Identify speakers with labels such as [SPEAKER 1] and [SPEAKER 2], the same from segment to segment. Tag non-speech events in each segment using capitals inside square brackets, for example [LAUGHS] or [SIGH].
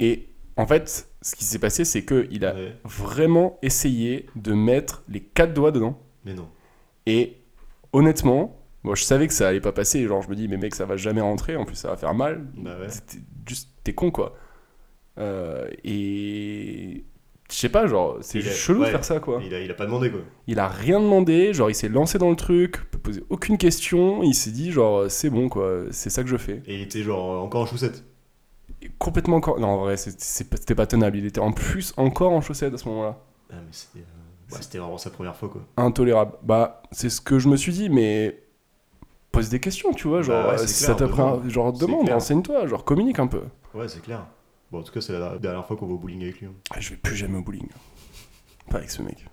[SPEAKER 1] Et en fait, ce qui s'est passé, c'est qu'il a
[SPEAKER 2] Ouais.
[SPEAKER 1] vraiment essayé de mettre les quatre doigts dedans.
[SPEAKER 2] Mais non.
[SPEAKER 1] Et honnêtement, moi, je savais que ça allait pas passer. Genre, je me dis, mais mec, ça va jamais rentrer. En plus, ça va faire mal.
[SPEAKER 2] Bah ouais.
[SPEAKER 1] C'était juste, t'es con, quoi. Euh, et. Je sais pas, genre, c'est
[SPEAKER 2] Il
[SPEAKER 1] juste
[SPEAKER 2] est-
[SPEAKER 1] chelou de
[SPEAKER 2] ouais.
[SPEAKER 1] faire ça, quoi.
[SPEAKER 2] Il a, il a pas demandé quoi.
[SPEAKER 1] Il a rien demandé, genre, il s'est lancé dans le truc, peut poser aucune question. Il s'est dit, genre, euh, c'est bon, quoi, c'est ça que je fais.
[SPEAKER 2] Et il était genre encore en chaussette.
[SPEAKER 1] Et complètement encore. Non, en vrai, c'est- c'est pas- c'était pas tenable. Il était en plus encore en chaussettes à ce moment-là.
[SPEAKER 2] Ah, mais c'était. euh, ouais, c'était vraiment sa première fois quoi.
[SPEAKER 1] intolérable. Bah, c'est ce que je me suis dit, mais pose des questions, tu vois, genre,
[SPEAKER 2] Bah ouais,
[SPEAKER 1] euh,
[SPEAKER 2] c'est
[SPEAKER 1] si
[SPEAKER 2] clair,
[SPEAKER 1] ça t'a pris un-
[SPEAKER 2] demande.
[SPEAKER 1] genre
[SPEAKER 2] C'est
[SPEAKER 1] demande,
[SPEAKER 2] clair.
[SPEAKER 1] renseigne-toi, genre communique un peu.
[SPEAKER 2] Ouais, c'est clair. Bon, en tout cas, c'est la dernière fois qu'on va au bowling avec lui. hein.
[SPEAKER 1] Ah, je vais plus jamais au bowling. Pas avec ce mec.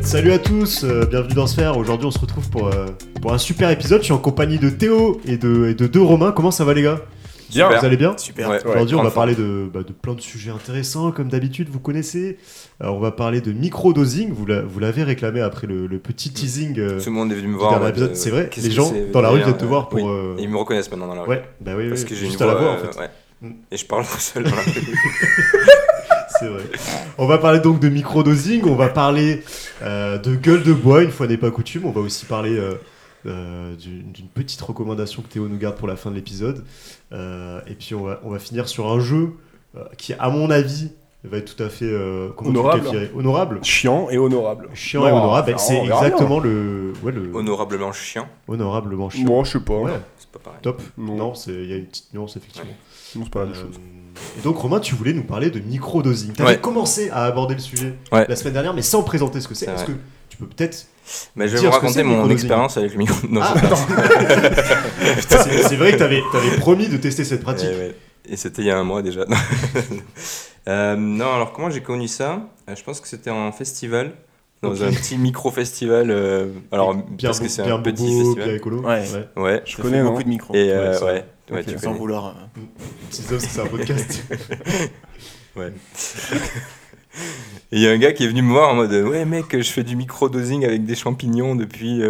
[SPEAKER 2] Salut à tous, euh, bienvenue dans Sphère. Aujourd'hui, on se retrouve pour, euh, pour un super épisode. Je suis en compagnie de Théo et de, et de deux Romains. Comment ça va, les gars
[SPEAKER 3] Bien.
[SPEAKER 2] Vous allez bien
[SPEAKER 3] Super.
[SPEAKER 2] Aujourd'hui, on va parler de, bah, de plein de sujets intéressants, comme d'habitude, vous connaissez. Alors, on va parler de micro-dosing, vous la- vous l'avez réclamé après le, le petit teasing euh,
[SPEAKER 3] Tout le monde est venu me
[SPEAKER 2] du
[SPEAKER 3] voir. en
[SPEAKER 2] dernier
[SPEAKER 3] mode,
[SPEAKER 2] épisode,
[SPEAKER 3] euh,
[SPEAKER 2] c'est vrai.
[SPEAKER 3] qu'est-ce
[SPEAKER 2] Les
[SPEAKER 3] que
[SPEAKER 2] gens
[SPEAKER 3] c'est
[SPEAKER 2] dans la rue
[SPEAKER 3] derrière,
[SPEAKER 2] viennent te
[SPEAKER 3] euh,
[SPEAKER 2] voir pour...
[SPEAKER 3] oui.
[SPEAKER 2] euh,
[SPEAKER 3] Ils me reconnaissent maintenant dans la rue.
[SPEAKER 2] Ouais, bah oui,
[SPEAKER 3] Ah Parce
[SPEAKER 2] oui,
[SPEAKER 3] que j'ai une
[SPEAKER 2] juste
[SPEAKER 3] voix.
[SPEAKER 2] à la voix, en
[SPEAKER 3] euh,
[SPEAKER 2] fait.
[SPEAKER 3] ouais.
[SPEAKER 2] Mm.
[SPEAKER 3] Et je parle [LAUGHS] seul dans
[SPEAKER 2] [LAUGHS]
[SPEAKER 3] la rue.
[SPEAKER 2] C'est vrai. On va parler donc de microdosing, on va parler euh, de gueule de bois, une fois n'est pas coutume. On va aussi parler euh, euh, d'une d'une petite recommandation que Théo nous garde pour la fin de l'épisode. Euh, et puis on va, on va finir sur un jeu euh, qui, à mon avis, va être tout à fait euh, comment tu le
[SPEAKER 1] Honorable.
[SPEAKER 2] qualifierais Honorable.
[SPEAKER 1] Chiant et honorable.
[SPEAKER 2] Chiant
[SPEAKER 1] Non,
[SPEAKER 2] et honorable,
[SPEAKER 1] enfin,
[SPEAKER 2] c'est
[SPEAKER 1] on verra
[SPEAKER 2] exactement le, ouais, le
[SPEAKER 3] Honorablement chiant.
[SPEAKER 2] honorablement chiant.
[SPEAKER 1] Bon, je sais pas.
[SPEAKER 2] Ouais,
[SPEAKER 3] C'est pas pareil.
[SPEAKER 2] top.
[SPEAKER 1] Non.
[SPEAKER 2] Non, c'est- il y a une petite nuance effectivement.
[SPEAKER 1] Non, c'est pas la même
[SPEAKER 2] Euh,
[SPEAKER 1] chose.
[SPEAKER 2] et donc Romain, tu voulais nous parler de microdosing. Tu avais
[SPEAKER 3] Ouais.
[SPEAKER 2] commencé à aborder le sujet
[SPEAKER 3] Ouais.
[SPEAKER 2] la semaine dernière, mais sans présenter ce que c'est.
[SPEAKER 3] C'est
[SPEAKER 2] Est-ce que
[SPEAKER 3] vrai.
[SPEAKER 2] tu peux peut-être...
[SPEAKER 3] Mais je vais
[SPEAKER 2] Dire
[SPEAKER 3] vous
[SPEAKER 2] ce que c'est,
[SPEAKER 3] raconter
[SPEAKER 2] le
[SPEAKER 3] mon
[SPEAKER 2] microdosing.
[SPEAKER 3] expérience avec le micro. Non,
[SPEAKER 2] Ah,
[SPEAKER 3] c'est pas-
[SPEAKER 2] attends.
[SPEAKER 3] [LAUGHS]
[SPEAKER 2] Putain, c'est c'est vrai que t'avais avais promis de tester cette pratique.
[SPEAKER 3] Eh ouais. Et c'était il y a un mois déjà. [LAUGHS] Euh, non, alors comment j'ai connu ça Euh, Je pense que c'était en festival. Dans
[SPEAKER 2] Ok.
[SPEAKER 3] un petit micro-festival. euh, alors,
[SPEAKER 2] bien
[SPEAKER 3] parce que c'est
[SPEAKER 2] bien
[SPEAKER 3] un petit
[SPEAKER 2] bobo, bien
[SPEAKER 3] festival.
[SPEAKER 2] écolo.
[SPEAKER 4] Ouais.
[SPEAKER 3] Ouais.
[SPEAKER 1] Je
[SPEAKER 4] Ça
[SPEAKER 1] connais,
[SPEAKER 4] fait
[SPEAKER 1] non
[SPEAKER 4] beaucoup de micros.
[SPEAKER 3] Et euh,
[SPEAKER 2] Ouais, ça-
[SPEAKER 3] ouais, ouais,
[SPEAKER 1] ok,
[SPEAKER 3] tu
[SPEAKER 4] Sans
[SPEAKER 3] connais.
[SPEAKER 4] vouloir. euh,
[SPEAKER 2] Petits hommes, c'est un
[SPEAKER 3] [LAUGHS]
[SPEAKER 2] podcast.
[SPEAKER 3] Et il y a un gars qui est venu me voir en mode euh, Ouais, mec, je fais du micro-dosing avec des champignons depuis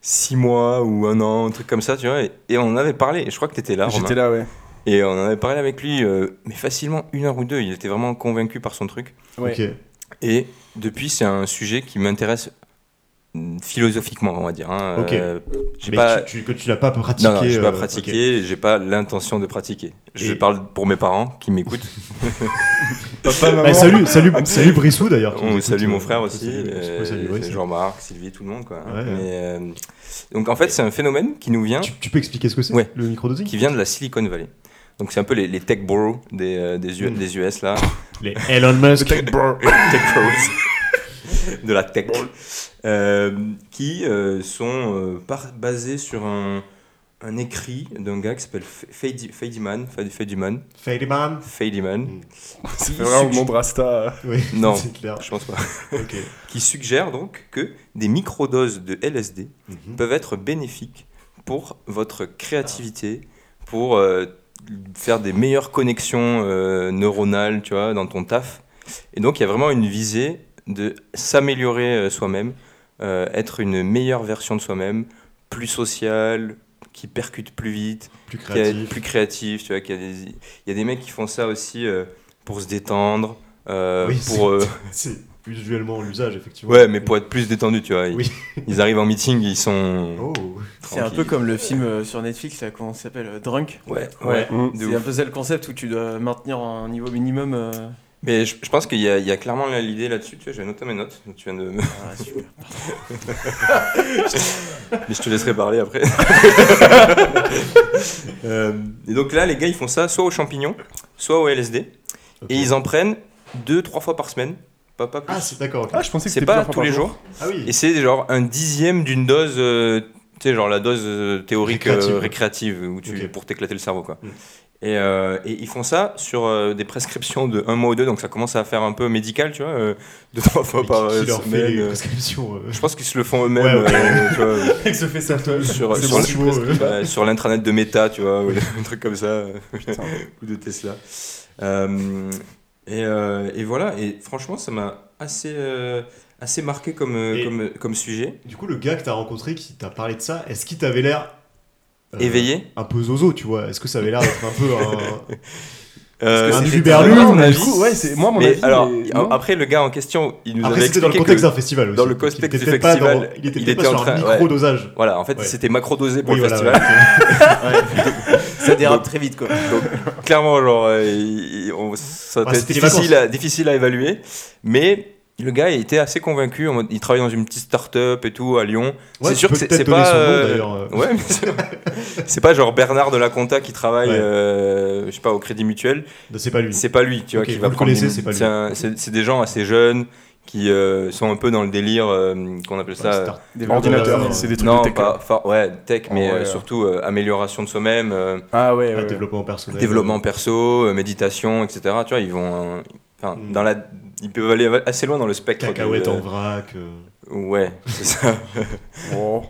[SPEAKER 3] 6 mois ou un an, un truc comme ça, tu vois. Et, et on en avait parlé. Et je crois que t'étais là, Ah, Romain.
[SPEAKER 1] J'étais là, ouais.
[SPEAKER 3] Et on en avait parlé avec lui, euh, mais facilement une heure ou deux. Il était vraiment convaincu par son truc.
[SPEAKER 1] Ouais.
[SPEAKER 2] Ok.
[SPEAKER 3] Et depuis, c'est un sujet qui m'intéresse mm, philosophiquement, on va dire. hein.
[SPEAKER 2] Ok.
[SPEAKER 3] Euh, j'ai
[SPEAKER 2] Mais
[SPEAKER 3] pas.
[SPEAKER 2] tu, tu- que tu l'as pas pratiqué.
[SPEAKER 3] Non, non, j'ai pas
[SPEAKER 2] euh,
[SPEAKER 3] pratiqué,
[SPEAKER 2] ok.
[SPEAKER 3] j'ai pas l'intention de pratiquer. Je
[SPEAKER 2] Et-
[SPEAKER 3] parle pour mes parents
[SPEAKER 2] [LAUGHS]
[SPEAKER 3] qui m'écoutent.
[SPEAKER 1] Papa, maman.
[SPEAKER 2] Bah, salut, salut, salut Brissou d'ailleurs. qui nous
[SPEAKER 3] Ah, On
[SPEAKER 2] écoute,
[SPEAKER 3] salue
[SPEAKER 2] euh,
[SPEAKER 3] mon frère
[SPEAKER 2] on
[SPEAKER 3] aussi,
[SPEAKER 2] salue,
[SPEAKER 3] euh,
[SPEAKER 2] on salue, ouais, c'est-
[SPEAKER 3] Jean-Marc, Sylvie, tout le monde. Quoi, hein.
[SPEAKER 2] Ouais, ouais.
[SPEAKER 3] Mais, euh, donc en fait, c'est un phénomène qui nous vient,
[SPEAKER 2] tu, tu peux expliquer ce que c'est
[SPEAKER 3] Ouais.
[SPEAKER 2] le microdosing
[SPEAKER 3] qui vient de la Silicon Valley. Donc c'est un peu les, les tech bros des, euh, des, U-
[SPEAKER 2] Mm.
[SPEAKER 3] des US là. [LAUGHS]
[SPEAKER 2] Les Elon Musk.
[SPEAKER 3] tech bros. de la tech. Euh, qui euh, sont euh, par- basés sur un, un écrit d'un gars qui s'appelle Fe- Fadi- Fadiman. Fadi- Fadiman.
[SPEAKER 2] Feynman.
[SPEAKER 3] Fadiman.
[SPEAKER 2] Mm.
[SPEAKER 1] [LAUGHS] C'est vraiment le monde rasta.
[SPEAKER 2] Oui,
[SPEAKER 3] Non.
[SPEAKER 2] c'est clair.
[SPEAKER 3] Je pense pas. [LAUGHS]
[SPEAKER 2] Ok.
[SPEAKER 3] Qui suggère donc que des microdoses de LSD
[SPEAKER 2] Mhm.
[SPEAKER 3] peuvent être bénéfiques pour votre créativité, pour euh, faire des meilleures connexions euh, neuronales, tu vois, dans ton taf. Et donc, il y a vraiment une visée de s'améliorer euh, soi-même, euh, être une meilleure version de soi-même, plus sociale, qui percute plus vite,
[SPEAKER 2] Plus
[SPEAKER 3] qui est
[SPEAKER 2] créatif.
[SPEAKER 3] plus créatif, tu vois, qu'il y a des... Il y a des mecs qui font ça aussi euh, pour se détendre, euh,
[SPEAKER 2] Oui,
[SPEAKER 3] pour... euh,
[SPEAKER 2] [LAUGHS] [LAUGHS] C'est usuellement l'usage, effectivement.
[SPEAKER 3] Ouais, mais pour être plus détendu, tu vois. Ils,
[SPEAKER 2] Oui.
[SPEAKER 3] ils arrivent en meeting, ils sont...
[SPEAKER 2] Oh.
[SPEAKER 4] C'est un peu comme le film euh, sur Netflix, là, comment ça s'appelle euh, Drunk.
[SPEAKER 3] Ouais, ouais.
[SPEAKER 2] Ouais.
[SPEAKER 1] Mm.
[SPEAKER 3] de
[SPEAKER 4] C'est un
[SPEAKER 3] ouf.
[SPEAKER 4] peu ça le concept où tu dois maintenir un niveau minimum. euh,
[SPEAKER 3] Mais je, je pense qu'il y, a- il y a clairement là, l'idée là-dessus. Tu vois, j'avais noté mes notes. donc tu viens
[SPEAKER 2] [LAUGHS]
[SPEAKER 3] de... me- [LAUGHS]
[SPEAKER 4] Ah, [LAUGHS] super.
[SPEAKER 3] Mais je te laisserai
[SPEAKER 2] [LAUGHS]
[SPEAKER 3] parler après. Euh, et donc là, les gars, ils font ça soit aux champignons, soit au LSD.
[SPEAKER 2] Ok.
[SPEAKER 3] Et ils en prennent deux, trois fois par semaine. Pas, pas plus.
[SPEAKER 2] Ah, c'est d'accord. ok.
[SPEAKER 1] Ah, je pensais que
[SPEAKER 3] c'est
[SPEAKER 1] c'était
[SPEAKER 3] pas
[SPEAKER 1] plusieurs fois
[SPEAKER 3] tous
[SPEAKER 1] par
[SPEAKER 3] les
[SPEAKER 1] jour.
[SPEAKER 3] jours.
[SPEAKER 2] Ah oui.
[SPEAKER 3] Et c'est genre un dixième d'une dose, euh, tu sais, genre la dose euh, théorique euh,
[SPEAKER 2] Récréative.
[SPEAKER 3] récréative, où tu,
[SPEAKER 2] Ok.
[SPEAKER 3] pour t'éclater le cerveau. Quoi.
[SPEAKER 2] Mm.
[SPEAKER 3] Et, euh, et ils font ça sur euh, des prescriptions de un mois ou deux, donc ça commence à faire un peu médical, tu vois, euh, [LAUGHS] deux trois fois
[SPEAKER 2] Mais
[SPEAKER 3] par
[SPEAKER 2] qui, qui
[SPEAKER 3] euh,
[SPEAKER 2] leur fait
[SPEAKER 3] semaine.
[SPEAKER 2] les
[SPEAKER 3] euh.
[SPEAKER 2] prescriptions
[SPEAKER 3] [LAUGHS]
[SPEAKER 2] euh,
[SPEAKER 3] Je pense qu'ils se le font eux-mêmes.
[SPEAKER 2] Ouais, ouais.
[SPEAKER 3] euh,
[SPEAKER 2] [LAUGHS]
[SPEAKER 3] tu vois,
[SPEAKER 1] Avec ce fait ça, toi.
[SPEAKER 3] sur,
[SPEAKER 1] C'est
[SPEAKER 3] sur
[SPEAKER 1] bon,
[SPEAKER 3] le-
[SPEAKER 1] tu vois,
[SPEAKER 2] ouais.
[SPEAKER 3] bah, sur l'intranet de Meta, tu vois, [LAUGHS] ou un truc comme ça, euh,
[SPEAKER 1] Putain.
[SPEAKER 3] [LAUGHS] ou de Tesla. Euh, et, euh, et voilà, et franchement, ça m'a assez, euh, assez marqué comme, euh,
[SPEAKER 2] Et-
[SPEAKER 3] comme, comme sujet.
[SPEAKER 2] Du coup, le gars que t'as rencontré qui t'a parlé de ça, est-ce qu'il t'avait l'air euh,
[SPEAKER 3] Éveillé.
[SPEAKER 2] un peu zozo, tu vois Est-ce que ça avait l'air d'être un peu
[SPEAKER 3] [LAUGHS]
[SPEAKER 2] un.
[SPEAKER 3] Euh,
[SPEAKER 2] que un
[SPEAKER 3] c'était
[SPEAKER 2] Uberlu,
[SPEAKER 3] vraiment
[SPEAKER 2] mon
[SPEAKER 3] mon
[SPEAKER 1] Du
[SPEAKER 3] avis.
[SPEAKER 1] coup, ouais, c'est moi mon
[SPEAKER 3] Mais
[SPEAKER 1] avis.
[SPEAKER 3] alors,
[SPEAKER 1] mais-
[SPEAKER 3] a-
[SPEAKER 1] non.
[SPEAKER 3] après, le gars en question, il nous
[SPEAKER 2] Après,
[SPEAKER 3] avait
[SPEAKER 2] c'était
[SPEAKER 3] expliqué
[SPEAKER 2] dans le contexte
[SPEAKER 3] que-
[SPEAKER 2] d'un festival aussi.
[SPEAKER 3] dans le
[SPEAKER 2] donc il
[SPEAKER 3] contexte
[SPEAKER 2] était
[SPEAKER 3] du
[SPEAKER 2] peut-être pas
[SPEAKER 3] festival,
[SPEAKER 2] dans- il était
[SPEAKER 3] il
[SPEAKER 2] peut-être
[SPEAKER 3] était
[SPEAKER 2] pas
[SPEAKER 3] en
[SPEAKER 2] sur un
[SPEAKER 3] train- ouais.
[SPEAKER 2] micro-dosage.
[SPEAKER 3] Voilà, en fait,
[SPEAKER 2] Ouais.
[SPEAKER 3] c'était macro-dosé pour
[SPEAKER 2] Oui,
[SPEAKER 3] le
[SPEAKER 2] voilà,
[SPEAKER 3] festival.
[SPEAKER 4] Ça dérape très vite, quoi.
[SPEAKER 3] Donc, clairement, genre, euh, il- il- on- ça
[SPEAKER 2] Ah,
[SPEAKER 3] était
[SPEAKER 2] c'était les
[SPEAKER 3] difficile, à, difficile à évaluer. Mais le gars il était assez convaincu. en mode- il travaille dans une petite start-up et tout à
[SPEAKER 2] Ouais,
[SPEAKER 3] Lyon. [LAUGHS] c'est
[SPEAKER 2] tu
[SPEAKER 3] sûr
[SPEAKER 2] peux
[SPEAKER 3] que c'est
[SPEAKER 2] peut-être
[SPEAKER 3] c'est
[SPEAKER 2] donner
[SPEAKER 3] pas.
[SPEAKER 2] son nom,
[SPEAKER 3] euh,
[SPEAKER 2] d'ailleurs, euh.
[SPEAKER 3] ouais, mais c'est- c'est pas genre Bernard de la Conta qui travaille,
[SPEAKER 2] Ouais.
[SPEAKER 3] euh, je sais pas, au Crédit Mutuel.
[SPEAKER 2] Non, C'est pas lui.
[SPEAKER 3] C'est pas lui, tu vois,
[SPEAKER 2] Ok,
[SPEAKER 3] qui
[SPEAKER 2] vous
[SPEAKER 3] va
[SPEAKER 2] le
[SPEAKER 3] prendre.
[SPEAKER 2] connaissez,
[SPEAKER 3] une-
[SPEAKER 2] c'est pas lui.
[SPEAKER 3] un- C'est c'est des gens assez jeunes qui euh, sont un peu dans le délire euh, qu'on appelle
[SPEAKER 2] Ouais,
[SPEAKER 3] ça.
[SPEAKER 2] c'est un-
[SPEAKER 1] Des ordinateurs,
[SPEAKER 2] euh,
[SPEAKER 1] c'est des trucs
[SPEAKER 3] non,
[SPEAKER 1] de tech.
[SPEAKER 3] pas, enfin, ouais, tech, mais
[SPEAKER 1] Ouais,
[SPEAKER 3] euh,
[SPEAKER 1] ouais.
[SPEAKER 3] surtout euh, amélioration de soi-même, euh,
[SPEAKER 1] Ah ouais,
[SPEAKER 2] un
[SPEAKER 1] ouais.
[SPEAKER 2] développement personnel.
[SPEAKER 3] développement perso, euh, méditation, etc. Tu vois, ils vont, euh, enfin,
[SPEAKER 1] Hmm.
[SPEAKER 2] Mm.
[SPEAKER 3] dans la, ils peuvent aller assez loin dans le spectre. du-
[SPEAKER 2] Cacahuète en
[SPEAKER 3] euh,
[SPEAKER 2] vrac. euh.
[SPEAKER 3] Ouais, [LAUGHS] c'est ça.
[SPEAKER 1] Oh.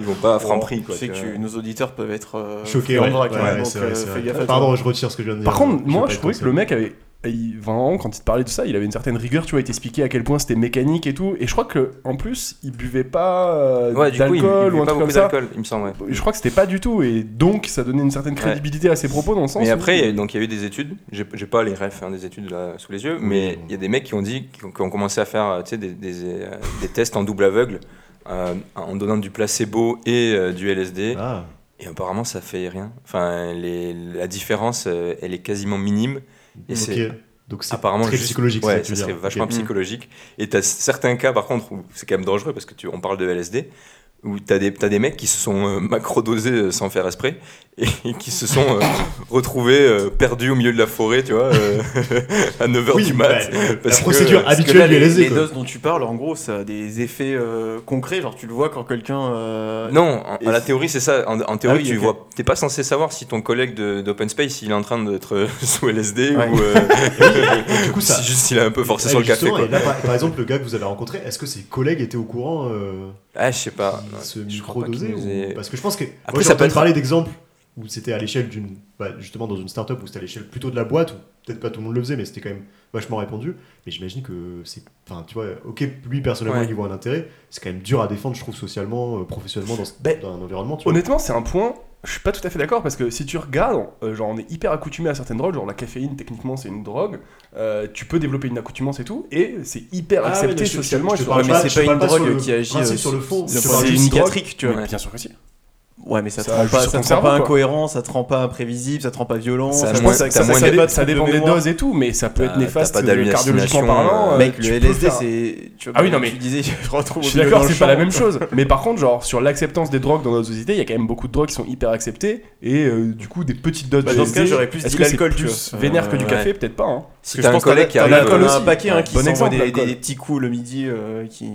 [SPEAKER 3] Ils vont pas à Franprix, quoi.
[SPEAKER 4] Tu sais
[SPEAKER 3] tu
[SPEAKER 4] que
[SPEAKER 3] vois.
[SPEAKER 4] nos auditeurs peuvent être euh,
[SPEAKER 2] Choqué,
[SPEAKER 4] en
[SPEAKER 2] ouais.
[SPEAKER 4] vrac,
[SPEAKER 2] Ouais,
[SPEAKER 4] hein,
[SPEAKER 2] ouais,
[SPEAKER 4] donc,
[SPEAKER 2] c'est vrai,
[SPEAKER 4] euh,
[SPEAKER 2] c'est
[SPEAKER 4] fais
[SPEAKER 2] vrai.
[SPEAKER 4] gaffe à toi.
[SPEAKER 2] Pardon, je retire ce que je viens de dire.
[SPEAKER 1] Par contre,
[SPEAKER 2] vais
[SPEAKER 1] moi,
[SPEAKER 2] pas
[SPEAKER 1] je
[SPEAKER 2] être
[SPEAKER 1] trouvais que le
[SPEAKER 2] cancel.
[SPEAKER 1] mec avait. il- Vraiment, quand il te parlait de ça, il avait une certaine rigueur, tu vois, il t'expliquait à quel point c'était mécanique et tout. Et je crois que en plus, il buvait pas euh,
[SPEAKER 3] Ouais, du coup, ils
[SPEAKER 1] d'alcool
[SPEAKER 3] ils
[SPEAKER 1] ou un
[SPEAKER 3] pas
[SPEAKER 1] truc
[SPEAKER 3] beaucoup
[SPEAKER 1] comme ça.
[SPEAKER 3] d'alcool, il me semble. ouais.
[SPEAKER 1] Je crois que c'était pas du tout, et donc ça donnait une certaine crédibilité à ses propos dans le sens.
[SPEAKER 3] Mais
[SPEAKER 1] où-
[SPEAKER 3] après, il y a- donc il y a eu des études. J'ai j'ai pas les refs hein, des études là sous les yeux, mais
[SPEAKER 2] bon.
[SPEAKER 3] il y a des mecs qui ont dit qui ont, qui ont commencé à faire euh, tu sais, des, des, euh, des tests en double aveugle euh, en donnant du placebo et euh, du LSD.
[SPEAKER 2] Ah,
[SPEAKER 3] Et apparemment, ça fait rien. Enfin, les- la différence, euh, elle est quasiment minime. Et c'est
[SPEAKER 2] ok. Donc c'est
[SPEAKER 3] apparemment
[SPEAKER 2] très
[SPEAKER 3] juste-
[SPEAKER 2] psychologique.
[SPEAKER 3] Ouais,
[SPEAKER 2] ça, tu
[SPEAKER 3] ça
[SPEAKER 2] veux
[SPEAKER 3] serait
[SPEAKER 2] dire.
[SPEAKER 3] vachement [LAUGHS]
[SPEAKER 2] Ok.
[SPEAKER 3] psychologique. Et t'as certains cas, par contre, où c'est quand même dangereux parce que tu, on parle de LSD, où t'as des, t'as des mecs qui se sont euh, macrodosés euh, sans faire exprès [LAUGHS] et qui se sont
[SPEAKER 2] [LAUGHS]
[SPEAKER 3] euh, retrouvés euh, perdus au milieu de la forêt, tu vois, euh, [LAUGHS] à 9h
[SPEAKER 2] Oui,
[SPEAKER 3] du mat.
[SPEAKER 2] ouais, la
[SPEAKER 3] parce que-
[SPEAKER 2] procédure
[SPEAKER 3] parce
[SPEAKER 4] Parce que là,
[SPEAKER 2] habituelle du
[SPEAKER 4] les,
[SPEAKER 2] LSD.
[SPEAKER 4] les
[SPEAKER 2] quoi.
[SPEAKER 4] doses dont tu parles, en gros, ça a des effets euh, concrets. Genre, tu le vois quand quelqu'un. euh,
[SPEAKER 3] Non, en,
[SPEAKER 4] Et
[SPEAKER 3] à la
[SPEAKER 4] c'est-
[SPEAKER 3] théorie, c'est ça. En, en théorie,
[SPEAKER 4] Ah oui,
[SPEAKER 3] tu
[SPEAKER 4] ok.
[SPEAKER 3] vois, t'es pas censé savoir si ton collègue de- d'Open Space, il est en train d'être euh, [LAUGHS] sous LSD
[SPEAKER 4] Ouais.
[SPEAKER 3] ou euh,
[SPEAKER 2] [LAUGHS] Du coup, ça.
[SPEAKER 3] [LAUGHS] si juste il a un peu forcé sur
[SPEAKER 2] Ah,
[SPEAKER 3] le café.
[SPEAKER 2] justement,
[SPEAKER 3] Quoi.
[SPEAKER 2] et là, par, par exemple, le gars que vous avez rencontré, est-ce que ses collègues étaient au courant euh,
[SPEAKER 3] Ah, je sais pas.
[SPEAKER 2] qu'il
[SPEAKER 3] Non,
[SPEAKER 2] se
[SPEAKER 3] je crois pas
[SPEAKER 2] microdosait
[SPEAKER 3] qu'il nous ait-
[SPEAKER 2] ou- Parce que je pense que.
[SPEAKER 3] Après,
[SPEAKER 2] moi, j'ai
[SPEAKER 3] ça peut
[SPEAKER 2] entendu
[SPEAKER 3] être-
[SPEAKER 2] parler d'exemples où c'était à l'échelle d'une. bah, justement, dans une start-up où c'était à l'échelle plutôt de la boîte, où peut-être pas tout le monde le faisait, mais c'était quand même vachement répandu. Mais j'imagine que c'est. Enfin, tu vois, ok, lui, personnellement,
[SPEAKER 3] Ouais.
[SPEAKER 2] il y voit un intérêt. C'est quand même dur à défendre, je trouve, socialement, euh, professionnellement, dans, ce-
[SPEAKER 1] Ben,
[SPEAKER 2] dans un environnement. Tu vois.
[SPEAKER 1] Honnêtement, c'est un point. Je suis pas tout à fait d'accord parce que si tu regardes, euh, genre on est hyper accoutumé à certaines drogues, genre la caféine techniquement c'est une drogue, euh, tu peux développer une accoutumance et tout, et c'est hyper
[SPEAKER 2] Ah, mais
[SPEAKER 1] accepté
[SPEAKER 2] je- je- je
[SPEAKER 1] socialement.
[SPEAKER 2] te
[SPEAKER 1] et sur-
[SPEAKER 2] parle
[SPEAKER 4] mais
[SPEAKER 2] pas-
[SPEAKER 4] c'est
[SPEAKER 2] je
[SPEAKER 4] pas
[SPEAKER 2] parle
[SPEAKER 4] une
[SPEAKER 2] pas sur
[SPEAKER 4] drogue
[SPEAKER 2] le
[SPEAKER 4] qui agit.
[SPEAKER 2] principe,
[SPEAKER 4] euh,
[SPEAKER 2] sur le fond.
[SPEAKER 4] d'un
[SPEAKER 1] Je
[SPEAKER 4] point de
[SPEAKER 1] parle
[SPEAKER 4] vue
[SPEAKER 1] d'une drogue.
[SPEAKER 4] psychiatrique, tu vois.
[SPEAKER 1] Mais Bien sûr que si.
[SPEAKER 4] Ouais, mais ça te
[SPEAKER 1] Ça
[SPEAKER 4] rend
[SPEAKER 1] joue
[SPEAKER 4] pas,
[SPEAKER 1] sur
[SPEAKER 4] ça
[SPEAKER 1] ton
[SPEAKER 4] te rend
[SPEAKER 1] cerveau,
[SPEAKER 4] pas
[SPEAKER 1] quoi.
[SPEAKER 4] incohérent, ça te rend pas imprévisible, ça te rend pas violent.
[SPEAKER 3] Ça a
[SPEAKER 4] te
[SPEAKER 3] moins-
[SPEAKER 4] rend-
[SPEAKER 1] ça,
[SPEAKER 3] t'as
[SPEAKER 1] ça-
[SPEAKER 3] moins
[SPEAKER 1] ça
[SPEAKER 3] de-
[SPEAKER 1] dépend,
[SPEAKER 4] t'as
[SPEAKER 1] ça dépend
[SPEAKER 4] de
[SPEAKER 1] des
[SPEAKER 4] mémoire.
[SPEAKER 1] doses et tout, mais ça peut
[SPEAKER 3] T'as-
[SPEAKER 1] être néfaste
[SPEAKER 3] t'as
[SPEAKER 1] euh,
[SPEAKER 3] pas
[SPEAKER 1] cardiologiquement
[SPEAKER 3] d'hallucination,
[SPEAKER 1] parlant.
[SPEAKER 3] euh,
[SPEAKER 1] euh,
[SPEAKER 4] Mec,
[SPEAKER 1] tu
[SPEAKER 4] le
[SPEAKER 1] peux
[SPEAKER 4] LSD,
[SPEAKER 1] faire-
[SPEAKER 4] c'est. tu vois,
[SPEAKER 1] Ah oui,
[SPEAKER 4] comme
[SPEAKER 1] non,
[SPEAKER 4] Tu
[SPEAKER 1] mais-
[SPEAKER 4] disais, [LAUGHS] je retrouve.
[SPEAKER 1] Je suis d'accord,
[SPEAKER 4] dans le
[SPEAKER 1] c'est pas la
[SPEAKER 4] champ.
[SPEAKER 1] même chose. [LAUGHS] Mais par contre, genre sur l'acceptance des drogues dans notre société, il y a quand même beaucoup de drogues qui sont hyper acceptées et euh, du coup des petites doses
[SPEAKER 4] Bah,
[SPEAKER 1] de
[SPEAKER 4] dans ce cas,
[SPEAKER 1] LSD,
[SPEAKER 4] j'aurais plus
[SPEAKER 1] est-ce
[SPEAKER 4] dit
[SPEAKER 1] que c'est
[SPEAKER 4] l'alcool, tu
[SPEAKER 1] plus
[SPEAKER 4] vois.
[SPEAKER 1] Vénère que du
[SPEAKER 4] Euh,
[SPEAKER 1] café, peut-être pas. hein.
[SPEAKER 3] Si
[SPEAKER 4] Parce
[SPEAKER 3] t'as
[SPEAKER 4] que je
[SPEAKER 3] un
[SPEAKER 4] pense que
[SPEAKER 3] collègue qui
[SPEAKER 4] t'as-
[SPEAKER 3] arrive.
[SPEAKER 4] t'en as
[SPEAKER 1] l'alcool
[SPEAKER 4] un
[SPEAKER 1] aussi.
[SPEAKER 4] paquet hein,
[SPEAKER 1] Ouais,
[SPEAKER 4] qui
[SPEAKER 1] bon
[SPEAKER 4] s'envoie
[SPEAKER 1] exemple,
[SPEAKER 4] des,
[SPEAKER 1] l'alcool.
[SPEAKER 4] des- des petits coups le midi euh, qui,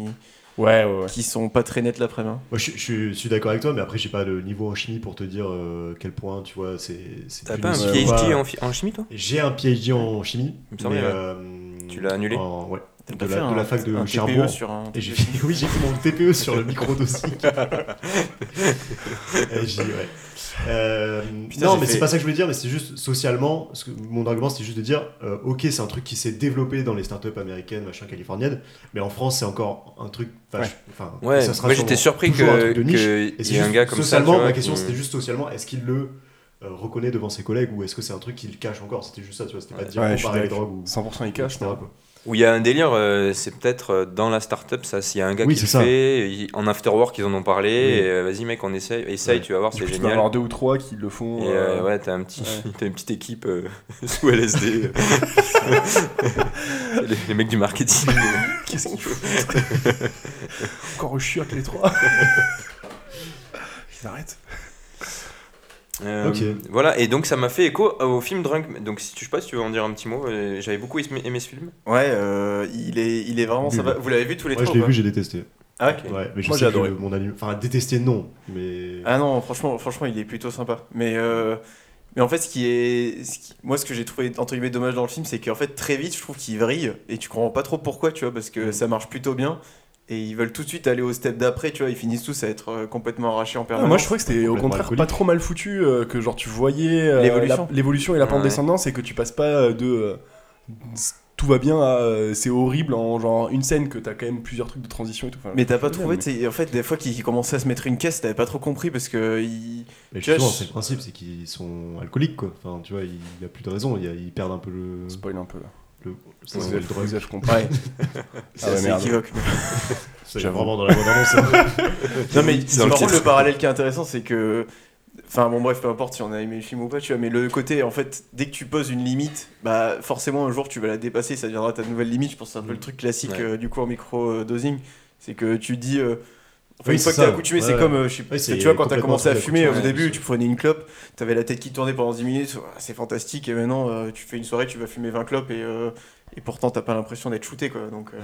[SPEAKER 1] Ouais, ouais, ouais.
[SPEAKER 4] qui sont pas très nets l'après-midi. hein.
[SPEAKER 2] Moi, je, je- je suis d'accord avec toi, mais après, j'ai pas le niveau en chimie pour te dire euh, quel point, tu vois, c'est. c'est
[SPEAKER 3] T'as
[SPEAKER 2] plus
[SPEAKER 3] pas un
[SPEAKER 2] difficile ou
[SPEAKER 3] PhD
[SPEAKER 2] pas.
[SPEAKER 3] en, fi- en chimie, toi
[SPEAKER 2] J'ai un PhD en chimie.
[SPEAKER 3] Il me semblait,
[SPEAKER 2] mais,
[SPEAKER 3] ouais.
[SPEAKER 2] euh,
[SPEAKER 3] Tu l'as annulé
[SPEAKER 2] en- Ouais.
[SPEAKER 4] T'as
[SPEAKER 2] De
[SPEAKER 4] pas
[SPEAKER 2] la-
[SPEAKER 4] fait
[SPEAKER 2] de la
[SPEAKER 4] un-
[SPEAKER 2] fac de
[SPEAKER 4] un TPE
[SPEAKER 2] Cherbourg.
[SPEAKER 4] sur un- E
[SPEAKER 2] Et j'ai fait, [LAUGHS] oui, j'ai fait mon TPE sur le micro
[SPEAKER 3] [LAUGHS]
[SPEAKER 2] dossier. ouais. Euh,
[SPEAKER 3] Putain,
[SPEAKER 2] non,
[SPEAKER 3] j'ai
[SPEAKER 2] mais
[SPEAKER 3] fait-
[SPEAKER 2] c'est pas ça que je voulais dire, mais c'est juste socialement. ce que- mon argument, c'est juste de dire euh, ok, c'est un truc qui s'est développé dans les startups américaines, machin, californiennes, mais en France, c'est encore un truc. Enfin,
[SPEAKER 1] Ouais.
[SPEAKER 2] je- enfin,
[SPEAKER 3] Ouais,
[SPEAKER 2] ça sera
[SPEAKER 3] moi j'étais
[SPEAKER 2] sûrement
[SPEAKER 3] surpris
[SPEAKER 2] toujours un truc de
[SPEAKER 3] que-
[SPEAKER 2] niche.
[SPEAKER 3] que.
[SPEAKER 2] Et
[SPEAKER 3] Il
[SPEAKER 2] c'est
[SPEAKER 3] y a un
[SPEAKER 2] juste
[SPEAKER 3] gars comme ça. tu
[SPEAKER 2] socialement,
[SPEAKER 3] vois,
[SPEAKER 2] ma
[SPEAKER 3] qui-
[SPEAKER 2] question c'était juste socialement, est-ce qu'il le euh, reconnaît devant ses collègues ou est-ce que c'est un truc qu'il cache encore C'était juste ça, tu vois, c'était pas de dire
[SPEAKER 1] Ouais, je suis
[SPEAKER 2] comparer les
[SPEAKER 1] d'accord.
[SPEAKER 2] drogues ou.
[SPEAKER 1] 100% il cache,
[SPEAKER 2] etc.,
[SPEAKER 1] quoi.
[SPEAKER 2] quoi.
[SPEAKER 3] Où il y a un délire, euh, c'est peut-être euh, dans la startup, ça. S'il y a un gars
[SPEAKER 2] Oui,
[SPEAKER 3] qui
[SPEAKER 2] c'est ça.
[SPEAKER 3] le fait, il- en after work, ils en ont parlé.
[SPEAKER 2] Oui.
[SPEAKER 3] et, euh, Vas-y, mec, on essaye, essaye
[SPEAKER 2] Ouais.
[SPEAKER 3] tu vas voir,
[SPEAKER 1] Du
[SPEAKER 3] c'est
[SPEAKER 1] coup, tu dois
[SPEAKER 3] génial.
[SPEAKER 1] avoir deux ou trois qui le font.
[SPEAKER 3] Et
[SPEAKER 1] euh,
[SPEAKER 3] euh, ouais, t'as un petit,
[SPEAKER 1] Ouais.
[SPEAKER 3] [LAUGHS] t'as une petite équipe euh,
[SPEAKER 1] [LAUGHS]
[SPEAKER 3] sous LSD. C'est les, les mecs du marketing.
[SPEAKER 1] [LAUGHS] Qu'est-ce [LAUGHS] qu'ils font Encore au chiot les trois. Ils arrêtent.
[SPEAKER 3] Euh,
[SPEAKER 2] Ok.
[SPEAKER 3] Voilà, et donc ça m'a fait écho au film Drunk. Donc si tu, je sais pas si tu veux en dire un petit mot, euh, j'avais beaucoup aimé, aimé ce film.
[SPEAKER 4] Ouais, euh, il, est, il est vraiment. Ça
[SPEAKER 2] Nul.
[SPEAKER 4] va. Vous l'avez vu tous les
[SPEAKER 2] Ouais, je
[SPEAKER 4] trois
[SPEAKER 2] l'ai
[SPEAKER 4] ou
[SPEAKER 2] vu, j'ai détesté.
[SPEAKER 4] pas Ah ouais
[SPEAKER 2] Ouais, mais je
[SPEAKER 4] Moi,
[SPEAKER 2] sais
[SPEAKER 4] j'ai
[SPEAKER 2] que
[SPEAKER 4] adoré.
[SPEAKER 2] mon anime. Enfin, détesté, non, mais.
[SPEAKER 4] Ah non, franchement, franchement, il est plutôt sympa. Mais euh, Mais en fait, ce qui est, ce qui- moi, ce que j'ai trouvé entre guillemets dommage dans le film, c'est qu'en fait très vite, je trouve qu'ils vrillent et tu comprends pas trop pourquoi, tu vois, parce
[SPEAKER 1] Mm.
[SPEAKER 4] que ça marche plutôt bien et ils veulent tout de suite aller au step d'après, tu vois, ils finissent tous à être euh, complètement arrachés en
[SPEAKER 1] Ah,
[SPEAKER 4] permanence.
[SPEAKER 1] moi je trouvais que c'était au
[SPEAKER 2] complètement
[SPEAKER 1] contraire
[SPEAKER 2] alcoolique.
[SPEAKER 1] pas trop mal foutu, euh, que genre tu voyais euh,
[SPEAKER 4] L'évolution.
[SPEAKER 1] la- l'évolution et la pente
[SPEAKER 3] Ouais.
[SPEAKER 1] descendance et que tu passes pas euh, de euh, tout va bien à euh, c'est horrible en genre une scène que t'as quand même plusieurs trucs de transition et tout. Enfin,
[SPEAKER 4] Mais t'as pas
[SPEAKER 1] je-
[SPEAKER 4] trouvé,
[SPEAKER 1] mais-
[SPEAKER 4] tu sais, en fait, des fois qu'ils commençaient à se mettre une caisse, t'avais pas trop compris parce que ils-
[SPEAKER 2] Mais
[SPEAKER 4] Tu vois,
[SPEAKER 2] justement,
[SPEAKER 4] je-
[SPEAKER 2] c'est le principe, c'est qu'ils sont alcooliques, quoi. Enfin, tu vois, il n'y a plus de raison, il y a- ils perdent un peu le.
[SPEAKER 1] Spoil un peu là.
[SPEAKER 2] le- ça,
[SPEAKER 1] Vous
[SPEAKER 2] c'est le
[SPEAKER 1] êtes-
[SPEAKER 2] drogue.
[SPEAKER 1] vous êtes compris.
[SPEAKER 4] c'est
[SPEAKER 1] Ah ouais,
[SPEAKER 4] assez
[SPEAKER 1] merde.
[SPEAKER 4] équivoque.
[SPEAKER 2] C'est
[SPEAKER 1] J'avoue.
[SPEAKER 2] vraiment dans la bande annonce. hein.
[SPEAKER 4] Non mais
[SPEAKER 3] C'est dans
[SPEAKER 4] par
[SPEAKER 3] le
[SPEAKER 4] contre
[SPEAKER 3] titre.
[SPEAKER 4] le parallèle qui est intéressant c'est que enfin bon bref peu importe si on a aimé le film ou pas tu vois mais le côté en fait dès que tu poses une limite bah forcément un jour tu vas la dépasser ça deviendra ta nouvelle limite je pense que c'est un peu le truc classique
[SPEAKER 3] Mm. Ouais.
[SPEAKER 4] euh, du coup en micro euh, dosing c'est que tu dis euh, enfin,
[SPEAKER 2] Oui,
[SPEAKER 4] une
[SPEAKER 2] c'est
[SPEAKER 4] fois que t'es
[SPEAKER 2] ça.
[SPEAKER 4] accoutumé
[SPEAKER 2] Ouais,
[SPEAKER 4] c'est
[SPEAKER 2] ouais.
[SPEAKER 4] comme euh, je sais
[SPEAKER 2] Oui, c'est
[SPEAKER 4] tu vois quand t'as
[SPEAKER 2] complètement
[SPEAKER 4] commencé à
[SPEAKER 2] un truc
[SPEAKER 4] fumer euh, au
[SPEAKER 3] d'accoutumé,
[SPEAKER 4] début
[SPEAKER 3] c'est
[SPEAKER 4] tu prenais une clope t'avais la tête qui tournait pendant 10 minutes ah, c'est fantastique et maintenant euh, tu fais une soirée tu vas fumer 20 clopes et euh, et pourtant t'as pas l'impression d'être shooté quoi donc euh,
[SPEAKER 2] Ouais.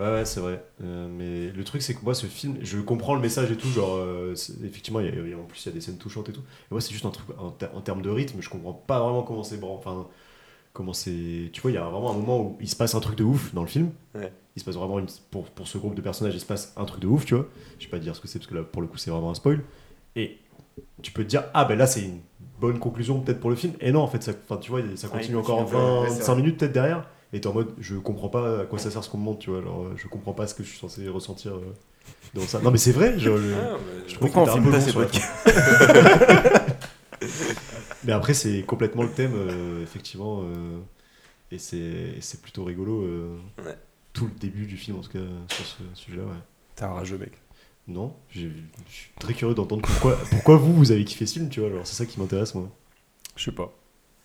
[SPEAKER 2] Ouais, ouais, c'est vrai. Euh, mais le truc, c'est que moi, ce film, je comprends le message et tout. Genre, euh, c'est- effectivement, il y a- il y a- en plus, il y a des scènes touchantes et tout. Et moi, c'est juste un truc en, ter- en termes de rythme, je comprends pas vraiment comment c'est. bran- Enfin, comment c'est. Tu vois, il y a vraiment un moment où il se passe un truc de ouf dans le film.
[SPEAKER 3] Ouais.
[SPEAKER 2] Il se passe vraiment une- pour, pour ce groupe de personnages, il se passe un truc de ouf, tu vois. Je vais pas dire ce que c'est parce que là, pour le coup, c'est vraiment un spoil. Et tu peux te dire, ah ben là, c'est une bonne conclusion peut-être pour le film. Et non, en fait, ça, enfin, tu vois, ça continue
[SPEAKER 4] il
[SPEAKER 2] encore
[SPEAKER 4] continue un peu, ouais,
[SPEAKER 2] 20,
[SPEAKER 4] c'est vrai.
[SPEAKER 2] 25 minutes peut-être derrière. Et t'es en mode, je comprends pas à quoi ça sert ce qu'on me montre, tu vois. Alors, euh, je comprends pas ce que je suis censé ressentir euh, dans ça. Non, mais c'est vrai, je, je- Euh,
[SPEAKER 3] Ah,
[SPEAKER 2] je trouve
[SPEAKER 4] Pourquoi
[SPEAKER 2] que t'es
[SPEAKER 4] on
[SPEAKER 2] un
[SPEAKER 4] filme
[SPEAKER 2] peu
[SPEAKER 4] pas
[SPEAKER 2] long
[SPEAKER 4] ces
[SPEAKER 2] sur la fin. Mais après, c'est complètement le thème, euh, effectivement. euh, et c'est et c'est plutôt rigolo. euh,
[SPEAKER 3] Ouais.
[SPEAKER 2] Tout le début du film, en tout cas, sur ce sujet-là, ouais.
[SPEAKER 1] T'es un rageux mec.
[SPEAKER 2] Non, j'ai- je suis très curieux d'entendre pourquoi, pourquoi vous, vous avez kiffé ce film, tu vois. Alors, c'est ça qui m'intéresse, moi.
[SPEAKER 1] Je sais pas.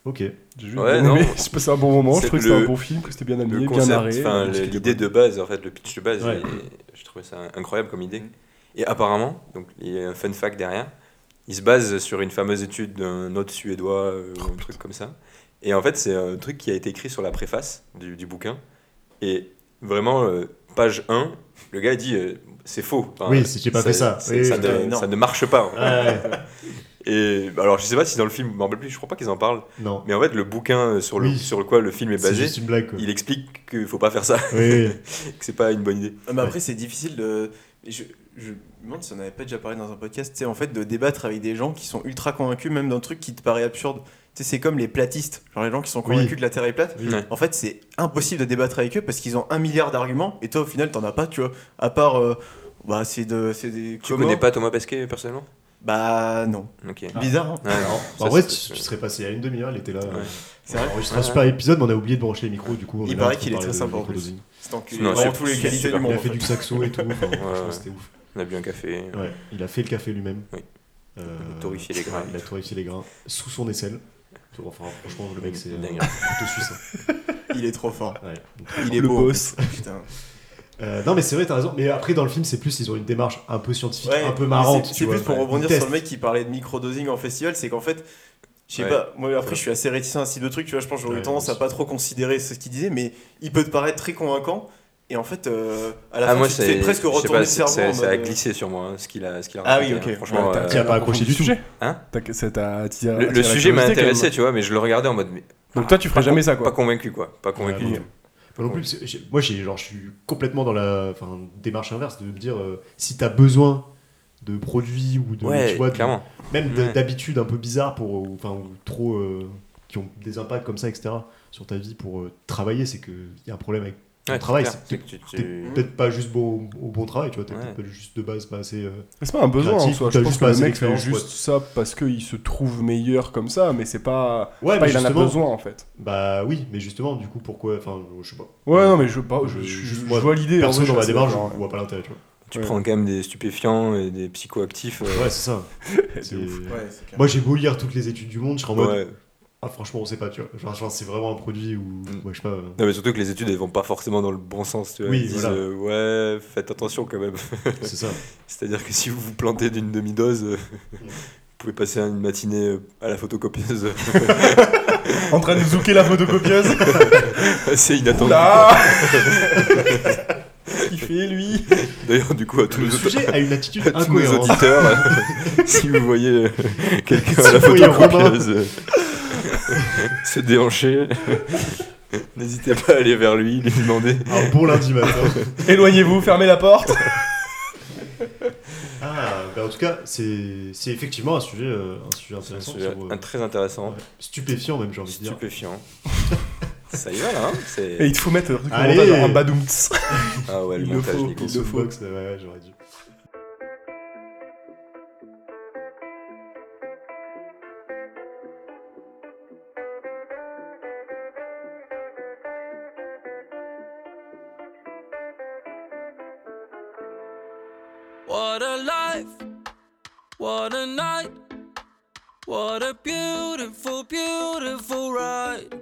[SPEAKER 2] Ok.
[SPEAKER 1] J'ai juste
[SPEAKER 3] Ouais,
[SPEAKER 1] bien aimé.
[SPEAKER 3] non.
[SPEAKER 1] J'ai passé un bon moment, je
[SPEAKER 3] C'est
[SPEAKER 1] trouvais que
[SPEAKER 3] le-
[SPEAKER 1] c'était un bon film, que c'était bien
[SPEAKER 3] le
[SPEAKER 1] amené, bien
[SPEAKER 3] concept,
[SPEAKER 1] narré.
[SPEAKER 3] enfin,
[SPEAKER 1] euh,
[SPEAKER 3] le-
[SPEAKER 1] c'était
[SPEAKER 3] l'idée
[SPEAKER 1] bon.
[SPEAKER 3] de base, en fait, le pitch de base,
[SPEAKER 2] Ouais.
[SPEAKER 3] et je trouvais ça incroyable comme idée. Et apparemment, donc il y a un fun fact derrière, il se base sur une fameuse étude d'un autre suédois, euh, ou un truc comme ça. Et en fait, c'est un truc qui a été écrit sur la préface du, du bouquin. Et vraiment, euh, page 1, le gars il dit euh, c'est faux. Enfin,
[SPEAKER 2] Oui, si j'ai pas fait ça.
[SPEAKER 3] c'est-
[SPEAKER 2] Oui,
[SPEAKER 3] ça,
[SPEAKER 2] oui,
[SPEAKER 4] oui.
[SPEAKER 3] ne,
[SPEAKER 4] Énorme.
[SPEAKER 3] ça ne marche pas. en fait.
[SPEAKER 2] Ouais.
[SPEAKER 3] Et alors, je sais pas si dans le film, je me rappelle plus, je crois pas qu'ils en parlent.
[SPEAKER 2] non,
[SPEAKER 3] Mais en fait, le bouquin sur, le,
[SPEAKER 2] Oui.
[SPEAKER 3] sur le quoi le film est
[SPEAKER 2] c'est
[SPEAKER 3] basé,
[SPEAKER 2] juste une blague, quoi.
[SPEAKER 3] il explique qu'il faut pas faire ça,
[SPEAKER 2] Oui, oui.
[SPEAKER 3] que c'est pas une bonne idée.
[SPEAKER 4] Ah, mais
[SPEAKER 2] Ouais.
[SPEAKER 4] après, c'est difficile de. Je, je me demande si on n'avait pas déjà parlé dans un podcast, tu sais, en fait, de débattre avec des gens qui sont ultra convaincus, même d'un truc qui te paraît absurde. Tu sais, c'est comme les platistes, genre les gens qui sont convaincus
[SPEAKER 2] Oui.
[SPEAKER 4] que la Terre est plate.
[SPEAKER 2] Oui.
[SPEAKER 3] Ouais.
[SPEAKER 4] En fait, c'est impossible de débattre avec eux parce qu'ils ont un milliard d'arguments et toi, au final, t'en as pas, tu vois. À part. euh, bah, c'est de, c'est des.
[SPEAKER 3] Tu
[SPEAKER 4] Comores.
[SPEAKER 3] connais pas Thomas Pesquet personnellement
[SPEAKER 4] Bah, non.
[SPEAKER 3] Ok.
[SPEAKER 2] Ah.
[SPEAKER 4] Bizarre, hein.
[SPEAKER 3] Ouais, non.
[SPEAKER 2] en
[SPEAKER 3] [LAUGHS] Ça,
[SPEAKER 2] vrai,
[SPEAKER 3] c'est-
[SPEAKER 2] tu, tu serais passé à une demi-heure, il était là. euh,
[SPEAKER 4] C'est
[SPEAKER 2] on
[SPEAKER 4] vrai.
[SPEAKER 2] a enregistré un
[SPEAKER 3] Ouais,
[SPEAKER 2] super épisode, mais on a oublié de brancher les micros, du coup. on
[SPEAKER 4] Il
[SPEAKER 2] là
[SPEAKER 4] paraît
[SPEAKER 2] en train
[SPEAKER 4] qu'il
[SPEAKER 2] de
[SPEAKER 4] est très
[SPEAKER 2] parler de
[SPEAKER 4] sympa, en
[SPEAKER 2] microdosing.
[SPEAKER 4] C'est enculé.
[SPEAKER 3] Non,
[SPEAKER 4] Vraiment
[SPEAKER 3] c'est-
[SPEAKER 4] tous les
[SPEAKER 3] c'est
[SPEAKER 4] qualités
[SPEAKER 3] super.
[SPEAKER 4] du
[SPEAKER 2] Il
[SPEAKER 4] monde.
[SPEAKER 2] a
[SPEAKER 4] en
[SPEAKER 2] fait
[SPEAKER 4] fait.
[SPEAKER 2] du saxo et tout,
[SPEAKER 4] [LAUGHS]
[SPEAKER 2] enfin, franchement,
[SPEAKER 3] ouais.
[SPEAKER 2] c'était ouf.
[SPEAKER 3] On a bu un café,
[SPEAKER 2] Ouais, il a fait le café lui-même.
[SPEAKER 3] Oui.
[SPEAKER 2] Euh,
[SPEAKER 3] on a torréfié les grains.
[SPEAKER 2] il a torréfié les grains sous son aisselle. Enfin, franchement, le mec, c'est euh,
[SPEAKER 3] Dingue.
[SPEAKER 2] couteau suisse. hein.
[SPEAKER 4] Il est trop fort.
[SPEAKER 2] Ouais.
[SPEAKER 4] Il est
[SPEAKER 1] Le
[SPEAKER 4] beau.
[SPEAKER 1] boss.
[SPEAKER 4] Putain.
[SPEAKER 2] Euh, non, mais c'est vrai, t'as raison. Mais après, dans le film, c'est plus, ils ont une démarche un peu scientifique,
[SPEAKER 4] Ouais,
[SPEAKER 2] un peu
[SPEAKER 4] mais
[SPEAKER 2] marrante.
[SPEAKER 4] c'est-
[SPEAKER 2] tu
[SPEAKER 4] C'est
[SPEAKER 2] vois.
[SPEAKER 4] plus pour
[SPEAKER 2] Ils
[SPEAKER 4] rebondir
[SPEAKER 2] testent.
[SPEAKER 4] sur le mec qui parlait de microdosing en festival, c'est qu'en fait, je sais
[SPEAKER 3] Ouais.
[SPEAKER 4] pas, moi après je suis assez réticent à ce type de truc, tu vois, je pense que j'aurais
[SPEAKER 2] Ouais,
[SPEAKER 4] tendance à
[SPEAKER 2] aussi.
[SPEAKER 4] pas trop considérer ce qu'il disait, mais il peut te paraître très convaincant, et en fait, euh, à la
[SPEAKER 3] Ah,
[SPEAKER 4] fin,
[SPEAKER 3] moi,
[SPEAKER 4] tu te
[SPEAKER 3] c'est.
[SPEAKER 4] fais presque
[SPEAKER 3] je sais
[SPEAKER 4] retourner
[SPEAKER 3] pas,
[SPEAKER 4] le
[SPEAKER 3] c'est-
[SPEAKER 4] cerveau. en
[SPEAKER 3] c'est- Ça a
[SPEAKER 4] mode, euh,
[SPEAKER 3] glissé sur moi, hein, ce qu'il a, ce qu'il a
[SPEAKER 4] Ah oui,
[SPEAKER 3] raconté,
[SPEAKER 4] ok.
[SPEAKER 3] hein. Franchement,
[SPEAKER 1] Ouais, t'as-
[SPEAKER 3] euh,
[SPEAKER 2] t'as pas accroché du tout.
[SPEAKER 1] sujet.
[SPEAKER 3] Hein
[SPEAKER 1] T'as- c'est- t'as attiré-
[SPEAKER 3] le, le
[SPEAKER 1] attiré la
[SPEAKER 3] sujet m'a
[SPEAKER 1] curiosité, quand
[SPEAKER 3] intéressé,
[SPEAKER 1] même.
[SPEAKER 3] tu vois, mais je le regardais en mode. mais-
[SPEAKER 1] Donc toi, tu ferais
[SPEAKER 3] Pas
[SPEAKER 1] jamais ça
[SPEAKER 3] Pas
[SPEAKER 1] quoi.
[SPEAKER 3] convaincu, quoi. Pas convaincu.
[SPEAKER 2] Ouais, Moi non plus, parce que j'ai- moi j'ai genre je suis complètement dans la enfin, démarche inverse de me dire euh, si t'as besoin de produits ou de
[SPEAKER 3] Ouais,
[SPEAKER 2] tu vois, de-
[SPEAKER 3] clairement.
[SPEAKER 2] même
[SPEAKER 3] Ouais.
[SPEAKER 2] d- d'habitudes un peu bizarres pour ou- enfin ou trop euh, qui ont des impacts comme ça etc sur ta vie pour euh, travailler c'est que y a un problème avec ton
[SPEAKER 3] Ouais,
[SPEAKER 2] travail
[SPEAKER 3] clair.
[SPEAKER 2] c'est
[SPEAKER 3] C'est
[SPEAKER 2] peut-être-
[SPEAKER 3] que tu- tu-
[SPEAKER 2] t'es peut-être pas juste bon au, au bon travail tu vois t'es
[SPEAKER 3] Ouais.
[SPEAKER 2] peut-être pas juste de base pas assez euh,
[SPEAKER 1] C'est pas un besoin en
[SPEAKER 2] Créatif,
[SPEAKER 1] soi.
[SPEAKER 2] t'as
[SPEAKER 1] Je pense
[SPEAKER 2] juste
[SPEAKER 1] que
[SPEAKER 2] pas
[SPEAKER 1] le
[SPEAKER 2] assez
[SPEAKER 1] mec fait
[SPEAKER 2] d'expérience,
[SPEAKER 1] juste ça parce qu'il se trouve meilleur comme ça, mais c'est pas.
[SPEAKER 2] ouais
[SPEAKER 1] pas
[SPEAKER 2] mais
[SPEAKER 1] il en a
[SPEAKER 2] justement
[SPEAKER 1] besoin en fait.
[SPEAKER 2] bah oui mais justement du coup pourquoi enfin je sais pas
[SPEAKER 1] Ouais, non, mais je, bah, je,
[SPEAKER 2] Euh,
[SPEAKER 1] je- je-
[SPEAKER 2] juste
[SPEAKER 1] je
[SPEAKER 2] moi,
[SPEAKER 1] vois l'idée. en
[SPEAKER 2] perso
[SPEAKER 1] vrai, je
[SPEAKER 2] dans ma
[SPEAKER 1] suis
[SPEAKER 2] démarche
[SPEAKER 1] assez
[SPEAKER 2] je
[SPEAKER 1] d'accord,
[SPEAKER 2] vois pas l'intérêt tu vois
[SPEAKER 3] Tu
[SPEAKER 1] Ouais.
[SPEAKER 3] prends quand même des stupéfiants et des psychoactifs. euh,
[SPEAKER 2] ouais
[SPEAKER 1] [LAUGHS]
[SPEAKER 2] c'est ça
[SPEAKER 1] C'est
[SPEAKER 2] C'est-
[SPEAKER 1] ouf.
[SPEAKER 4] euh, ouais, c'est clair.
[SPEAKER 2] moi j'ai beau lire toutes les études du monde je suis en mode
[SPEAKER 3] ouais.
[SPEAKER 2] Ah, franchement, on sait pas, tu vois. Genre, genre, c'est vraiment un produit où.
[SPEAKER 3] Mm.
[SPEAKER 2] Moi, je sais pas. euh,
[SPEAKER 3] Non, mais surtout que les études, elles vont pas forcément dans le bon sens. Tu vois.
[SPEAKER 2] Oui,
[SPEAKER 3] Ils disent,
[SPEAKER 2] voilà.
[SPEAKER 3] euh, ouais, faites attention quand même.
[SPEAKER 2] C'est ça.
[SPEAKER 3] C'est-à-dire que si vous vous plantez d'une demi-dose, euh, vous pouvez passer une matinée euh, à la photocopieuse. euh,
[SPEAKER 1] En train de
[SPEAKER 2] [LAUGHS]
[SPEAKER 1] zouker la photocopieuse.
[SPEAKER 3] C'est inattendu.
[SPEAKER 1] Là [LAUGHS] Il fait, lui
[SPEAKER 3] D'ailleurs, du coup, à [LAUGHS] tous
[SPEAKER 2] Le
[SPEAKER 3] nos, aut-
[SPEAKER 2] sujet a une attitude
[SPEAKER 3] à [LAUGHS] tous nos
[SPEAKER 2] incohérente.
[SPEAKER 3] auditeurs, euh, si vous voyez euh, quelqu'un à la
[SPEAKER 2] Si vous voyez Romain.
[SPEAKER 3] photocopieuse euh, se déhancher, n'hésitez pas à aller vers lui, lui demander.
[SPEAKER 2] Un bon lundi matin.
[SPEAKER 1] Éloignez-vous, fermez la porte
[SPEAKER 2] Ah, bah en tout cas, c'est c'est effectivement un sujet, euh, un sujet intéressant.
[SPEAKER 3] C'est
[SPEAKER 2] sur, euh,
[SPEAKER 3] un très intéressant,
[SPEAKER 2] ouais, stupéfiant même, j'ai envie de dire.
[SPEAKER 3] stupéfiant. Ça y va là, hein c'est-
[SPEAKER 1] Et il te faut mettre un truc en
[SPEAKER 2] Allez. Euh,
[SPEAKER 1] montage, genre un badoumts.
[SPEAKER 3] Ah ouais, le
[SPEAKER 1] il le
[SPEAKER 3] montage,
[SPEAKER 1] faut,
[SPEAKER 3] Nico.
[SPEAKER 2] En
[SPEAKER 1] il le faut.
[SPEAKER 2] softbox, ouais, euh, ouais, j'aurais dû.
[SPEAKER 5] What a life, what a night, what a beautiful, beautiful ride.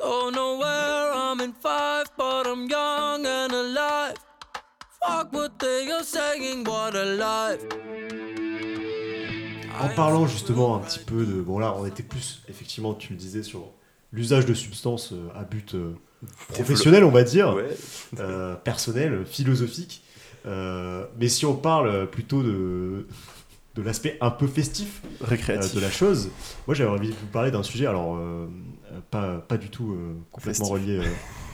[SPEAKER 5] Don't know where I'm in five, but I'm young and alive. Fuck what they are saying, what a life.
[SPEAKER 6] Ah
[SPEAKER 2] En parlant justement un petit peu de. Bon, là, on était plus, effectivement, tu le disais, sur l'usage de substances euh, à but euh, professionnel, on va dire,
[SPEAKER 4] bah,
[SPEAKER 3] Ouais.
[SPEAKER 2] euh, personnel, philosophique. Euh, mais si on parle plutôt de, de l'aspect un peu festif euh,
[SPEAKER 1] Récréatif.
[SPEAKER 2] de la chose, moi j'avais envie de vous parler d'un sujet, alors euh, euh, pas, pas du tout euh, complètement
[SPEAKER 1] Festif.
[SPEAKER 2] relié euh,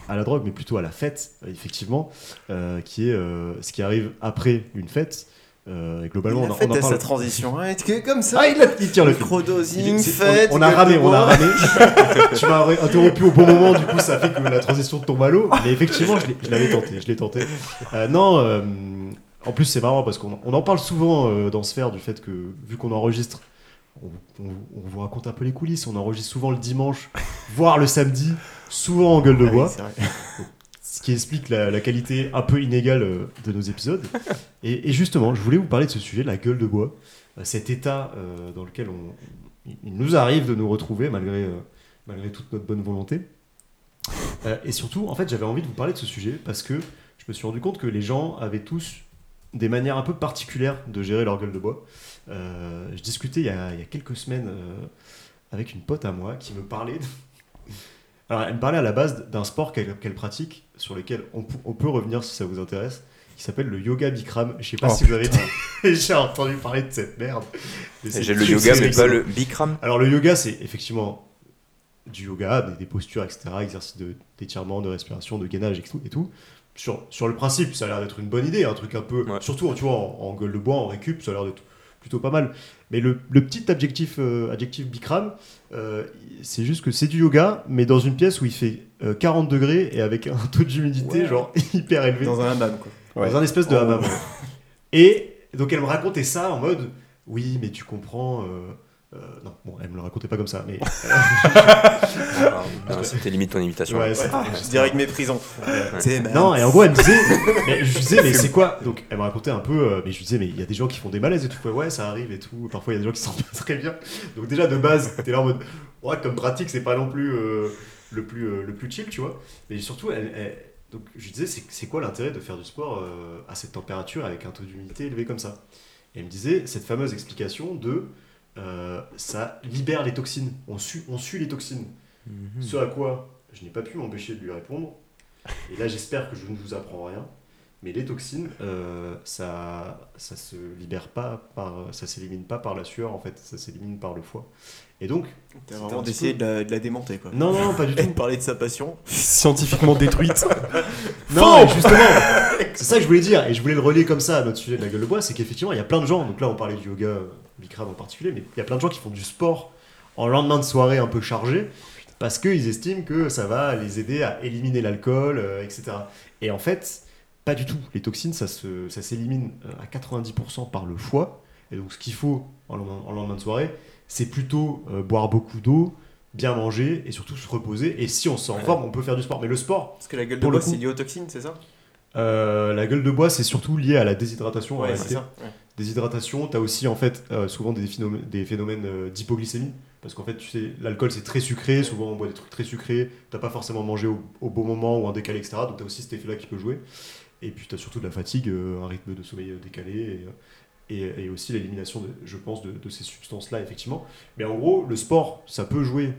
[SPEAKER 2] à la drogue, mais plutôt à la fête, euh, effectivement, euh, qui est euh, ce qui arrive après une fête. Euh, et globalement,
[SPEAKER 4] il
[SPEAKER 2] on
[SPEAKER 4] a
[SPEAKER 2] en-
[SPEAKER 4] fait
[SPEAKER 2] on en
[SPEAKER 4] à
[SPEAKER 2] parle.
[SPEAKER 4] sa transition. hein, est-ce que comme ça,
[SPEAKER 2] Ah, il, a, il tire le fil.
[SPEAKER 4] microdosing,
[SPEAKER 2] Il- c'est- on-
[SPEAKER 4] fête.
[SPEAKER 2] on, a
[SPEAKER 4] gueule de
[SPEAKER 2] ramé, on a
[SPEAKER 4] bois.
[SPEAKER 2] ramé. tu m'as ré- interrompu au bon moment, du coup, ça fait que la transition tombe à l'eau. Mais effectivement, je l'ai- je l'avais tenté, je l'ai tenté. Euh, non, euh, en plus, c'est marrant parce qu'on on en parle souvent euh, dans Sphère du fait que, vu qu'on enregistre, on, on- on vous raconte un peu les coulisses. On enregistre souvent le dimanche, voire le samedi, souvent en gueule de
[SPEAKER 4] Ah oui,
[SPEAKER 2] bois
[SPEAKER 4] c'est vrai.
[SPEAKER 2] ce qui explique la, la qualité un peu inégale euh, de nos épisodes. Et, et justement, je voulais vous parler de ce sujet, de la gueule de bois, Euh, cet état euh, dans lequel on, il il nous arrive de nous retrouver malgré, euh, malgré toute notre bonne volonté. Euh, et surtout, en fait, j'avais envie de vous parler de ce sujet parce que je me suis rendu compte que les gens avaient tous des manières un peu particulières de gérer leur gueule de bois. Euh, je discutais il y a, il y a quelques semaines euh, avec une pote à moi qui me parlait alors, elle me parlait à la base d'un sport qu'elle qu'elle pratique, sur lequel on, pou- on peut revenir si ça vous intéresse, qui s'appelle le yoga bikram. Je sais pas
[SPEAKER 1] Oh,
[SPEAKER 2] si vous avez [LAUGHS] déjà entendu parler de cette merde. Mais c'est-
[SPEAKER 3] Eh, J'ai le
[SPEAKER 2] c'est-
[SPEAKER 3] yoga,
[SPEAKER 2] c'est
[SPEAKER 3] mais pas
[SPEAKER 2] excellent.
[SPEAKER 3] le Bikram.
[SPEAKER 2] Alors, le yoga, c'est effectivement du yoga, des, des postures, etc., exercices de- d'étirement, de, respiration, de gainage et tout. Et tout. Sur, sur le principe, ça a l'air d'être une bonne idée, un truc un peu.
[SPEAKER 3] Ouais.
[SPEAKER 2] Surtout, tu vois, en, en gueule de bois, en récup, ça a l'air d'être plutôt pas mal. Mais le, le petit adjectif, euh, adjectif Bikram, euh, c'est juste que c'est du yoga, mais dans une pièce où il fait euh, 40 degrés et avec un taux d'humidité,
[SPEAKER 4] Ouais.
[SPEAKER 2] genre [LAUGHS] hyper élevé
[SPEAKER 4] Dans un hammam, quoi.
[SPEAKER 1] Ouais.
[SPEAKER 2] dans un espèce de
[SPEAKER 4] Oh.
[SPEAKER 2] hammam. ouais. Et donc elle me racontait ça en mode oui mais tu comprends. euh, euh, non bon elle me le racontait pas comme ça mais
[SPEAKER 3] Ah, non, C'était limite ton imitation.
[SPEAKER 2] Ouais, c'est-
[SPEAKER 4] Ah, Je dirais que méprisant. C'est
[SPEAKER 2] [LAUGHS] non et en gros elle me disait mais je lui disais mais c'est quoi donc elle me racontait un peu euh, mais je lui disais mais il y a des gens qui font des malaises et tout ouais, ouais ça arrive et tout parfois il y a des gens qui s'en [LAUGHS] passent très bien donc déjà de base t'es là en mode ouais comme pratique c'est pas non plus euh, le plus euh, le plus chill tu vois mais surtout elle- elle- donc je lui disais c'est- c'est quoi l'intérêt de faire du sport euh, à cette température avec un taux d'humidité élevé comme ça Et elle me disait cette fameuse explication de euh, ça libère les toxines, on sue, on sue les toxines.
[SPEAKER 3] Mhm.
[SPEAKER 2] Ce à quoi je n'ai pas pu m'empêcher de lui répondre. Et là, j'espère que je ne vous apprends rien. Mais les toxines, euh, ça, ça se libère pas par, ça s'élimine pas par la sueur en fait, ça s'élimine par le foie. Et donc,
[SPEAKER 4] T'as
[SPEAKER 2] C'était
[SPEAKER 4] vraiment
[SPEAKER 2] un petit
[SPEAKER 4] d'essayer
[SPEAKER 2] peu-
[SPEAKER 4] de la, de la démonter, quoi.
[SPEAKER 2] non, non, non, pas du tout.
[SPEAKER 4] Elle parlait de sa passion.
[SPEAKER 1] Scientifiquement détruite. Faux
[SPEAKER 2] Non, mais justement, [LAUGHS] c'est ça que je voulais dire, et je voulais le relier comme ça à notre sujet de la gueule de bois, c'est qu'effectivement, il y a plein de gens, donc là on parlait du yoga, euh, Bikram en particulier, mais il y a plein de gens qui font du sport en lendemain de soirée un peu chargé, parce qu'ils estiment que ça va les aider à éliminer l'alcool, euh, etc. Et en fait, pas du tout. Les toxines, ça se- ça s'élimine euh, à 90% par le foie, et donc ce qu'il faut en lendemain, en lendemain de soirée, c'est plutôt euh, boire beaucoup d'eau, bien manger, et surtout se reposer, et si on s'en
[SPEAKER 3] Ouais.
[SPEAKER 2] forme, on peut faire du sport. Mais le sport,
[SPEAKER 4] Parce que la gueule de
[SPEAKER 2] Pour le
[SPEAKER 4] bois,
[SPEAKER 2] coup.
[SPEAKER 4] c'est lié aux toxines, c'est ça
[SPEAKER 2] euh, la gueule de bois, c'est surtout lié à la déshydratation. en
[SPEAKER 4] Ouais,
[SPEAKER 2] réalité.
[SPEAKER 4] c'est ça. Ouais.
[SPEAKER 2] Déshydratation, t'as aussi en fait euh, souvent des phénomènes, des phénomènes euh, d'hypoglycémie. Parce qu'en fait, tu sais, l'alcool c'est très sucré, souvent on boit des trucs très sucrés, t'as pas forcément mangé au, au bon moment ou en décalé, etc. Donc t'as aussi cet effet-là qui peut jouer. Et puis t'as surtout de la fatigue, euh, un rythme de sommeil euh, décalé, et, euh, et- et aussi l'élimination, de- je pense, de, de ces substances-là, effectivement. Mais en gros, le sport, ça peut jouer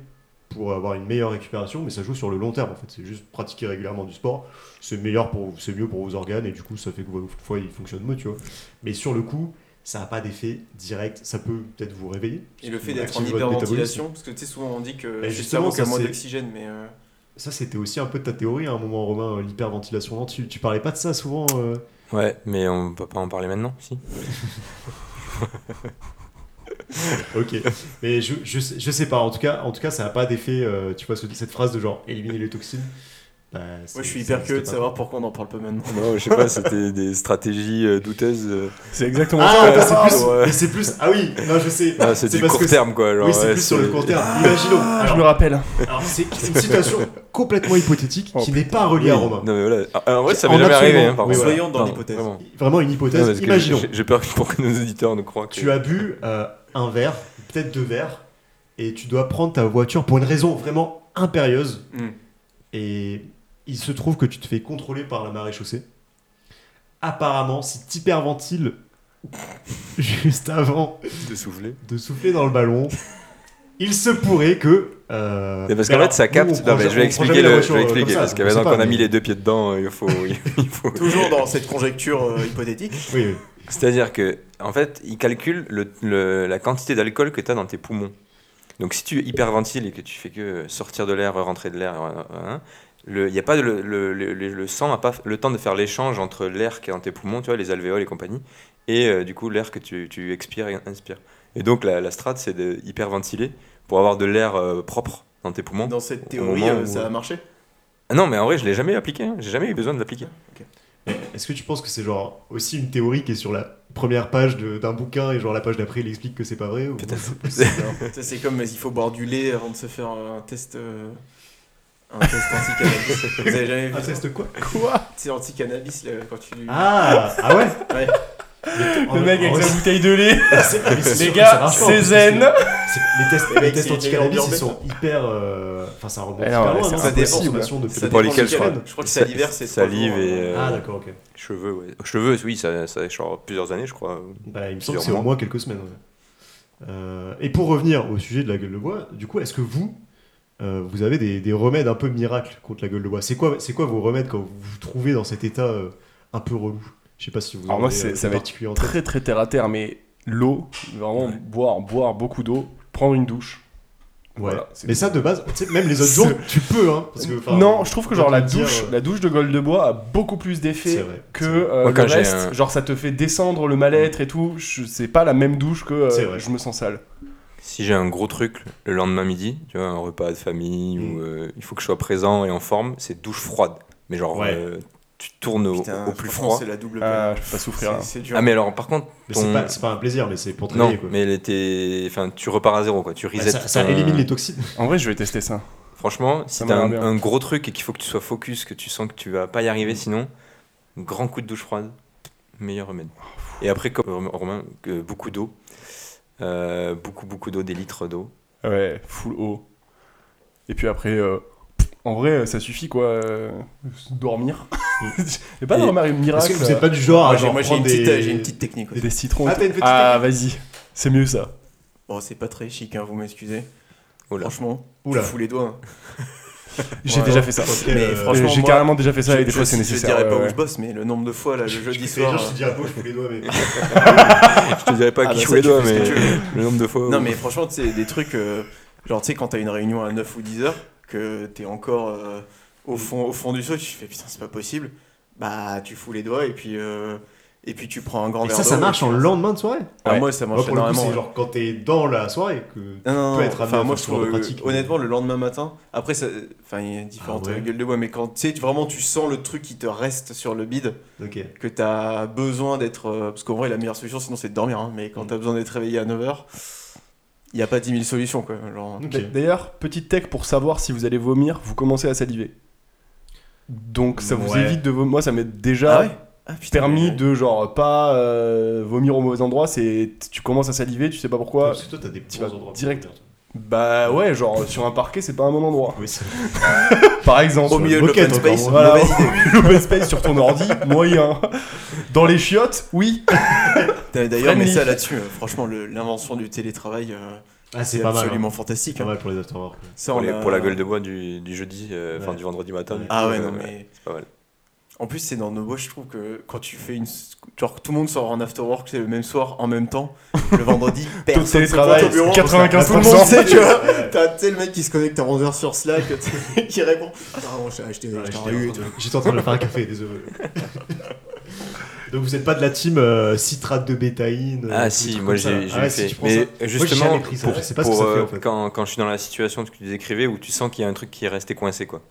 [SPEAKER 2] pour avoir une meilleure récupération, mais ça joue sur le long terme en fait. C'est juste pratiquer régulièrement du sport, c'est meilleur pour, c'est mieux pour vos organes et du coup ça fait que vos foie il fonctionne mieux, tu vois. Mais sur le coup, ça n'a pas d'effet direct. Ça peut peut-être vous réveiller.
[SPEAKER 4] Et le fait
[SPEAKER 2] Vous
[SPEAKER 4] d'être en
[SPEAKER 2] activez votre métabolisme.
[SPEAKER 4] hyperventilation, parce que tu sais, souvent on dit que
[SPEAKER 2] Mais justement,
[SPEAKER 4] justement, c'est
[SPEAKER 2] ça,
[SPEAKER 4] moins
[SPEAKER 2] c'est-
[SPEAKER 4] d'oxygène, mais. euh,
[SPEAKER 2] Ça c'était aussi un peu de ta théorie à un moment Romain, euh, l'hyperventilation lentille. Tu parlais pas de ça souvent. euh,
[SPEAKER 3] Ouais, mais on peut pas en parler maintenant, si. [LAUGHS]
[SPEAKER 2] Ok, mais je, je, sais- je sais pas. En tout cas, en tout cas, ça n'a pas d'effet. euh, tu vois ce- cette phrase de genre éliminer les toxines. Bah,
[SPEAKER 4] Moi, je suis hyper curieux de savoir pourquoi on en parle pas maintenant.
[SPEAKER 3] Non, je sais pas, c'était des stratégies euh, douteuses. euh.
[SPEAKER 1] C'est exactement
[SPEAKER 2] Ah,
[SPEAKER 1] ça.
[SPEAKER 2] mais c'est plus.
[SPEAKER 3] ouais.
[SPEAKER 2] mais c'est plus. Ah oui, non, je sais.
[SPEAKER 3] Ah, c'est du
[SPEAKER 2] parce
[SPEAKER 3] court
[SPEAKER 2] que
[SPEAKER 3] terme, quoi. genre,
[SPEAKER 2] Oui, c'est
[SPEAKER 3] ouais,
[SPEAKER 2] plus sur le
[SPEAKER 3] c'est- Ah.
[SPEAKER 2] court terme. Imaginons.
[SPEAKER 1] je me
[SPEAKER 2] Alors,
[SPEAKER 1] rappelle.
[SPEAKER 2] alors, c'est c'est une situation
[SPEAKER 3] [LAUGHS]
[SPEAKER 2] complètement hypothétique
[SPEAKER 1] Oh,
[SPEAKER 2] qui n'est pas reliée à Romain.
[SPEAKER 3] Non, mais voilà. Ah, En vrai, ça
[SPEAKER 2] En
[SPEAKER 3] m'est jamais
[SPEAKER 2] absolument.
[SPEAKER 3] arrivé, hein, par
[SPEAKER 2] Oui,
[SPEAKER 3] contre.
[SPEAKER 2] voilà.
[SPEAKER 4] Soyons dans
[SPEAKER 3] Non,
[SPEAKER 4] l'hypothèse.
[SPEAKER 3] vraiment.
[SPEAKER 2] Vraiment une
[SPEAKER 3] Non,
[SPEAKER 2] hypothèse.
[SPEAKER 3] parce que
[SPEAKER 2] Imaginons.
[SPEAKER 3] j'ai- J'ai peur que- pour que nos auditeurs ne croient que.
[SPEAKER 2] Tu as bu euh, un verre, peut-être deux verres, et tu dois prendre ta voiture pour une raison vraiment impérieuse.
[SPEAKER 4] Mm.
[SPEAKER 2] Et il se trouve que tu te fais contrôler par la marée chaussée. Apparemment, si tu hyperventiles [LAUGHS] juste avant
[SPEAKER 3] de souffler.
[SPEAKER 2] de souffler dans le ballon, il se pourrait que. euh,
[SPEAKER 3] Mais parce qu'en
[SPEAKER 2] alors,
[SPEAKER 3] fait, ça
[SPEAKER 2] nous,
[SPEAKER 3] capte.
[SPEAKER 2] on
[SPEAKER 3] Non,
[SPEAKER 2] prend
[SPEAKER 3] mais je
[SPEAKER 2] jamais- on prend
[SPEAKER 3] vais
[SPEAKER 2] jamais
[SPEAKER 3] expliquer.
[SPEAKER 2] la
[SPEAKER 3] Le, je
[SPEAKER 2] voiture,
[SPEAKER 3] vais
[SPEAKER 2] euh, comme
[SPEAKER 3] expliquer.
[SPEAKER 2] ça,
[SPEAKER 3] Parce que
[SPEAKER 2] donc on
[SPEAKER 3] maintenant
[SPEAKER 2] sait
[SPEAKER 3] qu'on
[SPEAKER 2] pas,
[SPEAKER 3] a mis
[SPEAKER 2] mais-
[SPEAKER 3] les deux pieds dedans, euh, il faut. Il faut...
[SPEAKER 4] Toujours dans cette conjecture euh,
[SPEAKER 2] [LAUGHS]
[SPEAKER 4] hypothétique.
[SPEAKER 2] Oui, oui.
[SPEAKER 3] C'est-à-dire que, en fait, ils calculent le- le- la quantité d'alcool que tu as dans tes poumons. Donc, si tu hyperventiles et que tu fais que sortir de l'air, rentrer de l'air, hein, hein, le, il y a pas de- le, le- le- le- le sang n'a pas le temps de faire l'échange entre l'air qui est dans tes poumons, tu vois, les alvéoles et compagnie, et euh, du coup l'air que tu, tu expires et inspires. Et donc la, la strat, c'est de hyperventiler pour avoir de l'air euh, propre dans tes poumons.
[SPEAKER 4] Dans cette
[SPEAKER 3] Au
[SPEAKER 4] théorie,
[SPEAKER 3] moment
[SPEAKER 4] euh,
[SPEAKER 3] où-
[SPEAKER 4] ça a marché.
[SPEAKER 3] Ah Non, mais en vrai, je l'ai jamais appliqué. hein. J'ai jamais eu besoin de l'appliquer.
[SPEAKER 2] Est-ce que tu penses que c'est genre aussi une théorie qui est sur la première page de- d'un bouquin et genre la page d'après il explique que c'est pas vrai ou-
[SPEAKER 3] Peut-être.
[SPEAKER 4] Ça, c'est comme, mais il faut boire du lait avant de se faire euh, un test. euh, Un test anti-cannabis. Vous avez jamais vu
[SPEAKER 1] Ah,
[SPEAKER 2] Un
[SPEAKER 4] ça
[SPEAKER 2] test quoi
[SPEAKER 4] C'est anti-cannabis là, quand tu.
[SPEAKER 2] Ah, ah ouais
[SPEAKER 4] Ouais.
[SPEAKER 2] Mais-
[SPEAKER 1] [LAUGHS] Le
[SPEAKER 2] en-
[SPEAKER 1] mec
[SPEAKER 2] en-
[SPEAKER 1] avec sa bouteille de lait.
[SPEAKER 2] c'est- mais c'est sûr
[SPEAKER 1] Les
[SPEAKER 2] que ça
[SPEAKER 1] gars,
[SPEAKER 2] marche pas,
[SPEAKER 1] c'est
[SPEAKER 2] parce que
[SPEAKER 1] zen.
[SPEAKER 2] c'est- Les tests,
[SPEAKER 4] Les
[SPEAKER 2] les
[SPEAKER 4] mecs,
[SPEAKER 2] tests
[SPEAKER 4] c'est-
[SPEAKER 2] anti-cannabis,
[SPEAKER 4] c'est-
[SPEAKER 2] ils sont hyper. euh, Enfin, ça remonte
[SPEAKER 1] Eh
[SPEAKER 2] hyper
[SPEAKER 1] non,
[SPEAKER 2] loin.
[SPEAKER 1] ouais, c'est
[SPEAKER 2] hein, cette
[SPEAKER 4] impossible.
[SPEAKER 2] consommation de-
[SPEAKER 4] Ça
[SPEAKER 3] Pour
[SPEAKER 4] dépend
[SPEAKER 3] lesquels, je
[SPEAKER 4] duquel.
[SPEAKER 3] crois.
[SPEAKER 4] Je crois que salivaire, c'est. trois
[SPEAKER 3] Salive
[SPEAKER 4] jours,
[SPEAKER 3] et,
[SPEAKER 4] euh,
[SPEAKER 3] euh,
[SPEAKER 2] Ah, d'accord, ok.
[SPEAKER 3] Cheveux, ouais. Cheveux, oui, ça, ça échange plusieurs années, je crois.
[SPEAKER 2] Bah, il me semble que
[SPEAKER 3] Plusieurs
[SPEAKER 2] c'est au
[SPEAKER 3] mois.
[SPEAKER 2] moins quelques semaines. ouais. Euh, et pour revenir au sujet de la gueule de bois, du coup, est-ce que vous, euh, vous avez des, des remèdes un peu miracles contre la gueule de bois C'est quoi, c'est quoi vos remèdes quand vous vous trouvez dans cet état euh, un peu relou Je sais pas si vous
[SPEAKER 1] Alors
[SPEAKER 2] en
[SPEAKER 1] moi,
[SPEAKER 2] avez
[SPEAKER 1] c'est-
[SPEAKER 2] euh,
[SPEAKER 1] ça
[SPEAKER 2] des
[SPEAKER 1] va être
[SPEAKER 2] particuliers en tête.
[SPEAKER 1] Très très terre à terre, mais l'eau, vraiment boire, boire beaucoup d'eau, prendre une douche.
[SPEAKER 2] Ouais.
[SPEAKER 1] Voilà, c'est
[SPEAKER 2] mais
[SPEAKER 1] tout.
[SPEAKER 2] ça, de base, tu sais, même les autres jours, tu peux, hein. parce que, enfin,
[SPEAKER 1] non, je trouve que
[SPEAKER 2] on
[SPEAKER 1] genre
[SPEAKER 2] va
[SPEAKER 1] la
[SPEAKER 2] te dire,
[SPEAKER 1] douche,
[SPEAKER 2] euh,
[SPEAKER 1] la douche de gold de bois a beaucoup plus
[SPEAKER 2] c'est
[SPEAKER 1] d'effet
[SPEAKER 2] vrai.
[SPEAKER 1] que
[SPEAKER 2] c'est vrai.
[SPEAKER 1] euh,
[SPEAKER 3] Moi, quand
[SPEAKER 1] le
[SPEAKER 3] j'ai
[SPEAKER 1] reste.
[SPEAKER 3] un-
[SPEAKER 1] Genre ça te fait descendre le mal-être et tout. Je- C'est pas la même douche que euh,
[SPEAKER 2] C'est vrai.
[SPEAKER 1] je me sens sale.
[SPEAKER 3] Si j'ai un gros truc le lendemain midi, tu vois, un repas de famille
[SPEAKER 2] Mm.
[SPEAKER 3] où euh, il faut que je sois présent et en forme, c'est douche froide. Mais genre,
[SPEAKER 2] Ouais.
[SPEAKER 3] euh, tu tournes au,
[SPEAKER 4] Putain,
[SPEAKER 3] au plus
[SPEAKER 4] franchement,
[SPEAKER 3] froid.
[SPEAKER 4] C'est la double
[SPEAKER 1] Ah,
[SPEAKER 4] peine.
[SPEAKER 1] je peux pas souffrir.
[SPEAKER 4] C'est
[SPEAKER 1] là.
[SPEAKER 4] c'est dur.
[SPEAKER 3] Ah, mais alors, par contre,
[SPEAKER 2] Mais
[SPEAKER 3] ton-
[SPEAKER 2] c'est pas, c'est pas un plaisir, mais c'est pour travailler
[SPEAKER 3] non,
[SPEAKER 2] quoi.
[SPEAKER 3] mais t'es- enfin, tu repars à zéro, quoi. Tu
[SPEAKER 2] Bah,
[SPEAKER 3] resets.
[SPEAKER 2] ça,
[SPEAKER 3] tout
[SPEAKER 2] ça
[SPEAKER 3] ton-
[SPEAKER 4] euh,
[SPEAKER 2] élimine les toxines.
[SPEAKER 1] En vrai, je vais tester ça.
[SPEAKER 3] Franchement, si
[SPEAKER 1] Ça
[SPEAKER 3] t'as
[SPEAKER 1] m'a
[SPEAKER 3] un,
[SPEAKER 1] l'air bien.
[SPEAKER 3] un gros truc et qu'il faut que tu sois focus, que tu sens que tu vas pas y arriver sinon, grand coup de douche froide, meilleur remède. Et après, comme Romain, euh, beaucoup d'eau. Euh, beaucoup, beaucoup d'eau, des litres d'eau.
[SPEAKER 1] Ouais, full eau. Et puis après, euh, en vrai, ça suffit quoi. euh, dormir. [LAUGHS] Et pas
[SPEAKER 3] Et-
[SPEAKER 1] dans le
[SPEAKER 2] Mm. Est-ce
[SPEAKER 1] miracle. euh,
[SPEAKER 2] que vous êtes pas du genre
[SPEAKER 4] Moi,
[SPEAKER 2] à
[SPEAKER 4] Ah, j'ai
[SPEAKER 2] ah, genre
[SPEAKER 4] moi, j'ai une,
[SPEAKER 2] prendre
[SPEAKER 4] petite- euh,
[SPEAKER 2] des-
[SPEAKER 4] j'ai une petite technique. ouais.
[SPEAKER 1] Des citrons.
[SPEAKER 2] Ah,
[SPEAKER 1] et
[SPEAKER 2] t'as une
[SPEAKER 1] tout.
[SPEAKER 2] petite
[SPEAKER 1] Ah, vas-y. C'est mieux ça.
[SPEAKER 4] Bon, c'est pas très chic, hein, vous m'excusez.
[SPEAKER 3] Oh là.
[SPEAKER 4] Franchement,
[SPEAKER 2] Oula.
[SPEAKER 4] je fous les doigts. hein.
[SPEAKER 1] J'ai
[SPEAKER 4] Ouais.
[SPEAKER 1] déjà fait ça.
[SPEAKER 2] Ok,
[SPEAKER 4] Mais
[SPEAKER 2] euh,
[SPEAKER 4] franchement,
[SPEAKER 1] Euh, J'ai
[SPEAKER 4] moi,
[SPEAKER 1] carrément déjà fait ça
[SPEAKER 4] je,
[SPEAKER 1] et des
[SPEAKER 4] je-
[SPEAKER 1] fois c'est
[SPEAKER 4] je
[SPEAKER 1] nécessaire. euh,
[SPEAKER 4] dirais pas
[SPEAKER 1] ouais,
[SPEAKER 4] où
[SPEAKER 1] ouais.
[SPEAKER 4] je bosse, mais le nombre de fois, là, le jeudi
[SPEAKER 2] Je te
[SPEAKER 4] soir. euh,
[SPEAKER 2] jure, je te dis à gauche, je fous les doigts,
[SPEAKER 4] [LAUGHS]
[SPEAKER 2] mais.
[SPEAKER 3] Je te dirais pas
[SPEAKER 4] Ah,
[SPEAKER 3] qui
[SPEAKER 4] bah,
[SPEAKER 3] joue
[SPEAKER 4] ça,
[SPEAKER 3] les
[SPEAKER 4] tu
[SPEAKER 3] doigts,
[SPEAKER 4] fais ce que
[SPEAKER 3] mais
[SPEAKER 4] tu veux.
[SPEAKER 3] le nombre de fois.
[SPEAKER 4] Non,
[SPEAKER 3] où-
[SPEAKER 4] mais franchement, c'est des trucs. euh, genre, tu sais, quand t'as une réunion à 9 ou 10 heures, que t'es encore euh,
[SPEAKER 2] Mm.
[SPEAKER 4] au, fond, au fond du saut, tu te fais putain, c'est pas possible. Bah, tu fous les doigts et puis, euh, et puis tu prends un grand
[SPEAKER 2] Et
[SPEAKER 4] verre
[SPEAKER 2] ça, ça
[SPEAKER 4] d'eau,
[SPEAKER 2] marche
[SPEAKER 4] et
[SPEAKER 2] en
[SPEAKER 4] puis-
[SPEAKER 2] lendemain de soirée.
[SPEAKER 4] Ah,
[SPEAKER 1] Ouais.
[SPEAKER 4] Moi, ça
[SPEAKER 2] Moi,
[SPEAKER 4] marche
[SPEAKER 2] pour le coup,
[SPEAKER 4] énormément.
[SPEAKER 2] c'est genre quand t'es dans la soirée que.
[SPEAKER 4] Non, non,
[SPEAKER 2] peut être
[SPEAKER 4] non,
[SPEAKER 2] amené
[SPEAKER 4] enfin,
[SPEAKER 2] à faire
[SPEAKER 4] moi je
[SPEAKER 2] ce genre
[SPEAKER 4] trouve
[SPEAKER 2] de
[SPEAKER 4] euh,
[SPEAKER 2] pratique.
[SPEAKER 4] honnêtement le lendemain matin après ça enfin il y a différentes
[SPEAKER 2] Ah ouais.
[SPEAKER 4] euh, gueules de bois mais quand tu sais vraiment tu sens le truc qui te reste sur le bide
[SPEAKER 2] Ok.
[SPEAKER 4] que t'as besoin d'être euh, parce qu'en vrai la meilleure solution sinon c'est de dormir hein, mais
[SPEAKER 2] Mm.
[SPEAKER 4] quand t'as besoin d'être réveillé à 9h il n'y a pas 10 000 solutions quoi genre
[SPEAKER 2] Ok.
[SPEAKER 1] D- D'ailleurs, petite tech pour savoir si vous allez vomir, vous commencez à saliver. Donc ça vous
[SPEAKER 2] Ouais.
[SPEAKER 1] évite de vomir. Moi, ça m'est déjà
[SPEAKER 4] Ah ouais Ah, putain,
[SPEAKER 1] permis
[SPEAKER 4] mais-
[SPEAKER 1] de genre pas euh, vomir au mauvais endroit. C'est tu commences à saliver, tu sais pas pourquoi.
[SPEAKER 2] Parce que toi, t'as des petits
[SPEAKER 1] Tu vas
[SPEAKER 2] endroits.
[SPEAKER 1] direct. Bah ouais, genre sur un parquet, c'est pas un bon endroit.
[SPEAKER 2] Oui, c'est-
[SPEAKER 1] Par exemple,
[SPEAKER 4] au milieu de l'open
[SPEAKER 2] moquette,
[SPEAKER 4] space
[SPEAKER 1] [LAUGHS]
[SPEAKER 2] encore,
[SPEAKER 1] voilà,
[SPEAKER 4] mauvaise idée.
[SPEAKER 1] l'open space sur ton ordi, moyen. Dans les chiottes, oui.
[SPEAKER 4] D'ailleurs, mais
[SPEAKER 1] Friendly.
[SPEAKER 4] ça là-dessus, euh, franchement, le- l'invention du télétravail, euh,
[SPEAKER 2] Ah, c'est
[SPEAKER 4] c'est
[SPEAKER 2] pas mal.
[SPEAKER 4] absolument
[SPEAKER 2] hein. C'est
[SPEAKER 4] fantastique.
[SPEAKER 2] pas
[SPEAKER 4] hein.
[SPEAKER 2] mal pour les
[SPEAKER 4] [LAUGHS]
[SPEAKER 2] afterwork.
[SPEAKER 4] Ça,
[SPEAKER 3] Pour,
[SPEAKER 4] on
[SPEAKER 3] les-
[SPEAKER 4] l'a-
[SPEAKER 3] pour la gueule de bois du, du jeudi, euh, enfin
[SPEAKER 2] Ouais.
[SPEAKER 3] du vendredi matin. du
[SPEAKER 4] Ah
[SPEAKER 3] coup,
[SPEAKER 4] ouais,
[SPEAKER 3] euh,
[SPEAKER 4] non, mais.
[SPEAKER 3] C'est pas mal.
[SPEAKER 4] En plus, c'est dans nos boîtes, je trouve que quand tu fais une. Genre, tout le monde sort en after work, c'est le même soir, en même temps,
[SPEAKER 2] [LAUGHS]
[SPEAKER 4] le vendredi, personne se
[SPEAKER 1] télétravail,
[SPEAKER 4] pointe au bureau.
[SPEAKER 1] 95%.
[SPEAKER 4] Tout le monde sait, tu vois.
[SPEAKER 2] Ouais.
[SPEAKER 4] T'as tu sais, le mec qui se connecte à 11h sur Slack, tu sais, [LAUGHS] qui répond Pardon, j'ai acheté,
[SPEAKER 2] Ouais,
[SPEAKER 4] je t'en
[SPEAKER 2] j'étais
[SPEAKER 4] eu
[SPEAKER 2] en train de- J'étais en train de me faire un café, désolé. [LAUGHS] Donc vous n'êtes pas de la team euh, citrate de bétaïne euh,
[SPEAKER 3] Ah
[SPEAKER 2] tous les
[SPEAKER 3] si,
[SPEAKER 2] trucs
[SPEAKER 3] moi
[SPEAKER 2] comme ça, là.
[SPEAKER 3] j'ai j'ai
[SPEAKER 2] Ah, si,
[SPEAKER 3] fait.
[SPEAKER 2] tu prends ça.
[SPEAKER 3] mais justement,
[SPEAKER 2] jamais pris ça,
[SPEAKER 3] pour,
[SPEAKER 2] je sais pas ce
[SPEAKER 3] pour,
[SPEAKER 2] que ça fait,
[SPEAKER 3] euh,
[SPEAKER 2] en fait.
[SPEAKER 3] quand, quand je suis dans la situation que tu décrivais où tu sens qu'il y a un truc qui est resté coincé quoi.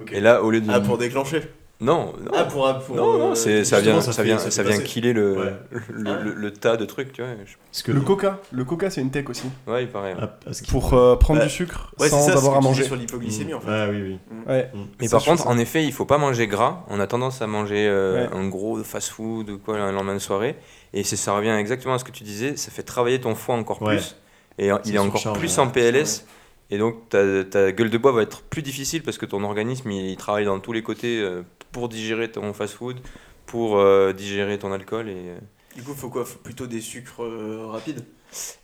[SPEAKER 2] Ok.
[SPEAKER 3] Et là, au lieu de
[SPEAKER 4] Ah, pour déclencher
[SPEAKER 3] non, non,
[SPEAKER 4] Ah, pour. pour
[SPEAKER 3] non, non,
[SPEAKER 4] euh,
[SPEAKER 3] c'est ça
[SPEAKER 2] justement,
[SPEAKER 3] vient,
[SPEAKER 2] ça
[SPEAKER 3] ça,
[SPEAKER 2] fait-
[SPEAKER 3] vient,
[SPEAKER 2] ça fait
[SPEAKER 3] ça, vient
[SPEAKER 2] passer.
[SPEAKER 3] killer le,
[SPEAKER 2] Ouais.
[SPEAKER 3] le, le- le tas de trucs, tu vois. je-
[SPEAKER 2] Parce que-
[SPEAKER 1] Le coca, le coca c'est une tech aussi.
[SPEAKER 3] Ouais, il paraît.
[SPEAKER 2] Ah, parce que-
[SPEAKER 1] Pour euh, prendre
[SPEAKER 4] Bah,
[SPEAKER 1] du sucre
[SPEAKER 4] Ouais, c'est
[SPEAKER 1] sans
[SPEAKER 4] ça,
[SPEAKER 1] avoir à
[SPEAKER 4] ce que tu dis
[SPEAKER 1] manger.
[SPEAKER 4] sur l'hypoglycémie, en fait.
[SPEAKER 2] Ah oui, oui.
[SPEAKER 1] Ouais.
[SPEAKER 2] Mm.
[SPEAKER 3] Mais
[SPEAKER 1] Ça,
[SPEAKER 3] par
[SPEAKER 1] je trouve
[SPEAKER 3] contre,
[SPEAKER 1] ça-
[SPEAKER 3] en effet, il faut pas manger gras. On a tendance à manger euh,
[SPEAKER 1] Ouais.
[SPEAKER 3] un gros fast-food ou quoi le lendemain de soirée. Et c'est- ça revient exactement à ce que tu disais. Ça fait travailler ton foie encore
[SPEAKER 2] Ouais.
[SPEAKER 3] plus. Et euh, il est
[SPEAKER 2] Ça
[SPEAKER 3] encore
[SPEAKER 2] surcharge,
[SPEAKER 3] plus
[SPEAKER 2] ouais.
[SPEAKER 3] en PLS. Et donc ta, ta gueule de bois va être plus difficile parce que ton organisme il, il travaille dans tous les côtés euh, pour digérer ton fast-food, pour euh, digérer ton alcool et, euh,
[SPEAKER 4] Du coup, faut quoi Faut plutôt des sucres euh, rapides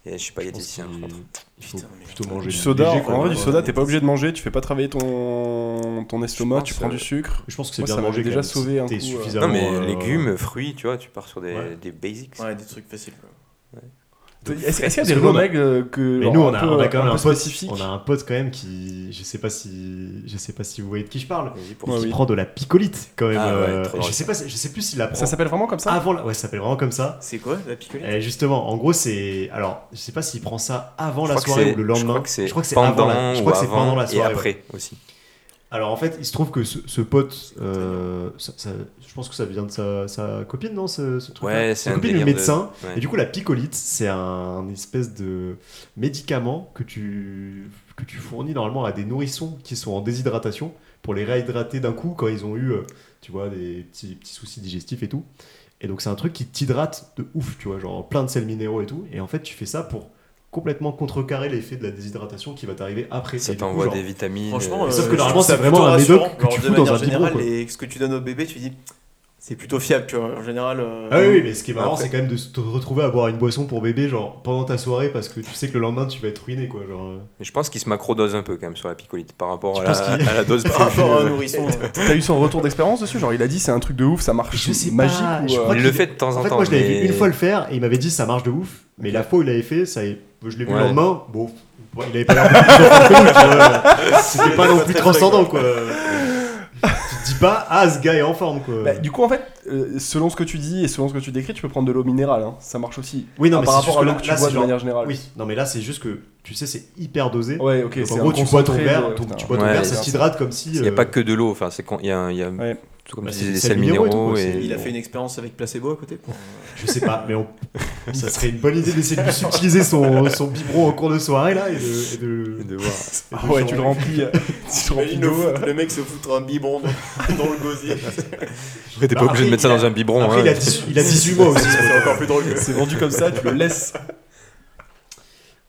[SPEAKER 3] et je suis pas
[SPEAKER 2] Je pense
[SPEAKER 3] diététicien.
[SPEAKER 2] qu'il
[SPEAKER 3] par contre.
[SPEAKER 2] faut
[SPEAKER 4] Putain, mais-
[SPEAKER 2] plutôt manger
[SPEAKER 1] Du soda,
[SPEAKER 2] léger, quoi.
[SPEAKER 1] en vrai, du
[SPEAKER 2] Ouais.
[SPEAKER 1] soda, t'es pas obligé de manger, tu fais pas travailler ton, ton estomac,
[SPEAKER 3] Je
[SPEAKER 1] tu
[SPEAKER 3] pense,
[SPEAKER 1] prends
[SPEAKER 3] euh,
[SPEAKER 1] du sucre.
[SPEAKER 2] Je pense que c'est
[SPEAKER 1] Moi,
[SPEAKER 2] bien
[SPEAKER 1] ça m'avait
[SPEAKER 2] manger
[SPEAKER 1] déjà
[SPEAKER 2] quand même,
[SPEAKER 1] sauvé
[SPEAKER 2] si
[SPEAKER 1] un
[SPEAKER 2] t'es
[SPEAKER 1] coup, euh.
[SPEAKER 2] suffisamment,
[SPEAKER 3] Non mais
[SPEAKER 2] euh,
[SPEAKER 3] légumes, fruits, tu vois, tu pars sur des,
[SPEAKER 2] Ouais.
[SPEAKER 3] des basics.
[SPEAKER 4] Ouais, des trucs faciles. quoi.
[SPEAKER 1] Est-ce est-ce qu'il y a des
[SPEAKER 2] Parce que nous, on a-
[SPEAKER 1] remègles euh, que.
[SPEAKER 2] Mais
[SPEAKER 1] genre,
[SPEAKER 2] nous,
[SPEAKER 1] un
[SPEAKER 2] on a,
[SPEAKER 1] peu-
[SPEAKER 2] on a quand même
[SPEAKER 1] peu
[SPEAKER 2] un pote.
[SPEAKER 1] spécifiques
[SPEAKER 2] On a un pote quand même qui, je sais pas si, je sais pas si vous voyez de qui je parle,
[SPEAKER 3] Vas-y, pour-
[SPEAKER 2] mais
[SPEAKER 1] Ouais,
[SPEAKER 2] qui
[SPEAKER 1] oui.
[SPEAKER 2] prend de la picolite quand même.
[SPEAKER 3] Ah ouais,
[SPEAKER 2] euh,
[SPEAKER 3] trop
[SPEAKER 2] je
[SPEAKER 3] drôle.
[SPEAKER 2] sais pas, si- je sais plus s'il la prend.
[SPEAKER 1] Ça s'appelle vraiment comme ça
[SPEAKER 2] avant. La... Ouais, ça s'appelle vraiment comme ça.
[SPEAKER 4] C'est quoi la picolée
[SPEAKER 2] Et Eh, justement, en gros, c'est, alors, je sais pas s'il prend ça avant
[SPEAKER 3] je
[SPEAKER 2] la
[SPEAKER 3] crois que
[SPEAKER 2] soirée
[SPEAKER 3] c'est-
[SPEAKER 2] ou le lendemain.
[SPEAKER 3] Je crois que c'est
[SPEAKER 2] avant
[SPEAKER 3] pendant
[SPEAKER 2] la, je
[SPEAKER 3] ou
[SPEAKER 2] crois que c'est
[SPEAKER 3] avant
[SPEAKER 2] pendant la
[SPEAKER 3] et
[SPEAKER 2] soirée. ouais.
[SPEAKER 3] après aussi.
[SPEAKER 2] Alors en fait, il se trouve que ce, ce pote, euh, ça- ça- je pense que ça vient de sa, sa copine, non ce, ce truc-là Sa
[SPEAKER 3] Ouais, c'est un
[SPEAKER 2] copine, le
[SPEAKER 3] délire de-
[SPEAKER 2] médecin.
[SPEAKER 3] Ouais.
[SPEAKER 2] Et du coup, la picolite, c'est un espèce de médicament que tu, que tu fournis normalement à des nourrissons qui sont en déshydratation pour les réhydrater d'un coup quand ils ont eu, euh, tu vois, des petits, petits soucis digestifs et tout. Et donc, c'est un truc qui t'hydrate de ouf, tu vois, genre plein de sels minéraux et tout. Et en fait, tu fais ça pour complètement contrecarrer l'effet de la déshydratation qui va t'arriver après.
[SPEAKER 3] Ça
[SPEAKER 2] Et du coup,
[SPEAKER 3] t'envoie
[SPEAKER 2] genre,
[SPEAKER 3] des vitamines.
[SPEAKER 4] Franchement,
[SPEAKER 3] euh,
[SPEAKER 2] sauf
[SPEAKER 4] euh,
[SPEAKER 2] que
[SPEAKER 4] je
[SPEAKER 2] normalement,
[SPEAKER 4] trouve
[SPEAKER 2] c'est
[SPEAKER 4] ça
[SPEAKER 2] vraiment
[SPEAKER 4] plutôt
[SPEAKER 2] un médoc
[SPEAKER 4] rassurant.
[SPEAKER 2] que
[SPEAKER 4] Genre,
[SPEAKER 2] tu
[SPEAKER 4] de
[SPEAKER 2] fous dans
[SPEAKER 4] manière
[SPEAKER 2] un biberon,
[SPEAKER 4] générale,
[SPEAKER 2] quoi.
[SPEAKER 4] et ce que tu donnes au bébé, tu dis c'est plutôt fiable, tu vois. En général. euh,
[SPEAKER 2] Ah oui, oui, mais ce qui est marrant,
[SPEAKER 4] Après.
[SPEAKER 2] c'est quand même de se te retrouver à boire une boisson pour bébé, genre pendant ta soirée, parce que tu sais que le lendemain tu vas être ruiné, quoi. Genre, euh.
[SPEAKER 3] mais je pense qu'il se macrodose un peu quand même sur la picolite par rapport
[SPEAKER 2] Tu
[SPEAKER 3] à la,
[SPEAKER 2] penses qu'il-
[SPEAKER 3] [LAUGHS] à la dose
[SPEAKER 4] [LAUGHS] Par rapport à un
[SPEAKER 3] prévue.
[SPEAKER 4] nourrisson. euh,
[SPEAKER 1] T'as eu son retour d'expérience dessus Genre, il a dit c'est un truc de ouf, ça marche
[SPEAKER 2] Je sais pas,
[SPEAKER 1] magique
[SPEAKER 2] je
[SPEAKER 1] ou. euh,
[SPEAKER 2] crois
[SPEAKER 3] Il
[SPEAKER 2] qu'il-
[SPEAKER 3] le fait de temps en,
[SPEAKER 2] En fait,
[SPEAKER 3] temps.
[SPEAKER 2] moi je l'avais
[SPEAKER 3] mais-
[SPEAKER 2] vu une fois le faire et il m'avait dit ça marche de ouf, mais la fois où il l'avait fait, ça est- je l'ai vu le
[SPEAKER 3] Ouais.
[SPEAKER 2] lendemain, bon, bon, il avait pas l'air de plus
[SPEAKER 3] [LAUGHS]
[SPEAKER 2] en forme, tu vois. C'était pas non plus transcendant, quoi. tu te dis pas, ah, ce gars est en forme, quoi.
[SPEAKER 1] Bah, du coup, en fait, euh, selon ce que tu dis et selon ce que tu décris, tu peux prendre de l'eau minérale. hein. Ça marche aussi.
[SPEAKER 2] oui, non,
[SPEAKER 1] Ah,
[SPEAKER 2] mais
[SPEAKER 1] par
[SPEAKER 2] c'est juste
[SPEAKER 1] rapport
[SPEAKER 2] que
[SPEAKER 1] à l'eau
[SPEAKER 2] là,
[SPEAKER 1] que tu
[SPEAKER 2] là,
[SPEAKER 1] bois
[SPEAKER 2] c'est
[SPEAKER 1] de
[SPEAKER 2] genre-
[SPEAKER 1] manière générale.
[SPEAKER 2] Oui, non, mais là, c'est juste que, tu sais, c'est hyper dosé.
[SPEAKER 1] Ouais, ok.
[SPEAKER 2] Donc,
[SPEAKER 1] c'est
[SPEAKER 2] en
[SPEAKER 1] un
[SPEAKER 2] gros, tu bois ton
[SPEAKER 1] concentré
[SPEAKER 2] verre,
[SPEAKER 1] de-
[SPEAKER 2] ton-
[SPEAKER 1] putain.
[SPEAKER 2] tu bois ton
[SPEAKER 3] Ouais,
[SPEAKER 2] verre,
[SPEAKER 3] c'est
[SPEAKER 2] ça
[SPEAKER 3] ça.
[SPEAKER 2] s'hydrate comme si.
[SPEAKER 3] Il n'y a
[SPEAKER 2] euh,
[SPEAKER 3] pas que de l'eau. Enfin, c'est con- il y a, un- il y a
[SPEAKER 1] Ouais.
[SPEAKER 3] tout comme
[SPEAKER 2] Bah,
[SPEAKER 3] tu
[SPEAKER 2] c'est
[SPEAKER 3] disais,
[SPEAKER 2] des
[SPEAKER 3] des
[SPEAKER 2] sels
[SPEAKER 3] sels
[SPEAKER 2] minéraux et
[SPEAKER 3] minéraux.
[SPEAKER 2] tout,
[SPEAKER 3] et-
[SPEAKER 2] quoi,
[SPEAKER 4] Il a fait une expérience avec placebo à côté. pour-
[SPEAKER 2] Je sais pas, mais on...
[SPEAKER 3] [LAUGHS]
[SPEAKER 2] ça serait une bonne idée d'essayer de subtiliser son, son biberon en cours de soirée là et de. et de-
[SPEAKER 3] et de voir.
[SPEAKER 2] et de
[SPEAKER 1] Ah ouais,
[SPEAKER 2] changer.
[SPEAKER 1] tu le remplis. euh, tu le remplis
[SPEAKER 4] Imagine le,
[SPEAKER 1] d'eau. euh.
[SPEAKER 4] foot, le mec se foutre un biberon dans, [LAUGHS] dans le gosier.
[SPEAKER 3] Après, t'es
[SPEAKER 2] Bah,
[SPEAKER 3] pas obligé de
[SPEAKER 2] après,
[SPEAKER 3] mettre ça
[SPEAKER 2] il a-
[SPEAKER 3] dans un biberon.
[SPEAKER 2] Après,
[SPEAKER 3] hein.
[SPEAKER 2] il, a 18, il a 18
[SPEAKER 1] [LAUGHS]
[SPEAKER 2] mois aussi.
[SPEAKER 4] c'est encore plus drôle que
[SPEAKER 1] C'est vendu comme ça, tu le laisses.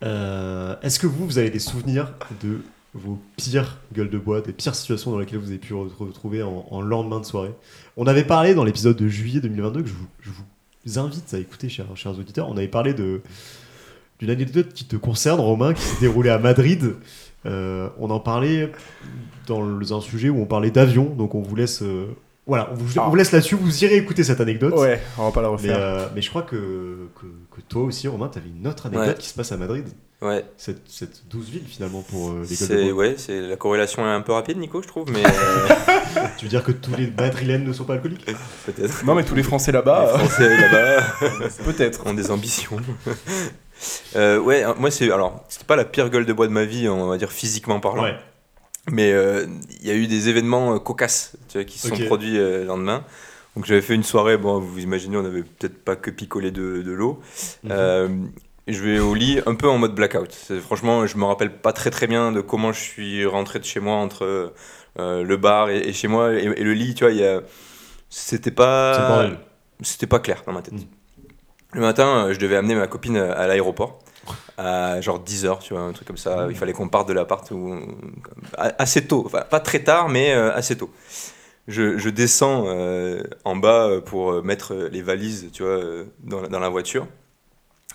[SPEAKER 2] Euh, Est-ce que vous, vous avez des souvenirs de vos pires gueules de bois, des pires situations dans lesquelles vous avez pu vous retrouver en, en lendemain de soirée On avait parlé dans l'épisode de juillet 2022 que je vous, je vous invite à écouter, chers, chers auditeurs. On avait parlé de d'une anecdote qui te concerne, Romain, qui s'est déroulée à Madrid. Euh, on en parlait dans le- un sujet où on parlait d'avion, donc on vous laisse. euh, voilà, on vous, on vous laisse là-dessus. Vous irez écouter cette anecdote.
[SPEAKER 1] Ouais, on va pas la
[SPEAKER 2] Mais,
[SPEAKER 1] refaire.
[SPEAKER 2] euh, mais je crois que, que, que toi aussi, Romain, t'avais une autre anecdote
[SPEAKER 3] Ouais.
[SPEAKER 2] qui se passe à Madrid
[SPEAKER 3] Ouais,
[SPEAKER 2] cette, cette douce ville finalement pour euh, les gueules
[SPEAKER 3] c'est
[SPEAKER 2] de bois.
[SPEAKER 3] ouais, c'est la corrélation est un peu rapide, Nico, je trouve, mais euh,
[SPEAKER 2] Tu veux dire que tous les madrilènes ne sont pas alcooliques
[SPEAKER 3] [LAUGHS] peut-être.
[SPEAKER 1] Non, mais tous les Français
[SPEAKER 3] Les
[SPEAKER 1] là-bas, euh,
[SPEAKER 3] [LAUGHS] Français là-bas.
[SPEAKER 1] peut-être.
[SPEAKER 3] ont des ambitions. [LAUGHS] Euh, ouais, hein, moi c'est alors c'était pas la pire gueule de bois de ma vie, on va dire physiquement parlant.
[SPEAKER 2] Ouais.
[SPEAKER 3] Mais euh, il y a eu des événements euh, cocasses tu vois, qui se
[SPEAKER 2] Ok.
[SPEAKER 3] sont produits euh, le lendemain. Donc j'avais fait une soirée, bon vous imaginez, on n'avait peut-être pas que picolé de, de l'eau.
[SPEAKER 2] Mhm.
[SPEAKER 3] Euh, je vais au lit un peu en mode blackout. C'est- Franchement, je me rappelle pas très très bien de comment je suis rentré de chez moi entre euh, le bar et, et chez moi et, et le lit. Tu vois, il y a... c'était pas
[SPEAKER 2] C'est le bordel.
[SPEAKER 3] c'était pas clair dans ma tête.
[SPEAKER 2] Mm.
[SPEAKER 3] Le matin, euh, je devais amener ma copine euh, à l'aéroport à genre 10h, tu vois, un truc comme ça. Il fallait qu'on parte de l'appart ou- a- assez tôt, enfin pas très tard, mais euh, assez tôt. je, je descends euh, en bas euh, pour euh, mettre euh, les valises, tu vois, euh, dans, la- dans la voiture.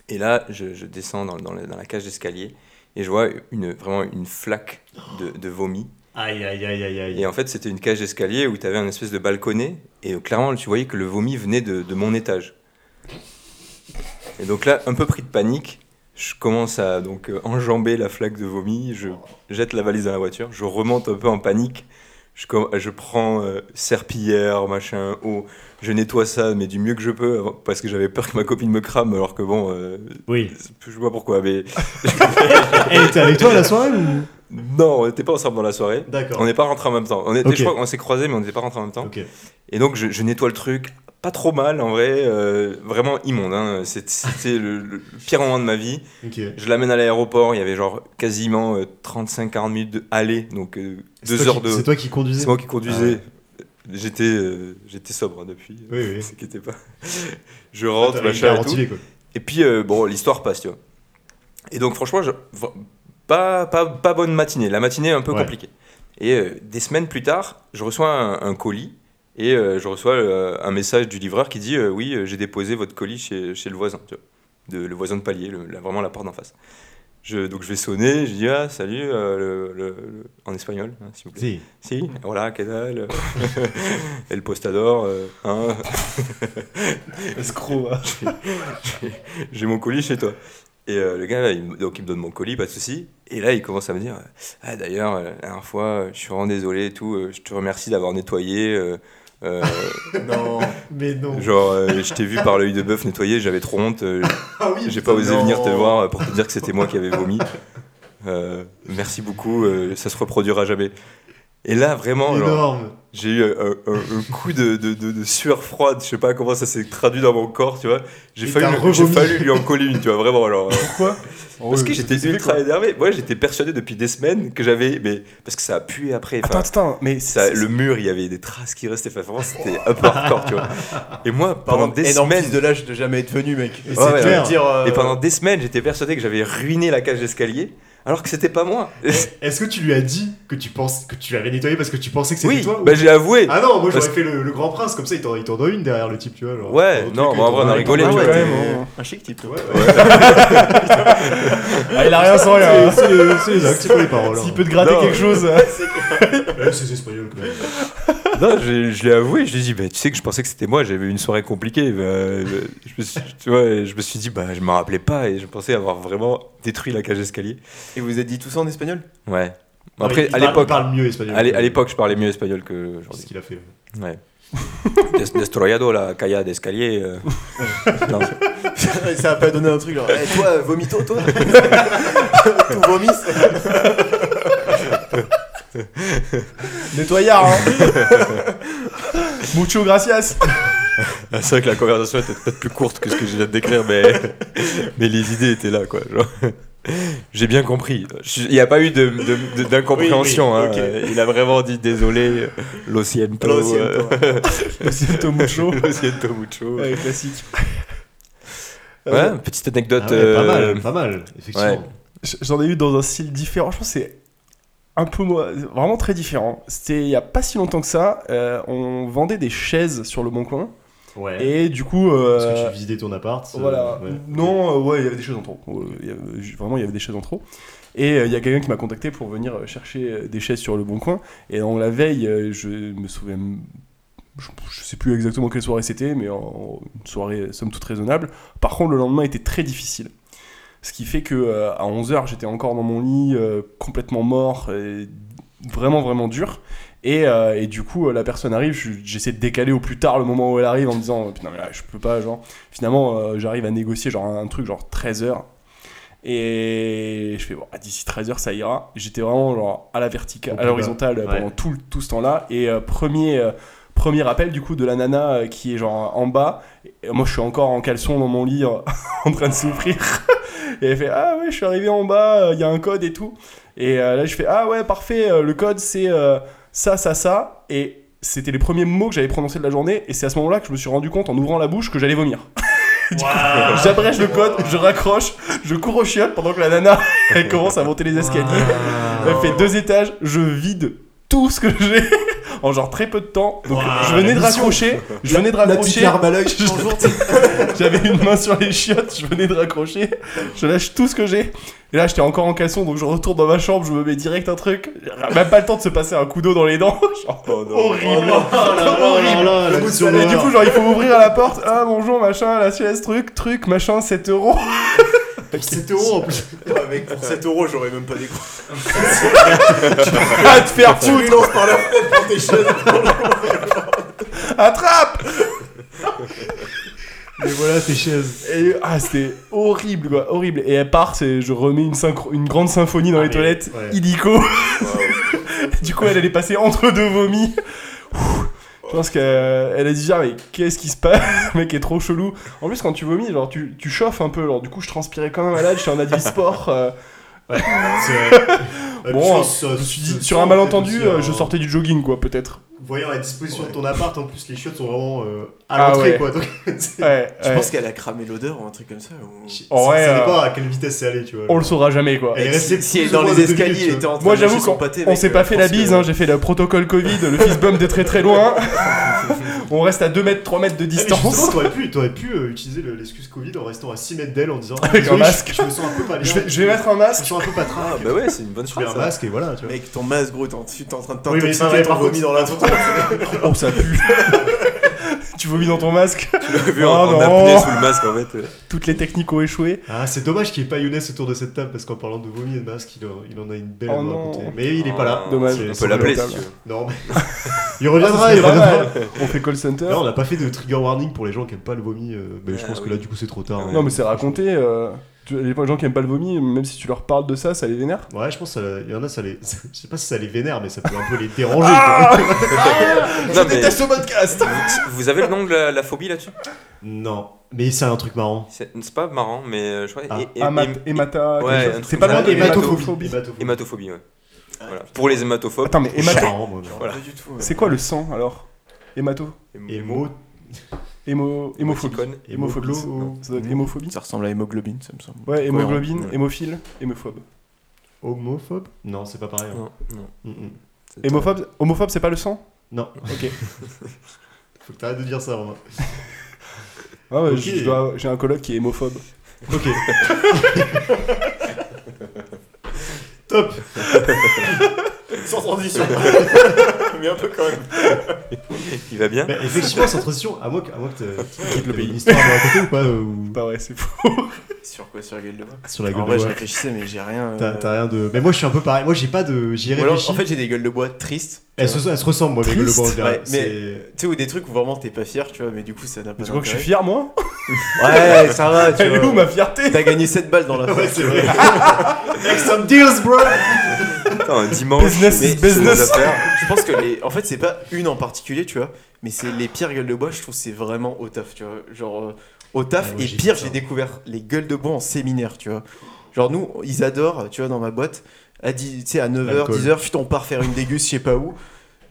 [SPEAKER 3] Et là, je, je descends dans, dans la, dans la cage d'escalier et je vois une, vraiment une flaque de, de vomi.
[SPEAKER 2] Aïe, aïe, aïe, aïe, aïe.
[SPEAKER 3] Et en fait, c'était une cage d'escalier où tu avais un espèce de balconnet. Et euh, clairement, tu voyais que le vomi venait de, de mon étage. Et donc là, un peu pris de panique, je commence à donc euh, enjamber la flaque de vomi. Je jette la valise dans la voiture. Je remonte un peu en panique. Je, com- je prends euh, serpillière, machin, eau. Je nettoie ça, mais du mieux que je peux, avant- parce que j'avais peur que ma copine me crame, alors que bon, euh,
[SPEAKER 2] Oui.
[SPEAKER 3] je sais pas pourquoi, mais
[SPEAKER 2] Elle était Eh, avec toi à la soirée ou...
[SPEAKER 3] non, on n'était pas ensemble dans la soirée. On
[SPEAKER 2] D'accord.
[SPEAKER 3] n'est pas rentrés en même temps. On était,
[SPEAKER 2] Ok.
[SPEAKER 3] je crois qu'on s'est croisés, mais on n'était pas rentrés en même temps.
[SPEAKER 2] Ok.
[SPEAKER 3] Et donc je, je nettoie le truc, pas trop mal en vrai, euh, vraiment immonde. hein. C'est- C'était le, le pire moment de ma vie.
[SPEAKER 2] Ok.
[SPEAKER 3] Je l'amène à l'aéroport, il y avait genre quasiment 35-40 minutes de aller, donc euh,
[SPEAKER 2] C'est
[SPEAKER 3] deux
[SPEAKER 2] toi
[SPEAKER 3] heures
[SPEAKER 2] qui- C'est
[SPEAKER 3] de.
[SPEAKER 2] toi qui conduisais Ah
[SPEAKER 3] C'est moi qui conduisais. J'étais euh, j'étais sobre hein, depuis. [LAUGHS]
[SPEAKER 2] Oui, oui.
[SPEAKER 3] Ne t'inquiétez pas. Je
[SPEAKER 2] Ah,
[SPEAKER 3] rentre,
[SPEAKER 2] t'avais
[SPEAKER 3] machin
[SPEAKER 2] hyper
[SPEAKER 3] et tout.
[SPEAKER 2] ventilé, quoi.
[SPEAKER 3] Et puis, euh, bon, l'histoire passe, tu vois. Et donc, franchement, je- v- pas, pas, pas bonne matinée. La matinée est un peu
[SPEAKER 2] Ouais.
[SPEAKER 3] compliquée. Et euh, des semaines plus tard, je reçois un, un colis et euh, je reçois euh, un message du livreur qui dit euh, Oui, euh, j'ai déposé votre colis chez, chez le voisin, tu vois. De, le voisin de palier, le- la- vraiment la porte d'en face. Je, donc, je vais sonner, je dis Ah, salut, euh, le- le- le- en espagnol, hein, s'il vous plaît.
[SPEAKER 2] Si.
[SPEAKER 3] Si, voilà, qu'est-ce que [LAUGHS] El Postador, euh, hein,
[SPEAKER 1] Escroc.
[SPEAKER 3] j'ai mon colis chez toi. Et euh, le gars, il, me- donc, il me donne mon colis, pas de souci. Et là, il commence à me dire Ah, d'ailleurs, euh, la dernière fois, euh, je suis vraiment désolé et tout. euh, je te remercie d'avoir nettoyé. euh, euh,
[SPEAKER 4] Non.
[SPEAKER 2] Mais non.
[SPEAKER 3] genre, euh, je t'ai vu par l'œil de bœuf nettoyer, j'avais trop honte. euh,
[SPEAKER 2] Ah oui.
[SPEAKER 3] j'ai pas osé
[SPEAKER 4] non.
[SPEAKER 3] venir te voir euh, pour te dire que c'était moi qui avais vomi. Euh, merci beaucoup, euh, ça se reproduira jamais. Et là, vraiment, genre,
[SPEAKER 2] Énorme.
[SPEAKER 3] j'ai eu un, un- un- un coup de, de- de- de sueur froide, je sais pas comment ça s'est traduit dans mon corps, tu vois. J'ai
[SPEAKER 2] Et
[SPEAKER 3] failli,
[SPEAKER 2] t'as
[SPEAKER 3] lui- j'ai
[SPEAKER 2] revomi.
[SPEAKER 3] failli lui en coller une, tu vois, vraiment. Alors, euh,
[SPEAKER 1] Ah
[SPEAKER 3] parce que j'étais
[SPEAKER 1] fait
[SPEAKER 3] ultra
[SPEAKER 1] quoi
[SPEAKER 3] énervé. Moi, j'étais persuadé depuis des semaines que j'avais. Mais parce que ça a pué après.
[SPEAKER 1] Attends,
[SPEAKER 3] Enfin,
[SPEAKER 1] attends, mais
[SPEAKER 3] ça,
[SPEAKER 1] ça,
[SPEAKER 3] le mur, il y avait des traces qui restaient. Enfin, vraiment, c'était un peu hardcore, tu vois. Et moi, pendant des
[SPEAKER 4] énorme
[SPEAKER 3] semaines.
[SPEAKER 4] prise de lâche de jamais être venu, mec.
[SPEAKER 2] Et
[SPEAKER 3] ouais,
[SPEAKER 2] c'est clair.
[SPEAKER 4] Dire, euh,
[SPEAKER 3] Et pendant des semaines, j'étais persuadé que j'avais ruiné la cage d'escalier, alors que c'était pas moi.
[SPEAKER 2] Est-ce que tu lui as dit que tu penses que tu l'avais nettoyé parce que tu pensais que c'était
[SPEAKER 3] oui,
[SPEAKER 2] toi ou-
[SPEAKER 3] bah, j'ai avoué.
[SPEAKER 2] Ah non, moi j'aurais
[SPEAKER 3] Parce-
[SPEAKER 2] fait le, le grand prince, comme ça il t'en, il t'en donne une derrière le type, tu vois. Genre,
[SPEAKER 3] Ouais,
[SPEAKER 2] Dans le
[SPEAKER 3] non,
[SPEAKER 2] truc,
[SPEAKER 3] bon, en
[SPEAKER 2] il t'en
[SPEAKER 3] vrai, on a
[SPEAKER 2] donne-
[SPEAKER 3] rigolé,
[SPEAKER 2] il
[SPEAKER 1] tu
[SPEAKER 2] t'en
[SPEAKER 1] vois,
[SPEAKER 2] donne-
[SPEAKER 1] quand même,
[SPEAKER 4] un chic type.
[SPEAKER 2] Ouais, ouais.
[SPEAKER 1] Ah, il a rien sans rien. hein.
[SPEAKER 2] [LAUGHS] C'est, c'est- c'est les actes, c'est pas les paroles.
[SPEAKER 1] S'il
[SPEAKER 2] hein.
[SPEAKER 1] peut te gratter
[SPEAKER 3] Non.
[SPEAKER 1] quelque chose. euh,
[SPEAKER 2] Ouais, c'est espagnol. quoi.
[SPEAKER 3] Non, j'ai- je l'ai avoué, je lui ai dit, bah, tu sais que je pensais que c'était moi, j'avais eu une soirée compliquée. bah, euh, je, me suis, tu vois, et je me suis dit, bah, je m'en rappelais pas et je pensais avoir vraiment détruit la cage d'escalier.
[SPEAKER 4] Et vous êtes dit tout ça en espagnol
[SPEAKER 3] Ouais.
[SPEAKER 2] Non,
[SPEAKER 3] Après,
[SPEAKER 2] il- il
[SPEAKER 3] à
[SPEAKER 2] parle-
[SPEAKER 3] l'époque,
[SPEAKER 2] Il parle mieux espagnol.
[SPEAKER 3] à l'é- à
[SPEAKER 2] que-
[SPEAKER 3] l'époque, je parlais mieux espagnol
[SPEAKER 2] que Ce
[SPEAKER 3] qu'aujourd'hui.
[SPEAKER 2] qu'il a fait.
[SPEAKER 3] [LAUGHS] Ouais. Des- Destroyado, la calle d'escalier. euh. Non.
[SPEAKER 4] Ça a pas donné un truc genre, Eh, toi, vomito, toi Tout vomis
[SPEAKER 1] Nettoyard, hein. [LAUGHS] Mucho gracias.
[SPEAKER 3] Ah, C'est vrai que la conversation était peut-être plus courte que ce que je viens de décrire, [LAUGHS] mais, mais les idées étaient là, quoi. genre. J'ai bien compris. Je- Il n'y a pas eu de- de- de- d'incompréhension.
[SPEAKER 4] Oui, oui,
[SPEAKER 3] hein. Il a vraiment dit désolé, lo siento,
[SPEAKER 4] Lo siento.
[SPEAKER 3] euh,
[SPEAKER 1] Cito
[SPEAKER 3] [LAUGHS]
[SPEAKER 1] Mucho.
[SPEAKER 3] lo siento mucho.
[SPEAKER 1] Ouais, classique.
[SPEAKER 3] Ouais, petite anecdote.
[SPEAKER 2] Ah ouais, Pas
[SPEAKER 3] euh,
[SPEAKER 2] mal, pas mal, effectivement.
[SPEAKER 1] J- J'en ai eu dans un style différent. Je pense que c'est un peu moi, vraiment très différent. C'était il y a pas si longtemps que ça. euh, on vendait des chaises sur le bon coin.
[SPEAKER 2] Ouais.
[SPEAKER 1] Et du coup. euh,
[SPEAKER 2] Parce que tu visitais ton appart. euh,
[SPEAKER 1] Voilà.
[SPEAKER 2] ouais.
[SPEAKER 1] Non, euh, ouais, il y avait des choses en trop. Euh, il y avait- j- Vraiment, il y avait des choses en trop. Et euh, il y a quelqu'un qui m'a contacté pour venir euh, chercher euh, des chaises sur le bon coin. Et on la veille, euh, je me souviens. Je, je sais plus exactement quelle soirée c'était, mais en- en- une soirée euh, somme toute raisonnable. Par contre, le lendemain était très difficile. Ce qui fait que euh, à 11h, j'étais encore dans mon lit, euh, complètement mort, et vraiment, vraiment dur. Et, euh, et du coup, euh, la personne arrive, je- j'essaie de décaler au plus tard le moment où elle arrive en me disant Putain, mais là, je peux pas, genre. Finalement, euh, j'arrive à négocier genre un truc genre 13h. Et je fais, bon, ah, d'ici 13h, ça ira. J'étais vraiment genre à la verticale,
[SPEAKER 2] Au
[SPEAKER 1] à
[SPEAKER 2] plus
[SPEAKER 1] l'horizontale euh,
[SPEAKER 2] bas, ouais.
[SPEAKER 1] pendant tout, le- tout ce temps-là. Et euh, premier, euh, premier appel du coup de la nana euh, qui est genre en bas. Et moi, je suis encore en caleçon dans mon lit euh, [LAUGHS] en train de souffrir. Et elle fait Ah ouais, je suis arrivé en bas, euh, il y a un code et tout. Et euh, là, je fais Ah ouais, parfait, euh, le code c'est euh, ça, ça, ça. Et c'était les premiers mots que j'avais prononcés de la journée. Et c'est à ce moment-là que je me suis rendu compte en ouvrant la bouche que j'allais vomir. [LAUGHS]
[SPEAKER 2] Waouh.
[SPEAKER 1] J'abrège le code, je raccroche, je cours aux chiottes pendant que la nana [LAUGHS] elle commence à monter les escaliers. Elle fait deux étages, je vide tout ce que j'ai [LAUGHS] en genre très peu de temps. Donc
[SPEAKER 2] Ouah,
[SPEAKER 1] je venais
[SPEAKER 2] la
[SPEAKER 1] de
[SPEAKER 2] mission.
[SPEAKER 1] raccrocher, je
[SPEAKER 4] La-
[SPEAKER 1] venais de
[SPEAKER 4] La
[SPEAKER 1] raccrocher,
[SPEAKER 4] petite larme
[SPEAKER 1] [LAUGHS]
[SPEAKER 4] à l'œil, bonjour, tu sais.
[SPEAKER 1] j'avais une main sur les chiottes, je venais de raccrocher, je lâche tout ce que j'ai. Et là, j'étais encore en casson, donc je retourne dans ma chambre, je me mets direct un truc. Même pas le temps de se passer un coup d'eau dans les dents. [LAUGHS] genre,
[SPEAKER 4] Oh,
[SPEAKER 2] Oh,
[SPEAKER 1] horrible.
[SPEAKER 4] Le goût de salade.
[SPEAKER 1] Et du coup, genre, il faut ouvrir à la porte. Ah, bonjour, machin, la sieste, truc, truc, machin, 7 euros. [LAUGHS]
[SPEAKER 2] C'était euros en plus.
[SPEAKER 4] Ouais, mec, pour 7 euros, j'aurais même pas des coups.
[SPEAKER 1] À te faire
[SPEAKER 4] Tu
[SPEAKER 1] foutre,
[SPEAKER 4] lui lances par la fenêtre quand t'es jeune.
[SPEAKER 1] attrape
[SPEAKER 2] Mais voilà tes [LAUGHS] chaises.
[SPEAKER 1] Et ah, c'était horrible, quoi, horrible. Et elle part, c'est, je remets une, synchro- une grande symphonie dans les
[SPEAKER 2] mais-
[SPEAKER 1] toilettes,
[SPEAKER 2] ouais.
[SPEAKER 1] illico. [LAUGHS] du coup, elle, elle est passée entre deux vomis. Ouh. Je pense qu'elle elle a dit genre mais qu'est-ce qui se passe [LAUGHS] Le mec est trop chelou. En plus quand tu vomis genre tu, tu chauffes un peu alors du coup je transpirais comme un malade, j'étais en advis sport. euh, [LAUGHS] bon, je me suis dit sur un malentendu euh, je sortais du jogging quoi peut-être.
[SPEAKER 2] Voyant la disposition de ton appart, en plus les chiottes sont vraiment euh, à
[SPEAKER 1] Ah ouais.
[SPEAKER 2] l'entrée quoi. [LAUGHS] Donc, c'est-
[SPEAKER 1] Ouais,
[SPEAKER 4] Je
[SPEAKER 1] ouais.
[SPEAKER 4] pense qu'elle a cramé l'odeur ou un truc comme ça. ou-
[SPEAKER 2] Je-
[SPEAKER 1] En vrai,
[SPEAKER 2] ça
[SPEAKER 1] euh,
[SPEAKER 2] dépend à quelle vitesse c'est allé, tu vois. Ah,
[SPEAKER 1] on le saura jamais quoi.
[SPEAKER 2] Elle est restée
[SPEAKER 4] Si, si elle est
[SPEAKER 2] plus
[SPEAKER 4] dans
[SPEAKER 2] ou moins
[SPEAKER 4] les
[SPEAKER 2] deux minutes,
[SPEAKER 4] escaliers,
[SPEAKER 2] tu
[SPEAKER 4] elle
[SPEAKER 2] vois.
[SPEAKER 4] était en train
[SPEAKER 1] Moi
[SPEAKER 4] de
[SPEAKER 1] j'avoue
[SPEAKER 4] lâcher son
[SPEAKER 1] qu'on
[SPEAKER 4] pâté,
[SPEAKER 1] on
[SPEAKER 4] mec,
[SPEAKER 1] s'est
[SPEAKER 4] euh,
[SPEAKER 1] pas
[SPEAKER 4] je
[SPEAKER 1] fait la
[SPEAKER 4] pense
[SPEAKER 1] bise,
[SPEAKER 4] que-
[SPEAKER 1] hein, j'ai fait le protocole Covid, le fist bump de très très [LAUGHS] loin. on reste à 2 mètres, 3 mètres de
[SPEAKER 2] Ah, mais justement,
[SPEAKER 1] distance.
[SPEAKER 2] t'aurais pu, t'aurais pu euh, utiliser le- l'excuse Covid en restant à 6 mètres d'elle en disant
[SPEAKER 1] [LAUGHS] Avec un
[SPEAKER 2] Désolé,
[SPEAKER 1] masque.
[SPEAKER 2] Je, je me sens un peu pas bien.
[SPEAKER 1] Je vais, je vais mettre un
[SPEAKER 2] Je me
[SPEAKER 1] masque.
[SPEAKER 2] sens un peu patraque.
[SPEAKER 3] Ah bah ouais, c'est une bonne
[SPEAKER 2] Tu mets
[SPEAKER 3] chose.
[SPEAKER 2] un
[SPEAKER 3] ça.
[SPEAKER 2] masque et voilà, tu vois.
[SPEAKER 4] Mec, ton masque, gros, t'es en, tu- t'es en train de
[SPEAKER 2] Oui, mais si t'avais
[SPEAKER 4] t'intoxiquer
[SPEAKER 2] pas
[SPEAKER 4] ton
[SPEAKER 2] vomi.
[SPEAKER 4] vomi dans la tronche.
[SPEAKER 1] Oh ça pue. [LAUGHS] tu vomis dans ton masque.
[SPEAKER 3] Tu l'as vu
[SPEAKER 1] Oh
[SPEAKER 3] en, en
[SPEAKER 1] non.
[SPEAKER 3] apnée sous le masque en fait.
[SPEAKER 1] Toutes les techniques ont échoué.
[SPEAKER 2] [LAUGHS] Ah, c'est dommage qu'il n'y ait pas Younes autour de cette table parce qu'en parlant de vomi et de masque, il, en- il en a une belle
[SPEAKER 1] Oh
[SPEAKER 2] à nous
[SPEAKER 1] non. Ah,
[SPEAKER 2] raconter. Mais il est pas là.
[SPEAKER 1] Dommage.
[SPEAKER 2] C'est-
[SPEAKER 3] On
[SPEAKER 2] c'est
[SPEAKER 3] peut l'appeler si
[SPEAKER 1] lamentable.
[SPEAKER 3] tu
[SPEAKER 1] [LAUGHS]
[SPEAKER 3] veux.
[SPEAKER 2] Non, mais. il reviendra,
[SPEAKER 1] Ah,
[SPEAKER 2] il
[SPEAKER 1] C'est pas
[SPEAKER 2] reviendra.
[SPEAKER 1] mal. On fait call center.
[SPEAKER 2] Non, on n'a pas fait de trigger warning pour les gens qui aiment pas le vomi. euh, mais je
[SPEAKER 3] Ah
[SPEAKER 2] pense que
[SPEAKER 3] oui.
[SPEAKER 2] là, du coup, c'est trop tard.
[SPEAKER 3] Ah
[SPEAKER 2] hein.
[SPEAKER 1] Non, mais c'est raconté. euh, tu- les gens qui aiment pas le vomi, même si tu leur parles de ça, ça les vénère.
[SPEAKER 2] Ouais, je pense qu'il y en a, ça les. [LAUGHS] Je sais pas si ça les vénère, mais ça peut un peu les déranger.
[SPEAKER 1] Ah [LAUGHS]
[SPEAKER 2] quoi.
[SPEAKER 3] Non, mais
[SPEAKER 1] ce podcast
[SPEAKER 3] vous- vous avez le nom de la, la phobie là-dessus
[SPEAKER 2] non, mais c'est un truc marrant.
[SPEAKER 3] C'est c'est pas marrant, mais euh, je crois.
[SPEAKER 2] Ah,
[SPEAKER 3] hé- hé- hé-
[SPEAKER 1] Hémata. quelque
[SPEAKER 3] Ouais,
[SPEAKER 1] chose.
[SPEAKER 3] un truc
[SPEAKER 1] C'est pas
[SPEAKER 3] comme
[SPEAKER 1] loin
[SPEAKER 3] ça.
[SPEAKER 1] de
[SPEAKER 2] Hématophobie.
[SPEAKER 1] hématophobie.
[SPEAKER 3] Hématophobie, ouais. Voilà. Pour les hématophobes.
[SPEAKER 1] Attends, mais
[SPEAKER 2] C'est
[SPEAKER 1] hémato.
[SPEAKER 2] marrant, moi. mais-
[SPEAKER 3] Voilà.
[SPEAKER 4] Pas du tout. ouais.
[SPEAKER 1] C'est quoi le sang alors Hémato.
[SPEAKER 2] Hémo-
[SPEAKER 1] Hémo... Hémophobie.
[SPEAKER 3] Hémoticône.
[SPEAKER 1] Hémophobie.
[SPEAKER 2] Hémoglo-
[SPEAKER 1] Ça doit être hémophobie.
[SPEAKER 4] Ça ressemble à hémoglobine, ça me semble.
[SPEAKER 1] Ouais, hémoglobine,
[SPEAKER 3] Ouais.
[SPEAKER 1] hémophile, hémophobe.
[SPEAKER 2] Homophobe Non, c'est pas pareil. hein.
[SPEAKER 3] Non, non.
[SPEAKER 2] Mm, mm.
[SPEAKER 3] C'est-
[SPEAKER 1] Hémophobe, homophobe, c'est pas le sang
[SPEAKER 2] Non.
[SPEAKER 1] Ok.
[SPEAKER 2] Faut que t'arrêtes de dire ça, Romain.
[SPEAKER 1] Ah ouais,
[SPEAKER 2] Ok.
[SPEAKER 1] je- je dois- j'ai un coloc qui est hémophobe.
[SPEAKER 2] Ok. Top
[SPEAKER 4] Sans transition. [LAUGHS] Mais un peu quand même.
[SPEAKER 3] Il va bien
[SPEAKER 2] [LAUGHS] Mais Effectivement, sans transition, à moi que, à moi que t'aies- [LAUGHS] t'aies
[SPEAKER 1] pays.
[SPEAKER 2] une histoire à me raconter ou [LAUGHS] pas euh, ou-
[SPEAKER 1] Bah ouais, c'est fou.
[SPEAKER 4] Sur quoi Sur la gueule de bois
[SPEAKER 2] Sur la gueule
[SPEAKER 4] En vrai,
[SPEAKER 2] de
[SPEAKER 4] je
[SPEAKER 2] bois.
[SPEAKER 4] réfléchissais, mais j'ai rien.
[SPEAKER 2] T'as
[SPEAKER 4] euh,
[SPEAKER 2] t'as rien de. Mais moi, je suis un peu pareil. Moi, j'ai pas de. J'y Eh, ai
[SPEAKER 4] Ou alors,
[SPEAKER 2] réfléchi.
[SPEAKER 4] en fait, j'ai des gueules de bois tristes. Tu
[SPEAKER 2] elles,
[SPEAKER 4] vois.
[SPEAKER 2] se, elles se ressemblent, moi, les gueules de bois en
[SPEAKER 1] Triste,
[SPEAKER 2] général.
[SPEAKER 4] ouais, mais-
[SPEAKER 2] C'est-
[SPEAKER 4] Tu sais, ou des trucs où vraiment t'es pas fier, tu vois, mais du coup, ça n'a pas.
[SPEAKER 1] Tu crois que je suis fier,
[SPEAKER 4] d'intérêt.
[SPEAKER 1] moi
[SPEAKER 4] Ouais, ça
[SPEAKER 1] [LAUGHS]
[SPEAKER 4] va, tu
[SPEAKER 1] Elle est
[SPEAKER 4] vois.
[SPEAKER 1] où ma fierté
[SPEAKER 4] T'as gagné 7 balles dans la
[SPEAKER 2] Ouais,
[SPEAKER 4] fête.
[SPEAKER 2] c'est [LAUGHS] vrai. Make some deals, bro
[SPEAKER 3] Attends, un dimanche.
[SPEAKER 1] Business is
[SPEAKER 3] mais c'est nos
[SPEAKER 1] business.
[SPEAKER 3] affaires.
[SPEAKER 4] Je pense que les. En fait, c'est pas une en particulier, tu vois, mais c'est les pires gueules de bois, je trouve, c'est vraiment au taf, tu vois. Genre, euh, au taf,
[SPEAKER 2] Ah, moi,
[SPEAKER 4] et
[SPEAKER 2] j'ai
[SPEAKER 4] pire,
[SPEAKER 2] ça.
[SPEAKER 4] j'ai découvert les gueules de bois en séminaire, tu vois. Genre, nous, ils adorent, tu vois, dans ma boîte, à, dix- tu sais, à 9h,
[SPEAKER 2] L'alcool.
[SPEAKER 4] 10h, putain, on part faire une déguste, je sais pas où.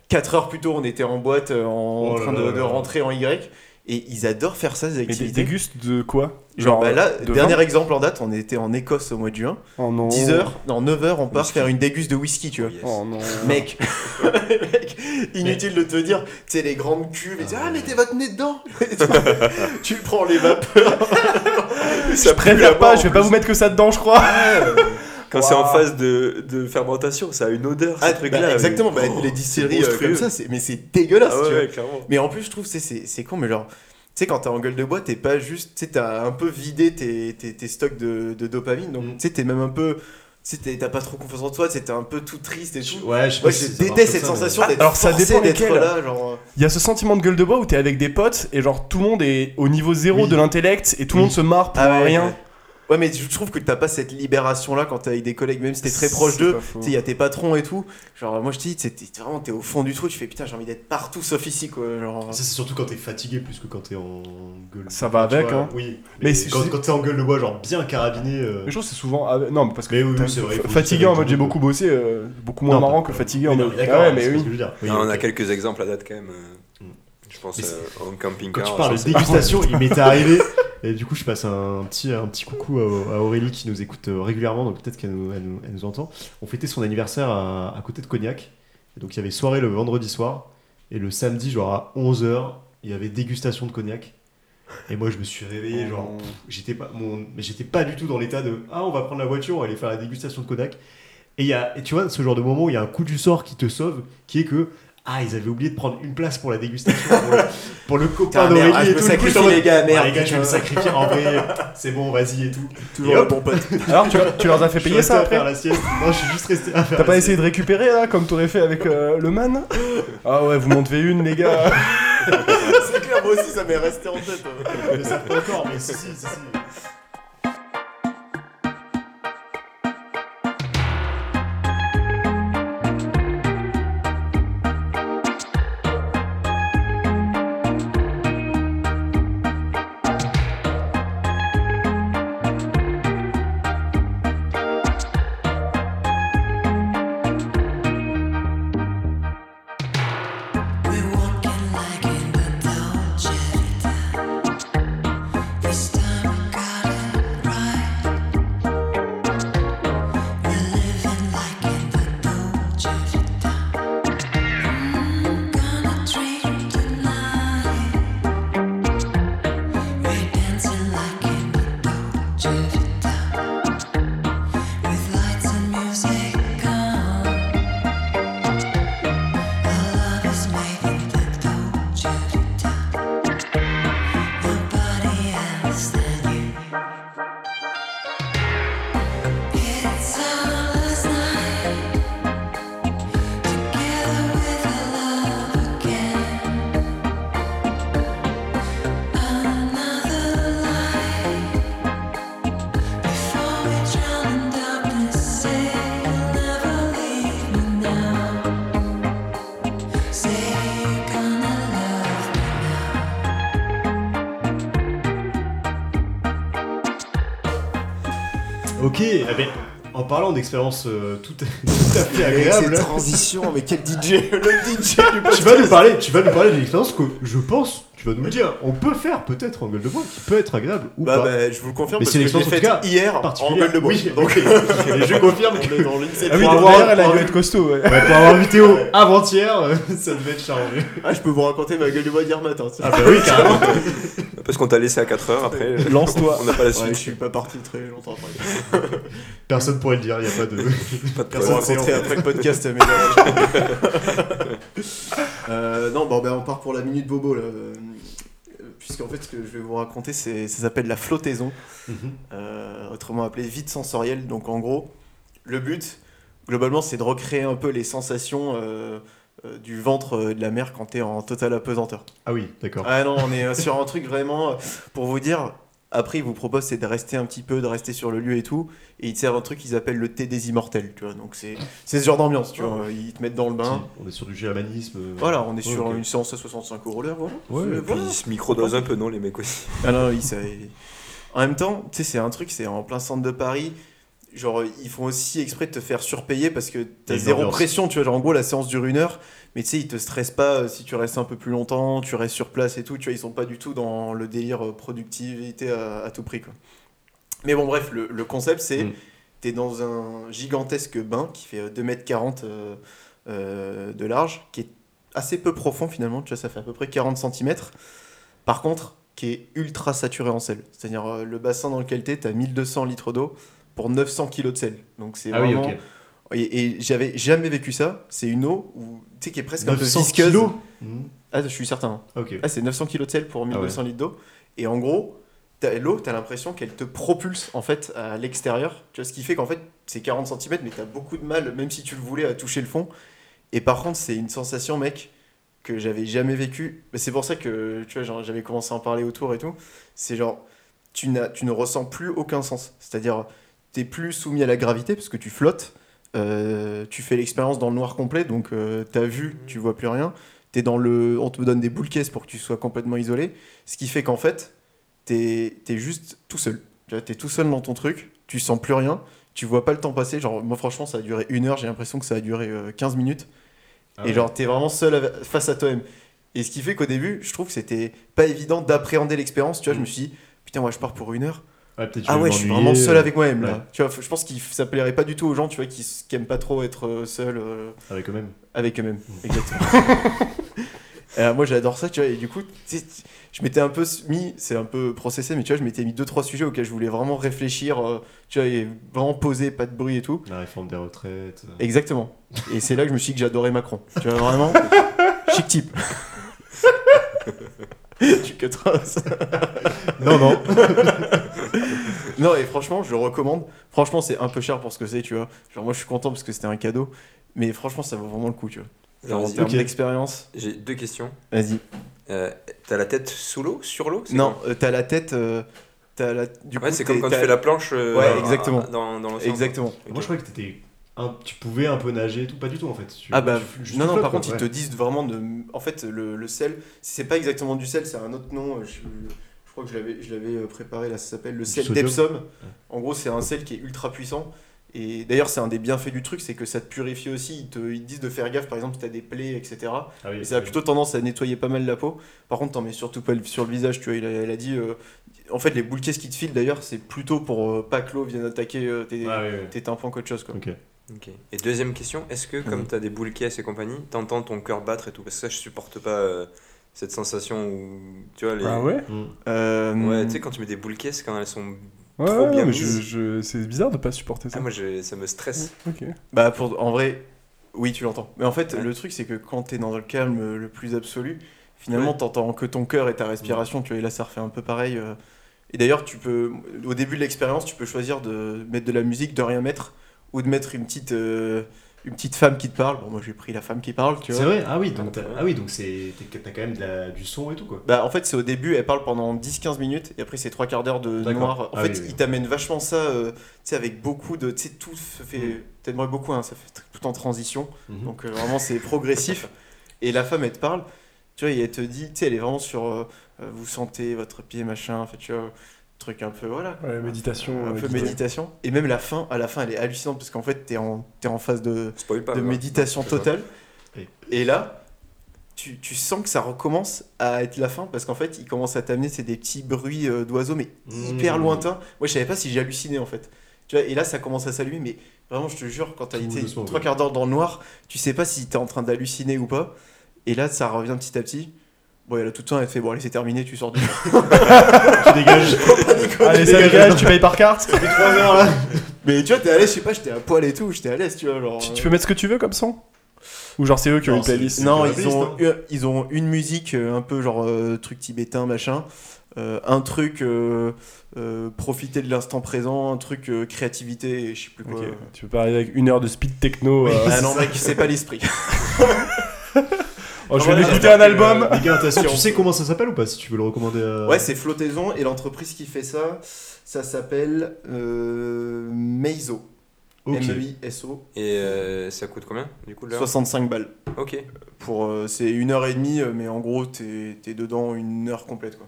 [SPEAKER 4] 4 heures plus tôt, on était en boîte, euh, en
[SPEAKER 2] Oh là
[SPEAKER 4] train
[SPEAKER 2] là
[SPEAKER 4] de,
[SPEAKER 2] là
[SPEAKER 4] de
[SPEAKER 2] là.
[SPEAKER 4] rentrer en Y, et ils adorent faire ça, ces
[SPEAKER 1] Mais des
[SPEAKER 4] activités.
[SPEAKER 1] dégustes de quoi
[SPEAKER 4] Genre, bah là,
[SPEAKER 1] de
[SPEAKER 4] dernier
[SPEAKER 1] vin
[SPEAKER 4] exemple en date, on était en Écosse au mois de juin.
[SPEAKER 1] Oh non.
[SPEAKER 4] 10h, non, 9h, on part
[SPEAKER 3] Whisky.
[SPEAKER 4] faire une déguste de whisky, tu vois.
[SPEAKER 3] Yes.
[SPEAKER 1] Oh non.
[SPEAKER 4] Mec, [LAUGHS] Mec, inutile de te dire, tu sais, les grandes cuves, et tu dis, ah, mettez votre nez dedans [LAUGHS] Tu prends les vapeurs
[SPEAKER 1] Je préfère pas, je vais pas vous mettre que ça dedans, je crois.
[SPEAKER 3] Quand c'est en
[SPEAKER 1] Waouh.
[SPEAKER 3] phase de, de fermentation, ça a une odeur, ce
[SPEAKER 4] Ah,
[SPEAKER 3] truc-là.
[SPEAKER 4] bah,
[SPEAKER 3] avec-
[SPEAKER 4] Exactement, bah,
[SPEAKER 3] Oh,
[SPEAKER 4] les distilleries
[SPEAKER 3] c'est
[SPEAKER 4] euh, comme
[SPEAKER 3] monstrueux.
[SPEAKER 4] ça, c'est- mais c'est dégueulasse,
[SPEAKER 3] Ah
[SPEAKER 4] tu
[SPEAKER 3] ouais,
[SPEAKER 4] vois.
[SPEAKER 3] ouais, clairement.
[SPEAKER 4] Mais en plus, je trouve, c'est- c'est c'est con, mais genre, tu sais, quand t'es en gueule de bois, t'es pas juste, tu sais, t'as un peu vidé tes, tes, tes stocks de, de dopamine, donc
[SPEAKER 2] Mm.
[SPEAKER 4] tu sais, t'es même un peu, tu sais, t'es- t'as pas trop confiance en toi, tu sais, t'es un peu tout triste et tout.
[SPEAKER 2] Ouais, je sais
[SPEAKER 4] Moi,
[SPEAKER 2] pas si
[SPEAKER 4] je
[SPEAKER 2] c'est
[SPEAKER 4] déteste
[SPEAKER 2] ça,
[SPEAKER 4] cette
[SPEAKER 2] mais-
[SPEAKER 4] sensation d'être
[SPEAKER 1] alors, ça
[SPEAKER 4] forcé
[SPEAKER 1] dépend
[SPEAKER 4] d'être
[SPEAKER 1] lesquels.
[SPEAKER 4] là, genre. euh,
[SPEAKER 1] Il y a ce sentiment de gueule de bois où t'es avec des potes et genre tout le monde est au niveau zéro
[SPEAKER 2] Oui.
[SPEAKER 1] de l'intellect et tout le
[SPEAKER 2] Oui.
[SPEAKER 1] monde se marre pour
[SPEAKER 4] Ah ouais,
[SPEAKER 1] rien.
[SPEAKER 4] Ouais. Ouais, mais je trouve que t'as pas cette libération là quand t'es avec des collègues, même si t'es très proche d'eux. Tu sais, y a tes patrons et tout. Genre, moi je te dis, t'es- t'es vraiment t'es au fond du trou, tu fais putain, j'ai envie d'être partout sauf ici quoi. Genre,
[SPEAKER 2] Ça, c'est surtout quand t'es fatigué plus que quand t'es en gueule.
[SPEAKER 1] Ça va
[SPEAKER 2] Tu
[SPEAKER 1] avec,
[SPEAKER 2] vois,
[SPEAKER 1] hein.
[SPEAKER 2] Oui.
[SPEAKER 1] Mais
[SPEAKER 2] Mais,
[SPEAKER 1] c'est-
[SPEAKER 2] quand,
[SPEAKER 1] c'est-
[SPEAKER 2] quand t'es en gueule de bois, genre bien carabiné. euh,
[SPEAKER 1] Mais je trouve que c'est souvent. ah, Non, mais parce que.
[SPEAKER 2] Mais oui,
[SPEAKER 1] t'as-
[SPEAKER 2] oui, c'est vrai. faut-
[SPEAKER 1] Fatigué
[SPEAKER 2] c'est
[SPEAKER 1] en
[SPEAKER 2] vrai
[SPEAKER 1] mode j'ai
[SPEAKER 2] que-
[SPEAKER 1] beaucoup bossé, euh, beaucoup moins
[SPEAKER 2] Non,
[SPEAKER 1] marrant
[SPEAKER 2] pas-
[SPEAKER 1] que fatigué en
[SPEAKER 2] Oui, non,
[SPEAKER 1] mode.
[SPEAKER 2] D'accord,
[SPEAKER 1] Ah ouais,
[SPEAKER 2] c'est
[SPEAKER 1] mais
[SPEAKER 2] ce que
[SPEAKER 1] oui.
[SPEAKER 2] je veux dire. Oui,
[SPEAKER 3] Non, on a
[SPEAKER 2] ok.
[SPEAKER 3] quelques exemples à date quand même. euh,
[SPEAKER 2] Mm.
[SPEAKER 3] Je pense
[SPEAKER 2] Mais
[SPEAKER 3] euh, en camping-car.
[SPEAKER 2] Quand tu parles
[SPEAKER 3] ça,
[SPEAKER 2] de
[SPEAKER 3] c'est-
[SPEAKER 2] dégustation, il m'était arrivé. Et du coup, je passe un petit, un petit coucou à, à Aurélie qui nous écoute euh, régulièrement, donc peut-être qu'elle nous, elle nous- elle nous entend. On fêtait son anniversaire à, à côté de Cognac. Et donc il y avait soirée le vendredi soir. Et le samedi, genre à 11h, il y avait dégustation de cognac. Et moi, je me suis réveillé, genre, pff, j'étais pas, mon, mais j'étais pas du tout dans l'état de Ah, on va prendre la voiture, on va aller faire la dégustation de cognac. Et, il y a, et tu vois, ce genre de moment où il y a un coup du sort qui te sauve, qui est que Ah, ils avaient oublié de prendre une place pour la dégustation, pour le, pour le
[SPEAKER 4] [LAUGHS]
[SPEAKER 2] copain
[SPEAKER 4] Putain, merde, ah,
[SPEAKER 2] d'Aurélie
[SPEAKER 4] je
[SPEAKER 2] et
[SPEAKER 4] me
[SPEAKER 2] tout. Du coup, j'étais en
[SPEAKER 4] sacrifie,
[SPEAKER 2] mode,
[SPEAKER 4] les gars,
[SPEAKER 2] Ah,
[SPEAKER 4] merde.
[SPEAKER 2] les gars, je vais me
[SPEAKER 4] putain.
[SPEAKER 2] sacrifier en vrai, c'est bon, vas-y et tout.
[SPEAKER 4] Toujours
[SPEAKER 2] Et
[SPEAKER 4] le
[SPEAKER 2] hop.
[SPEAKER 4] bon [LAUGHS] pote.
[SPEAKER 1] Alors, tu, tu leur as fait
[SPEAKER 2] Je suis
[SPEAKER 1] payer
[SPEAKER 2] resté
[SPEAKER 1] ça
[SPEAKER 2] à faire
[SPEAKER 1] après
[SPEAKER 2] la sieste. Non, je suis juste resté à faire
[SPEAKER 1] T'as
[SPEAKER 2] la
[SPEAKER 1] pas
[SPEAKER 2] sieste.
[SPEAKER 1] essayé de récupérer là, comme t'aurais fait avec euh, le man Ah ouais, vous m'en devez une, les gars
[SPEAKER 2] [LAUGHS]
[SPEAKER 1] Ah
[SPEAKER 4] C'est clair, moi aussi, ça m'est resté en tête. hein.
[SPEAKER 2] Ils le savent pas encore, mais si, si, si. si.
[SPEAKER 6] We're walking like in the Dolce This time we got it right. We're living like in the Dolce Gonna dream tonight. We're dancing like in the Dolce with lights and music on. Now Say you're gonna love me
[SPEAKER 2] Ok, eh ben, en parlant d'expérience euh, tout, tout à [LAUGHS] fait agréable,
[SPEAKER 4] transition, mais quel DJ [LAUGHS] Le DJ du
[SPEAKER 2] tu vas nous parler, tu vas nous parler d'une expérience que je pense, tu vas nous le dire, on peut faire peut-être en gueule de bois, qui peut être agréable ou
[SPEAKER 4] Bah,
[SPEAKER 2] pas.
[SPEAKER 4] bah, je vous le confirme,
[SPEAKER 2] Mais
[SPEAKER 4] parce
[SPEAKER 2] c'est
[SPEAKER 4] que je l'ai
[SPEAKER 2] l'expérience, en tout
[SPEAKER 4] faite
[SPEAKER 2] cas,
[SPEAKER 4] hier en
[SPEAKER 2] particulier.
[SPEAKER 4] gueule de bois.
[SPEAKER 2] Oui,
[SPEAKER 4] [LAUGHS] Donc,
[SPEAKER 2] Et je confirme
[SPEAKER 4] on
[SPEAKER 2] que
[SPEAKER 4] est dans l'incep-
[SPEAKER 1] Ah oui,
[SPEAKER 2] Pour
[SPEAKER 1] donc
[SPEAKER 2] avoir-
[SPEAKER 1] derrière, elle a
[SPEAKER 2] pour
[SPEAKER 1] dû
[SPEAKER 2] avoir-
[SPEAKER 1] être costaud, ouais.
[SPEAKER 2] ouais, pour avoir vidéo avant-hier, euh, [LAUGHS] ça devait être chargé.
[SPEAKER 4] Ah, je peux vous raconter ma gueule de bois d'hier matin.
[SPEAKER 2] Ah bah oui, carrément.
[SPEAKER 3] Parce qu'on t'a laissé à 4 heures après. euh,
[SPEAKER 1] [LAUGHS] Lance-toi.
[SPEAKER 3] On n'a pas la
[SPEAKER 4] [LAUGHS] Ouais, je
[SPEAKER 3] suite.
[SPEAKER 4] suis pas parti très longtemps après.
[SPEAKER 2] Personne pourrait le dire, il a pas de...
[SPEAKER 3] Pas de
[SPEAKER 4] On va
[SPEAKER 2] Personne
[SPEAKER 3] problème.
[SPEAKER 2] sait, en
[SPEAKER 4] rencontrer
[SPEAKER 2] fait.
[SPEAKER 4] après le podcast, mais là, je- Euh, non, bon, ben, on part pour la minute bobo là. Euh, Puisqu'en fait, ce que je vais vous raconter, c'est ça s'appelle la flottaison,
[SPEAKER 2] Mhm.
[SPEAKER 4] euh, autrement appelée vide sensorielle. Donc, en gros, le but, globalement, c'est de recréer un peu les sensations euh, euh, du ventre euh, de la mer quand t'es en totale apesanteur.
[SPEAKER 2] [LAUGHS] Ah oui, d'accord.
[SPEAKER 4] Ah non, on est euh, sur un truc vraiment. euh, Pour vous dire, après, ils vous proposent c'est de rester un petit peu, de rester sur le lieu et tout. Et ils te servent un truc qu'ils appellent le thé des immortels, tu vois. Donc c'est c'est ce genre d'ambiance, tu vois. Ils te mettent dans le bain.
[SPEAKER 2] On est sur du germanisme. euh,
[SPEAKER 4] Ah, hein. Voilà, on est sur
[SPEAKER 2] ok.
[SPEAKER 4] une séance à 65 euros l'heure, voilà.
[SPEAKER 2] Ouais,
[SPEAKER 4] C'est-
[SPEAKER 2] et
[SPEAKER 4] voilà.
[SPEAKER 3] Ils se microdosent un peu, non, les mecs aussi.
[SPEAKER 4] Ah non, oui, ça. En même temps, tu sais, c'est un truc, c'est en plein centre de Paris. Genre, ils font aussi exprès de te faire surpayer parce que
[SPEAKER 2] Il y a
[SPEAKER 4] t'as
[SPEAKER 2] une
[SPEAKER 4] zéro
[SPEAKER 2] ambiance.
[SPEAKER 4] pression, tu vois. Genre, en gros, la séance dure une heure, mais tu sais, ils te stressent pas euh, si tu restes un peu plus longtemps, tu restes sur place et tout. Tu vois, ils sont pas du tout dans le délire euh, productivité à, à tout prix, quoi. Mais bon, bref, le, le concept, c'est
[SPEAKER 2] Mm.
[SPEAKER 4] t'es dans un gigantesque bain qui fait euh, 2m40 euh, euh, de large, qui est assez peu profond finalement, tu vois, ça fait à peu près 40 cm. Par contre, qui est ultra saturé en sel. C'est-à-dire euh, le bassin dans lequel t'es, t'as 1200 litres d'eau pour 900 kilos de sel. Donc c'est
[SPEAKER 2] Ah oui,
[SPEAKER 4] vraiment...
[SPEAKER 2] ok.
[SPEAKER 4] Et, et j'avais jamais vécu ça. C'est une eau où, tu sais, qui est presque un peu
[SPEAKER 2] 900
[SPEAKER 4] visqueuse.
[SPEAKER 2] kilos Mhm.
[SPEAKER 4] Ah, je suis certain.
[SPEAKER 2] Ok.
[SPEAKER 4] Ah, c'est 900 kilos de sel pour 1200 litres d'eau. Et en gros, t'as- l'eau, t'as l'impression qu'elle te propulse en fait à l'extérieur. Tu vois, ce qui fait qu'en fait, c'est 40 cm, mais t'as beaucoup de mal, même si tu le voulais, à toucher le fond. Et par contre, c'est une sensation, mec, que j'avais jamais vécue. Mais C'est pour ça que, tu vois, genre, j'avais commencé à en parler autour et tout. C'est genre, tu, n'as- tu ne ressens plus aucun sens. C'est-à-dire, t'es plus soumis à la gravité parce que tu flottes. euh, tu fais l'expérience dans le noir complet, donc euh, t'as vu, tu vois plus rien. T'es dans le, on te donne des boules caisses pour que tu sois complètement isolé, ce qui fait qu'en fait, t'es es juste tout seul. Tu vois, T'es tout seul dans ton truc, tu sens plus rien, tu vois pas le temps passer. Genre, moi franchement, ça a duré une heure, j'ai l'impression que ça a duré euh, 15 minutes.
[SPEAKER 2] Ah
[SPEAKER 4] et
[SPEAKER 2] ouais.
[SPEAKER 4] genre, t'es vraiment seul ava- face à toi-même. Et ce qui fait qu'au début, je trouve que c'était pas évident d'appréhender l'expérience. Tu vois, je me suis dit, putain, ouais, je pars pour une heure.
[SPEAKER 2] Ouais, peut-être tu
[SPEAKER 4] Ah
[SPEAKER 2] vas
[SPEAKER 4] ouais, je suis
[SPEAKER 2] Mm. m'ennuyer,
[SPEAKER 4] vraiment seul
[SPEAKER 2] euh,
[SPEAKER 4] avec moi-même
[SPEAKER 2] ouais.
[SPEAKER 4] là. Tu vois, f- je pense qu'il f- ça plairait pas du tout aux gens, tu vois, qui, s- qui aiment pas trop être euh, seuls euh,
[SPEAKER 2] Avec eux-mêmes.
[SPEAKER 4] avec eux-mêmes. Exactement. Et, euh, moi, j'adore ça, tu vois. Et du coup, tu sais, je m'étais un peu mis, c'est un peu processé, mais tu vois, je m'étais mis deux, trois sujets auxquels je voulais vraiment réfléchir, euh, tu vois, et vraiment poser, pas de bruit et tout.
[SPEAKER 2] La réforme des retraites. euh.
[SPEAKER 4] Exactement. Et c'est là que je me suis dit que j'adorais Macron. Tu vois, vraiment, chic type. tu cutteras ça.
[SPEAKER 2] [LAUGHS] Non, non.
[SPEAKER 4] Non, et franchement, je le recommande. Franchement, c'est un peu cher pour ce que c'est, tu vois. Genre, moi, je suis content parce que c'était un cadeau. Mais franchement, ça vaut vraiment le coup, tu vois. Genre,
[SPEAKER 3] Alors,
[SPEAKER 4] en
[SPEAKER 3] vas-y.
[SPEAKER 4] termes
[SPEAKER 2] ok.
[SPEAKER 4] d'expérience,
[SPEAKER 3] J'ai deux questions.
[SPEAKER 4] vas-y.
[SPEAKER 3] Euh, T'as la tête sous l'eau Sur l'eau c'est
[SPEAKER 4] Non,
[SPEAKER 3] quoi
[SPEAKER 4] euh, t'as la tête. euh, t'as la... Du
[SPEAKER 3] Ouais, c'est
[SPEAKER 4] t'es-
[SPEAKER 3] comme quand tu
[SPEAKER 4] t'as-
[SPEAKER 3] fais la planche. euh,
[SPEAKER 4] Ouais, exactement.
[SPEAKER 3] Dans, dans l'océan.
[SPEAKER 4] Exactement.
[SPEAKER 3] Ok.
[SPEAKER 2] Moi, je croyais que t'étais un- tu pouvais un peu nager et tout. Pas du tout, en fait. Tu-
[SPEAKER 4] Ah bah,
[SPEAKER 2] tu- juste
[SPEAKER 4] non, non,
[SPEAKER 2] flotte,
[SPEAKER 4] par
[SPEAKER 2] quoi,
[SPEAKER 4] contre, ils
[SPEAKER 2] ouais.
[SPEAKER 4] te disent vraiment de. En fait, le, le sel, c'est pas exactement du sel, c'est un autre nom. euh, Je, je crois que je l'avais- je l'avais euh, préparé là, ça s'appelle le sel
[SPEAKER 2] sodium.
[SPEAKER 4] d'Epsom. En gros, c'est un sel qui est ultra puissant. Et d'ailleurs, c'est un des bienfaits du truc, c'est que ça te purifie aussi. Ils te, ils te disent de faire gaffe, par exemple, si t'as des plaies, etc.
[SPEAKER 2] Ah oui,
[SPEAKER 4] Et ça a plutôt tendance à nettoyer pas mal la peau. Par contre, t'en mets surtout pas le- sur le visage, tu vois. Il a, elle a dit. euh, En fait, les boules qui te filent, d'ailleurs, c'est plutôt pour euh, pas que l'eau vienne attaquer euh, tes,
[SPEAKER 2] Ah, ouais, ouais.
[SPEAKER 4] tes tympans qu'autre chose, quoi.
[SPEAKER 2] Ok.
[SPEAKER 3] Ok. Et deuxième question, est-ce que
[SPEAKER 4] Mm.
[SPEAKER 3] comme t'as des boules caisses et compagnie, t'entends ton cœur battre et tout Parce que ça, je supporte pas euh, cette sensation où. Tu vois, les.
[SPEAKER 4] Bah
[SPEAKER 1] Ah ouais
[SPEAKER 2] Mm.
[SPEAKER 4] Euh,
[SPEAKER 3] Ouais, tu sais, quand tu mets des boules caisses, quand elles sont.
[SPEAKER 1] Ouais,
[SPEAKER 3] Trop
[SPEAKER 1] ouais,
[SPEAKER 3] bien
[SPEAKER 1] mais
[SPEAKER 3] mis.
[SPEAKER 1] je- je- c'est bizarre de pas supporter ça.
[SPEAKER 3] Ah, moi, je- ça me stresse.
[SPEAKER 2] Ah,
[SPEAKER 1] Ok.
[SPEAKER 4] Bah pour en vrai, oui tu l'entends. Mais en fait
[SPEAKER 3] Ouais.
[SPEAKER 4] le truc c'est que quand t'es dans le calme euh, le plus absolu, finalement t'entends que ton cœur et ta respiration. Tu vois et là ça refait un peu pareil. euh. Et d'ailleurs tu peux, au début de l'expérience, tu peux choisir de mettre de la musique, de rien mettre, ou de mettre une petite euh, une petite femme qui te parle. Bon moi j'ai pris la femme qui parle, tu
[SPEAKER 2] C'est
[SPEAKER 4] vois.
[SPEAKER 2] vrai, ah oui, donc t'as ah oui, donc c'est- t'as- t'as quand même de la- du son et tout quoi.
[SPEAKER 4] Bah en fait c'est au début elle parle pendant 10-15 minutes et après c'est trois quarts d'heure de
[SPEAKER 2] D'accord.
[SPEAKER 4] noir. En
[SPEAKER 2] Ah
[SPEAKER 4] fait
[SPEAKER 2] oui, oui.
[SPEAKER 4] il t'amène vachement ça, euh, tu sais avec beaucoup de, tu sais tout se fait,
[SPEAKER 2] Mm.
[SPEAKER 4] t'aimerais beaucoup, hein, ça fait tr- tout en transition.
[SPEAKER 2] Mm-hmm.
[SPEAKER 4] Donc euh, vraiment, c'est
[SPEAKER 2] [LAUGHS]
[SPEAKER 4] progressif. Et la femme, elle te parle, tu vois, et elle te dit, tu sais, elle est vraiment sur euh, euh, vous sentez votre pied, machin, enfin, tu vois, truc un peu, voilà.
[SPEAKER 1] Ouais, méditation.
[SPEAKER 4] Un
[SPEAKER 1] euh,
[SPEAKER 4] peu
[SPEAKER 1] guidée.
[SPEAKER 4] méditation. Et même la fin, à la fin, elle est hallucinante parce qu'en fait, t'es en, t'es en phase de,
[SPEAKER 3] Spoil pas.
[SPEAKER 4] de
[SPEAKER 3] voilà.
[SPEAKER 4] méditation
[SPEAKER 3] Je vois.
[SPEAKER 4] totale.
[SPEAKER 2] Oui.
[SPEAKER 4] Et là, tu, tu sens que ça recommence à être la fin parce qu'en fait, il commence à t'amener c'est des petits bruits euh, d'oiseaux, mais hyper
[SPEAKER 2] Mmh.
[SPEAKER 4] lointains. Moi, je savais pas si j'ai halluciné en fait. Tu vois, et là, ça commence à s'allumer, mais vraiment, je te jure, quand t'as
[SPEAKER 2] Tout
[SPEAKER 4] été
[SPEAKER 2] doucement,
[SPEAKER 4] trois
[SPEAKER 2] quoi.
[SPEAKER 4] quarts d'heure dans le noir, tu sais pas si t'es en train d'halluciner ou pas. Et là, ça revient petit à petit. Bon, et là, tout le temps, elle te fait Bon, allez, c'est terminé, tu
[SPEAKER 2] [LAUGHS]
[SPEAKER 4] sors du.
[SPEAKER 2] Tu [LAUGHS] dégages
[SPEAKER 1] [LAUGHS] Allez, ça
[SPEAKER 2] Dégage.
[SPEAKER 1] dégage, tu payes par
[SPEAKER 2] [LAUGHS]
[SPEAKER 1] carte.
[SPEAKER 2] 3 heures là
[SPEAKER 4] mais tu vois, t'es à l'aise, je sais pas, j'étais à poil et tout, j'étais à l'aise, tu vois. Genre,
[SPEAKER 1] Tu,
[SPEAKER 4] euh,
[SPEAKER 1] tu peux mettre ce que tu veux comme son Ou genre c'est eux qui ont
[SPEAKER 2] Non,
[SPEAKER 1] une playlist
[SPEAKER 2] c'est-
[SPEAKER 4] Non,
[SPEAKER 2] que la
[SPEAKER 4] ils
[SPEAKER 2] playlist,
[SPEAKER 4] ont,
[SPEAKER 2] hein.
[SPEAKER 4] une, ils ont une musique euh, un peu genre euh, truc tibétain, machin. euh, un truc euh, euh, profiter de l'instant présent, un truc euh, créativité, et je sais plus quoi.
[SPEAKER 1] Ok, Tu peux pas arriver avec une heure de speed techno.
[SPEAKER 2] [LAUGHS]
[SPEAKER 1] euh,
[SPEAKER 4] Ah non, mec, c'est pas l'esprit.
[SPEAKER 2] Ah
[SPEAKER 1] Oh, je viens
[SPEAKER 4] Voilà,
[SPEAKER 1] d'écouter un album.
[SPEAKER 2] Les gars, de toute façon, tu
[SPEAKER 4] Si on
[SPEAKER 2] sais comment ça s'appelle ou pas si tu veux le recommander à...
[SPEAKER 4] Euh, Ouais, c'est Flottaison, et l'entreprise qui fait ça, ça s'appelle euh, Meizo. E
[SPEAKER 2] Ok.
[SPEAKER 4] M-E-I-S-O.
[SPEAKER 3] Et euh, ça coûte combien, du coup, là
[SPEAKER 4] 65 balles.
[SPEAKER 3] Ok.
[SPEAKER 4] Pour, euh, c'est une heure et demie, mais en gros, t'es t'es dedans une heure complète. Quoi.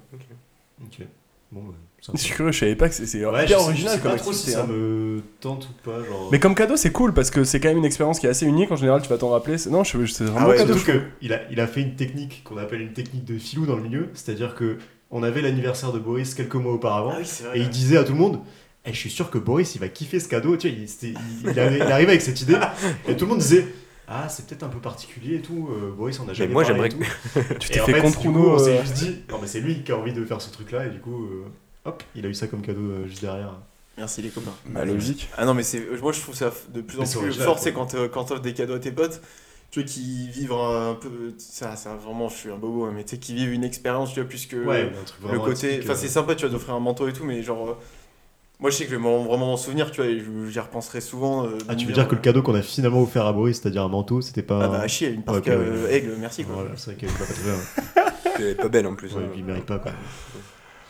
[SPEAKER 2] Ok. Bon, bah, ça
[SPEAKER 1] Je suis curieux, je savais pas que c'est c'est
[SPEAKER 2] Ouais, je sais-
[SPEAKER 1] hyper
[SPEAKER 2] je
[SPEAKER 1] original
[SPEAKER 2] sais
[SPEAKER 1] comme
[SPEAKER 2] pas trop si
[SPEAKER 1] activité.
[SPEAKER 2] ça
[SPEAKER 1] hein.
[SPEAKER 2] me tente ou pas, genre...
[SPEAKER 1] Mais comme cadeau, c'est cool parce que c'est quand même une expérience qui est assez unique. En général, tu vas t'en rappeler. C'est- Non, je- je- c'est vraiment
[SPEAKER 2] Ah ouais,
[SPEAKER 1] cadeau.
[SPEAKER 2] surtout qu'il a, il a fait une technique qu'on appelle une technique de filou dans le milieu, c'est-à-dire que on avait l'anniversaire de Boris quelques mois auparavant, et il disait à tout le monde Eh, je suis sûr que Boris il va kiffer ce cadeau, tu vois, il, c'était- il- il avait- il arrivait avec cette idée, et tout le monde disait Ah, c'est peut-être un peu particulier et tout, euh, Boris on a jamais
[SPEAKER 3] moi,
[SPEAKER 2] parlé
[SPEAKER 3] j'aimerais
[SPEAKER 2] et tout.
[SPEAKER 3] [LAUGHS]
[SPEAKER 1] Tu
[SPEAKER 2] Et
[SPEAKER 1] t'es
[SPEAKER 2] en
[SPEAKER 1] fait
[SPEAKER 2] fait,
[SPEAKER 1] contre
[SPEAKER 2] du coup,
[SPEAKER 1] nous.
[SPEAKER 2] on s'est
[SPEAKER 1] euh,
[SPEAKER 2] juste dit Non, mais c'est lui qui a envie de faire ce truc-là, et du coup, euh, hop, il a eu ça comme cadeau euh, juste derrière.
[SPEAKER 4] Merci les copains.
[SPEAKER 1] Bah, logique.
[SPEAKER 4] Ah non, mais c'est, moi je trouve ça de plus en
[SPEAKER 2] Mais c'est
[SPEAKER 4] plus
[SPEAKER 2] original,
[SPEAKER 4] fort,
[SPEAKER 2] quoi.
[SPEAKER 4] c'est quand, euh, quand t'offres des cadeaux à tes potes, tu vois, qui vivent un peu. Ça, ça, vraiment, je suis un bobo, hein, mais tu sais, qui vivent une expérience, tu vois, plus que
[SPEAKER 2] Ouais, un truc
[SPEAKER 4] le
[SPEAKER 2] vraiment
[SPEAKER 4] côté.
[SPEAKER 2] atypique,
[SPEAKER 4] Enfin,
[SPEAKER 2] euh,
[SPEAKER 4] c'est sympa, tu vois, d'offrir un manteau et tout, mais genre. euh, moi je sais que je vais m'en- vraiment m'en souvenir, tu vois, et je- j'y repenserai souvent. euh,
[SPEAKER 2] Ah,
[SPEAKER 4] de
[SPEAKER 2] tu
[SPEAKER 4] me
[SPEAKER 2] veux dire que le cadeau qu'on a finalement offert à Boris, c'est-à-dire un manteau, c'était pas.
[SPEAKER 4] Ah bah, à chier, une parka
[SPEAKER 2] ok, ouais.
[SPEAKER 4] euh, aigle, merci quoi.
[SPEAKER 2] Voilà, c'est vrai qu'elle va pas trouver, hein.
[SPEAKER 3] Elle est pas belle en plus.
[SPEAKER 2] Ouais,
[SPEAKER 3] hein.
[SPEAKER 2] et puis il mérite pas, quoi.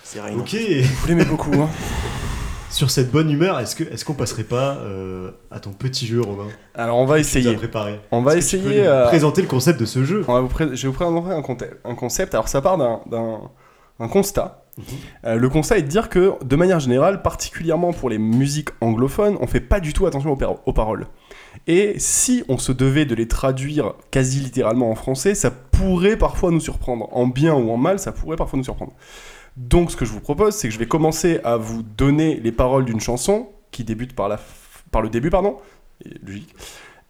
[SPEAKER 4] C'est rien.
[SPEAKER 2] Ok,
[SPEAKER 1] Vous l'aimez beaucoup. hein.
[SPEAKER 2] sur cette bonne humeur, est-ce que est-ce qu'on passerait pas euh, à ton petit jeu, Romain
[SPEAKER 1] Alors, on va
[SPEAKER 2] que Tu as
[SPEAKER 1] essayer.
[SPEAKER 2] préparé.
[SPEAKER 1] On va
[SPEAKER 2] Est-ce que tu peux
[SPEAKER 1] essayer.
[SPEAKER 2] nous
[SPEAKER 1] euh,
[SPEAKER 2] Présenter le concept de ce jeu.
[SPEAKER 1] On va vous pré- je vais vous présenter un, conte- un concept. Alors, ça part d'un- d'un d'un constat. Euh, le constat est de dire que, de manière générale, particulièrement pour les musiques anglophones, on fait pas du tout attention aux, par- aux paroles. Et si on se devait de les traduire quasi littéralement en français, ça pourrait parfois nous surprendre. En bien ou en mal, ça pourrait parfois nous surprendre. Donc, ce que je vous propose, c'est que je vais commencer à vous donner les paroles d'une chanson qui débute par, la f- par le début, pardon, et logique,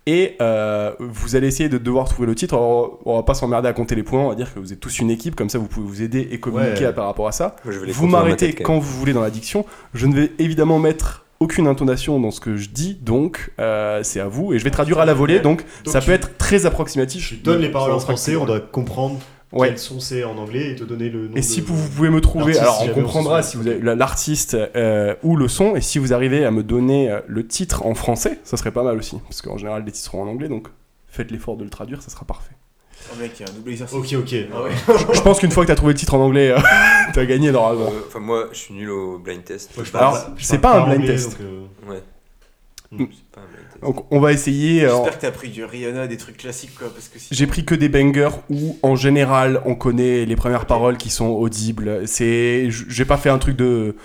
[SPEAKER 1] Et euh, vous allez essayer de devoir trouver le titre. Alors, on va pas s'emmerder à compter les points. On va dire que vous êtes tous une équipe. Comme ça, vous pouvez vous aider et communiquer
[SPEAKER 2] Ouais.
[SPEAKER 1] à- par rapport à ça.
[SPEAKER 3] Je vais les
[SPEAKER 1] Vous
[SPEAKER 3] compter dans ma
[SPEAKER 1] m'arrêtez
[SPEAKER 3] tête,
[SPEAKER 1] quand vous voulez dans la diction. Je ne vais évidemment mettre aucune intonation dans ce que je dis. Donc, euh, c'est à vous. Et je vais traduire à la volée. Donc,
[SPEAKER 2] Ah, Donc,
[SPEAKER 1] ça
[SPEAKER 2] tu-
[SPEAKER 1] peut être très approximatif.
[SPEAKER 2] Tu donnes les paroles en
[SPEAKER 1] Ça sera
[SPEAKER 2] français,
[SPEAKER 1] cool.
[SPEAKER 2] on doit comprendre
[SPEAKER 1] Ouais.
[SPEAKER 2] quels sont c'est en anglais et te donner le nom.
[SPEAKER 1] Et
[SPEAKER 2] de-
[SPEAKER 1] si vous, vous pouvez me trouver,
[SPEAKER 2] euh, L'artiste,
[SPEAKER 1] alors
[SPEAKER 2] si
[SPEAKER 1] on
[SPEAKER 2] jamais on
[SPEAKER 1] comprendra
[SPEAKER 2] se
[SPEAKER 1] si
[SPEAKER 2] souvient.
[SPEAKER 1] vous avez la- l'artiste euh, ou le son, et si vous arrivez à me donner euh, le titre en français, ça serait pas mal aussi, parce qu'en général les titres sont en anglais, donc faites l'effort de le traduire, ça sera
[SPEAKER 2] [LAUGHS]
[SPEAKER 1] parfait.
[SPEAKER 4] Oh mec, il y a un double exercice.
[SPEAKER 2] Ok, ok.
[SPEAKER 4] Ah ouais.
[SPEAKER 1] Je pense qu'une fois que t'as trouvé le titre en anglais, euh, [LAUGHS] t'as gagné normalement.
[SPEAKER 3] Euh, Enfin, moi, je suis nul au blind test.
[SPEAKER 2] Moi, je
[SPEAKER 1] Alors,
[SPEAKER 2] parle- je
[SPEAKER 1] c'est
[SPEAKER 2] parle
[SPEAKER 1] pas un blind
[SPEAKER 2] anglais,
[SPEAKER 1] test.
[SPEAKER 2] donc, euh,
[SPEAKER 3] Ouais.
[SPEAKER 2] Mm.
[SPEAKER 3] C'est pas un blind test.
[SPEAKER 1] Donc on va essayer. euh,
[SPEAKER 4] J'espère que t'as pris du Rihanna, des trucs classiques quoi, parce que si.
[SPEAKER 1] j'ai pris que des bangers où en général on connaît les premières paroles qui sont audibles. C'est, j- j'ai pas fait un truc de.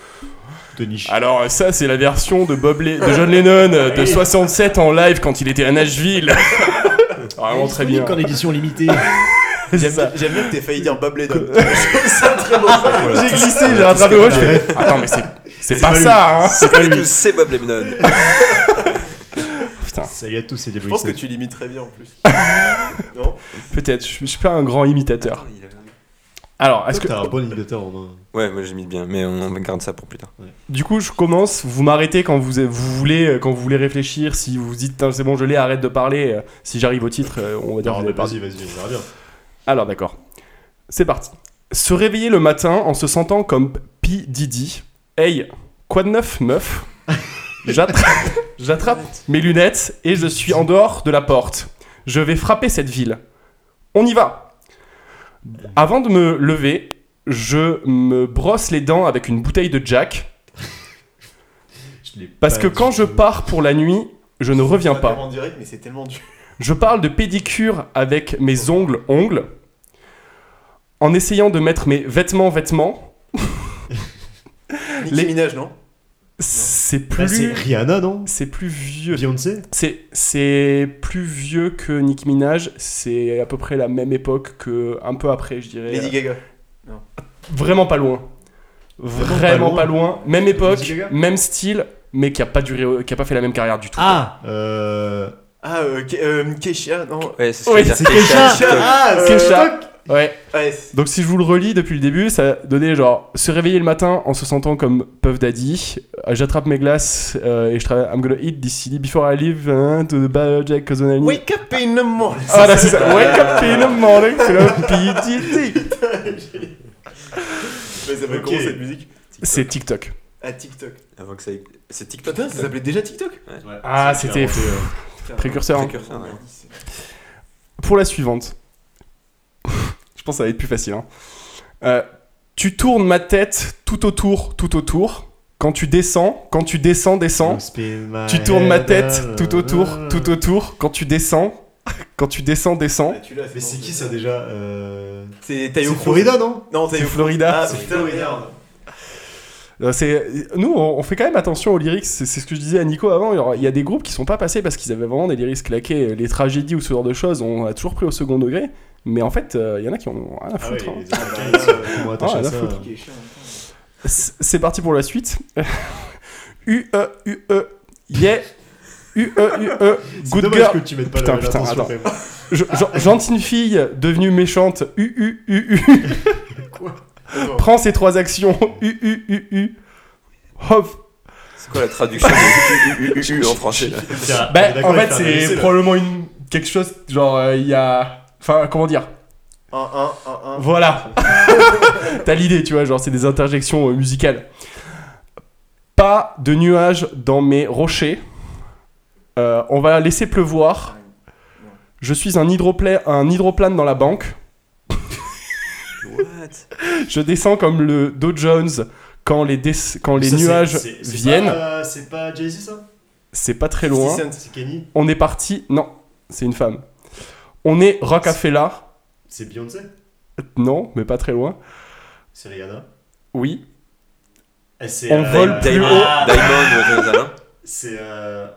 [SPEAKER 2] de niche.
[SPEAKER 1] Alors ça c'est la version de Bob, Le- de John Lennon euh, de 67 en live quand il était à [LAUGHS] Nashville. Ah, Vraiment très bien.
[SPEAKER 2] en
[SPEAKER 1] [LAUGHS]
[SPEAKER 2] édition limitée.
[SPEAKER 1] C'est
[SPEAKER 4] J'aime
[SPEAKER 1] ça.
[SPEAKER 4] bien- j'aime bien que t'aies failli dire Bob Lennon. c'est un très bon
[SPEAKER 1] J'ai glissé, j'ai rattrapé
[SPEAKER 2] Bah,
[SPEAKER 1] moi, je fais, Attends, mais c'est, c'est pas,
[SPEAKER 2] pas lui.
[SPEAKER 1] ça, hein
[SPEAKER 3] [LAUGHS] C'est pas lui. C'est Bob Lemnon. [LAUGHS]
[SPEAKER 1] Putain,
[SPEAKER 2] Salut à tous, c'est
[SPEAKER 4] Je
[SPEAKER 2] Debris.
[SPEAKER 4] pense que tu limites très bien en plus. non
[SPEAKER 1] peut-être, je, je suis pas un grand imitateur.
[SPEAKER 3] Attends, Ah, il avait un-
[SPEAKER 1] Alors, est-ce que.
[SPEAKER 2] T'as un bon imitateur en main.
[SPEAKER 3] Ouais, moi j'imite bien, mais on on garde ça pour plus tard.
[SPEAKER 1] Du coup, je commence, vous m'arrêtez quand vous, vous voulez euh, quand vous voulez réfléchir, si vous vous dites, Tain, c'est bon, je l'ai, arrête de parler. euh, Si j'arrive au titre, euh, on va dire.
[SPEAKER 2] Non,
[SPEAKER 1] vous
[SPEAKER 2] mais
[SPEAKER 1] avez perdu.
[SPEAKER 2] vas-y, vas-y, on verra bien.
[SPEAKER 1] Alors, d'accord. C'est parti. Se réveiller le matin en se sentant comme P. Didi. Hey, quoi de neuf, meuf J'attrape, j'attrape mes lunettes et je suis en dehors de la porte. Je vais frapper cette ville. On y va. Avant de me lever, je me brosse les dents avec une bouteille de Jack
[SPEAKER 2] Je l'ai
[SPEAKER 1] parce
[SPEAKER 2] pas
[SPEAKER 1] que
[SPEAKER 2] du
[SPEAKER 1] quand je
[SPEAKER 2] tout.
[SPEAKER 1] pars pour la nuit, je ne reviens
[SPEAKER 4] va faire
[SPEAKER 1] pas.
[SPEAKER 4] En direct, mais c'est tellement dur.
[SPEAKER 1] Je parle de pédicure avec mes ongles ongles, en essayant de mettre mes vêtements vêtements.
[SPEAKER 4] Nicki
[SPEAKER 1] Les-
[SPEAKER 4] Minaj, non
[SPEAKER 1] C'est
[SPEAKER 2] Bah, c'est
[SPEAKER 1] plus,
[SPEAKER 2] Rihanna, non
[SPEAKER 1] c'est plus vieux.
[SPEAKER 2] Beyoncé
[SPEAKER 1] C'est, c'est plus vieux que Nicki Minaj. C'est à peu près la même époque que un peu après, je dirais.
[SPEAKER 4] Lady Gaga.
[SPEAKER 1] Vraiment pas loin.
[SPEAKER 2] Vraiment
[SPEAKER 1] Vraiment,
[SPEAKER 2] pas
[SPEAKER 1] pas, loin. Même époque,
[SPEAKER 2] Lady Gaga
[SPEAKER 1] même style, mais qui a pas duré, qui a pas fait la même carrière du tout.
[SPEAKER 2] Ah euh...
[SPEAKER 4] Ah, euh, Ke- euh, Keisha, non
[SPEAKER 3] Ouais, c'est ce
[SPEAKER 1] Oui,
[SPEAKER 3] que je veux
[SPEAKER 2] C'est
[SPEAKER 3] dire,
[SPEAKER 2] Kesha
[SPEAKER 3] Kesha,
[SPEAKER 2] Ah,
[SPEAKER 1] Kesha.
[SPEAKER 2] euh,
[SPEAKER 1] Kesha. Ouais.
[SPEAKER 4] Ouais, c'est-
[SPEAKER 1] Donc si je vous le relis depuis le début, ça donnait genre se réveiller le matin en se sentant comme Puff Daddy, euh, j'attrape mes glaces euh, et je travaille I'm gonna eat this city before I leave hein, to the bad Jack Cozonani.
[SPEAKER 4] Wake up in the morning.
[SPEAKER 1] Ah là c'est ça. Wake up in the morning, c'est le PDT.
[SPEAKER 4] Mais ça fait
[SPEAKER 2] Ok.
[SPEAKER 4] comment cette musique
[SPEAKER 1] C'est TikTok.
[SPEAKER 4] Ah, TikTok.
[SPEAKER 3] Avant que ça. C'est TikTok.
[SPEAKER 4] Putain, ça s'appelait déjà TikTok
[SPEAKER 1] Ah, c'était
[SPEAKER 2] inventé, euh,
[SPEAKER 4] Putain,
[SPEAKER 1] précurseur. hein.
[SPEAKER 3] Précurseur, ouais.
[SPEAKER 1] Pour la suivante. je pense que ça va être plus facile. hein. Euh, tu tournes ma tête tout autour, tout autour. Quand tu descends, quand tu descends, descends.
[SPEAKER 2] Spin my
[SPEAKER 1] Tu tournes ma
[SPEAKER 2] head,
[SPEAKER 1] tête
[SPEAKER 2] la,
[SPEAKER 1] tout
[SPEAKER 2] la,
[SPEAKER 1] autour,
[SPEAKER 2] la, la.
[SPEAKER 1] tout autour. Quand tu descends, quand tu descends, descends.
[SPEAKER 4] Ah, tu l'as fait.
[SPEAKER 2] Mais c'est qui ça déjà euh...
[SPEAKER 4] C'est
[SPEAKER 2] C'est
[SPEAKER 4] Tayo Cruz.
[SPEAKER 2] Florida, non
[SPEAKER 4] Non,
[SPEAKER 1] C'est
[SPEAKER 4] Tayo Cruz.
[SPEAKER 1] Florida.
[SPEAKER 4] Ah, putain, merde.
[SPEAKER 1] Euh, C'est nous, on on fait quand même attention aux lyrics. C'est c'est ce que je disais à Nico avant. Il y aura- Il y a des groupes qui sont pas passés parce qu'ils avaient vraiment des lyrics claqués, euh, les tragédies ou ce genre de choses. On a toujours pris au second degré. Mais en fait, euh, il y en a qui en ont rien à
[SPEAKER 2] Ah
[SPEAKER 1] foutre.
[SPEAKER 2] ouais,
[SPEAKER 1] hein.
[SPEAKER 2] les Américains, ils sont comment attachés
[SPEAKER 1] Ah,
[SPEAKER 2] à
[SPEAKER 1] la
[SPEAKER 2] ça
[SPEAKER 1] foutre.
[SPEAKER 2] euh.
[SPEAKER 4] Keisha, en même temps.
[SPEAKER 1] C'est c'est parti pour la suite. [LAUGHS] U E U E yeah. U E U E
[SPEAKER 2] C'est
[SPEAKER 1] good
[SPEAKER 2] dommage
[SPEAKER 1] girl.
[SPEAKER 2] que tu mettes pas
[SPEAKER 1] Putain,
[SPEAKER 2] la-
[SPEAKER 1] putain,
[SPEAKER 2] l'attention,
[SPEAKER 1] attends.
[SPEAKER 2] quand même.
[SPEAKER 1] Je- gen- gentille fille devenue méchante. U U U U.
[SPEAKER 4] Attends.
[SPEAKER 1] Prends ces trois actions. [LAUGHS] U, U, U, U. Hop.
[SPEAKER 3] C'est quoi la traduction de [LAUGHS] U, U, U, U, U en français là
[SPEAKER 2] Tiens, on est
[SPEAKER 1] Ben,
[SPEAKER 2] d'accord,
[SPEAKER 1] en
[SPEAKER 2] il
[SPEAKER 1] fait,
[SPEAKER 2] fait un DLC,
[SPEAKER 1] c'est
[SPEAKER 2] là.
[SPEAKER 1] probablement une... quelque chose, genre, euh, il y a... Enfin, comment dire
[SPEAKER 4] Un, un, un, un.
[SPEAKER 2] [LAUGHS]
[SPEAKER 1] Voilà. T'as l'idée, tu vois, genre, c'est des interjections euh, musicales. Pas de nuages dans mes rochers. Euh, on va laisser pleuvoir. Je suis un, hydropla- un hydroplane dans la banque.
[SPEAKER 3] What
[SPEAKER 1] Je descends comme le Dow Jones quand les, dé- quand les
[SPEAKER 2] Ça, c'est-
[SPEAKER 1] nuages
[SPEAKER 2] c'est- c'est
[SPEAKER 1] viennent.
[SPEAKER 2] pas- C'est pas Jay-Z, ça
[SPEAKER 1] C'est pas très loin.
[SPEAKER 4] 50 Cent.
[SPEAKER 2] C'est Kenny
[SPEAKER 1] On est parti. Non, c'est une femme. On est Rockefeller.
[SPEAKER 2] C'est Beyoncé
[SPEAKER 1] Non, mais pas très loin.
[SPEAKER 2] C'est Rihanna
[SPEAKER 1] Oui.
[SPEAKER 2] Eh, c'est,
[SPEAKER 1] On
[SPEAKER 2] euh,
[SPEAKER 1] vole
[SPEAKER 2] ah,
[SPEAKER 1] plus
[SPEAKER 3] [LAUGHS] Diamond,
[SPEAKER 2] ah,
[SPEAKER 3] Diamond, ou un truc comme ça, non
[SPEAKER 2] C'est euh,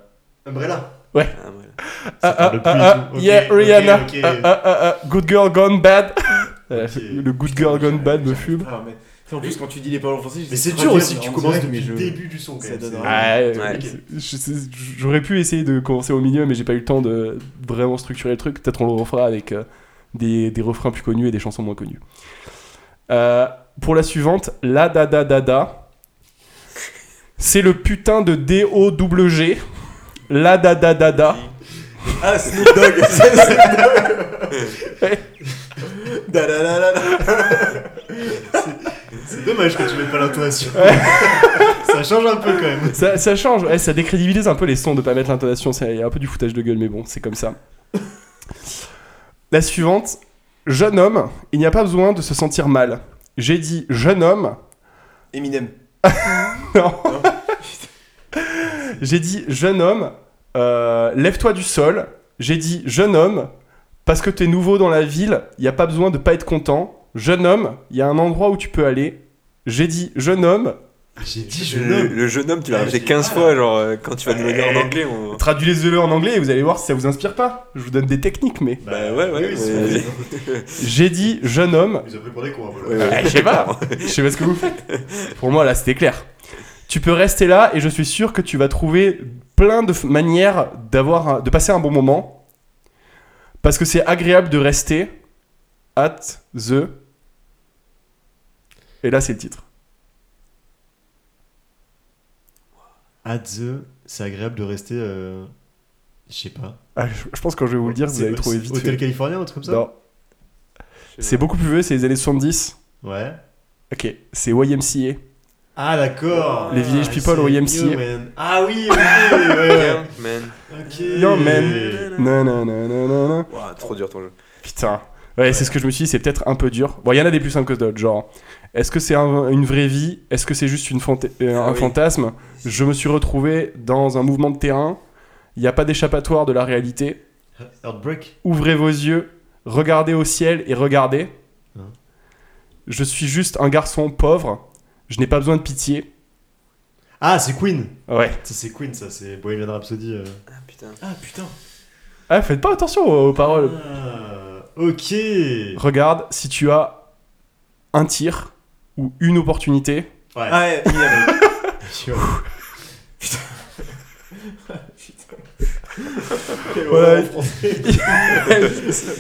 [SPEAKER 2] Umbrella.
[SPEAKER 3] Ah, voilà.
[SPEAKER 2] Ça
[SPEAKER 1] Ah,
[SPEAKER 2] parle
[SPEAKER 1] ah,
[SPEAKER 2] plus
[SPEAKER 1] ah,
[SPEAKER 2] du tout.
[SPEAKER 1] ah,
[SPEAKER 2] Ok,
[SPEAKER 1] yeah,
[SPEAKER 2] ok,
[SPEAKER 1] Rihanna.
[SPEAKER 2] ok.
[SPEAKER 1] Ah, ah, ah, ah, Good girl gone bad. Euh,
[SPEAKER 2] Ok.
[SPEAKER 1] Le good girl gone bad me fume.
[SPEAKER 4] Ah, mais- Putain, En plus, quand tu dis les paroles en français,
[SPEAKER 2] Mais c'est dur aussi, tu commences
[SPEAKER 4] mes
[SPEAKER 2] depuis
[SPEAKER 4] jeux.
[SPEAKER 2] le début du son. quand
[SPEAKER 4] Ça
[SPEAKER 2] même,
[SPEAKER 4] donne
[SPEAKER 2] c'est-
[SPEAKER 4] rien.
[SPEAKER 1] Ah, Ouais,
[SPEAKER 3] Ouais.
[SPEAKER 1] je- je- J'aurais pu essayer de commencer au milieu, mais j'ai pas eu le temps de vraiment structurer le truc. Peut-être on le refera avec euh, des, des refrains plus connus et des chansons moins connues. Euh, pour la suivante, La Da Da Da Da. C'est le putain de D-O-W-G. La Da Da Da Da.
[SPEAKER 4] Ah, Snoop Dogg Da da da da da.
[SPEAKER 2] C'est dommage que tu mettes
[SPEAKER 1] [LAUGHS]
[SPEAKER 2] pas l'intonation. ça change un peu quand même.
[SPEAKER 1] Ça, ça change, ouais, ça décrédibilise un peu les sons de pas mettre l'intonation. c'est- Il y a un peu du foutage de gueule, mais bon, c'est comme ça. La suivante. Jeune homme, il n'y a pas besoin de se sentir mal. J'ai dit jeune homme,
[SPEAKER 4] Eminem.
[SPEAKER 1] Non. J'ai dit jeune homme, euh, lève-toi du sol. J'ai dit jeune homme, parce que t'es nouveau dans la ville, y a pas besoin de pas être content. Jeune homme, y a un endroit où tu peux aller. J'ai dit jeune homme,
[SPEAKER 2] J'ai dit jeune
[SPEAKER 3] Le,
[SPEAKER 2] homme.
[SPEAKER 3] le jeune homme, tu l'as
[SPEAKER 2] Ouais,
[SPEAKER 3] répété
[SPEAKER 2] j'ai-
[SPEAKER 3] 15 fois, genre euh, quand tu vas nous le dire en anglais. On...
[SPEAKER 1] traduisez-le en anglais et vous allez voir si ça vous inspire pas. Je vous donne des techniques, mais.
[SPEAKER 3] Bah ouais, ouais.
[SPEAKER 2] oui,
[SPEAKER 3] mais-
[SPEAKER 2] c'est-
[SPEAKER 1] J'ai dit jeune homme,
[SPEAKER 2] Ils ont pris pour des cons, hein, voilà.
[SPEAKER 3] Ouais, ouais.
[SPEAKER 1] Eh, je sais
[SPEAKER 2] [LAUGHS]
[SPEAKER 1] pas. Je sais pas ce que vous faites. Pour moi, là, c'était clair. Tu peux rester là et je suis sûr que tu vas trouver plein de f- manières d'avoir un- de passer un bon moment. Parce que c'est agréable de rester at the. Et là, c'est le titre.
[SPEAKER 2] At the, c'est agréable de rester. euh, Je sais pas.
[SPEAKER 1] Ah, je, je pense que quand je vais vous le dire, vous
[SPEAKER 2] C'est-
[SPEAKER 1] allez trouver
[SPEAKER 2] c'est
[SPEAKER 1] vite.
[SPEAKER 2] Hôtel
[SPEAKER 1] fait.
[SPEAKER 2] californien, un truc comme ça
[SPEAKER 1] Non. C'est beaucoup plus vieux, c'est les années 70.
[SPEAKER 2] Ouais.
[SPEAKER 1] Ok, c'est YMCA.
[SPEAKER 2] Ah d'accord.
[SPEAKER 1] Les Village
[SPEAKER 2] Ah,
[SPEAKER 1] People
[SPEAKER 2] c'est
[SPEAKER 1] au YMCA.
[SPEAKER 2] New Man. Ah oui, ok,
[SPEAKER 1] [LAUGHS]
[SPEAKER 2] ouais, ouais.
[SPEAKER 3] Bien, man.
[SPEAKER 2] Ok.
[SPEAKER 1] Yo, man. Non, non, non, non, non, non.
[SPEAKER 3] Ouah, trop dur ton jeu.
[SPEAKER 1] Putain. Ouais, c'est
[SPEAKER 2] Ouais.
[SPEAKER 1] ce que je me suis dit, c'est peut-être un peu dur. Bon, il y en a des plus simples que d'autres, genre, est-ce que c'est un- une vraie vie Est-ce que c'est juste une fanta- euh,
[SPEAKER 3] Ah
[SPEAKER 1] un
[SPEAKER 3] oui.
[SPEAKER 1] fantasme Je me suis retrouvé dans un mouvement de terrain, il n'y a pas d'échappatoire de la réalité.
[SPEAKER 2] Heartbreak.
[SPEAKER 1] Ouvrez vos yeux, regardez au ciel et regardez.
[SPEAKER 2] Hein.
[SPEAKER 1] Je suis juste un garçon pauvre, je n'ai pas besoin de pitié.
[SPEAKER 2] Ah c'est Queen.
[SPEAKER 1] Ouais.
[SPEAKER 2] Ça, C'est Queen ça, c'est Bohemian Rhapsody. euh.
[SPEAKER 3] Ah putain.
[SPEAKER 4] Ah putain.
[SPEAKER 1] Ah, faites pas attention aux, aux paroles.
[SPEAKER 2] Ah, ok.
[SPEAKER 1] Regarde, si tu as un tir ou une
[SPEAKER 2] [LAUGHS]
[SPEAKER 1] opportunité,
[SPEAKER 2] Ouais.
[SPEAKER 4] Ah ouais, Eminem.
[SPEAKER 1] [LAUGHS]
[SPEAKER 2] Yo. Quel
[SPEAKER 1] Voilà.
[SPEAKER 2] horreur en français.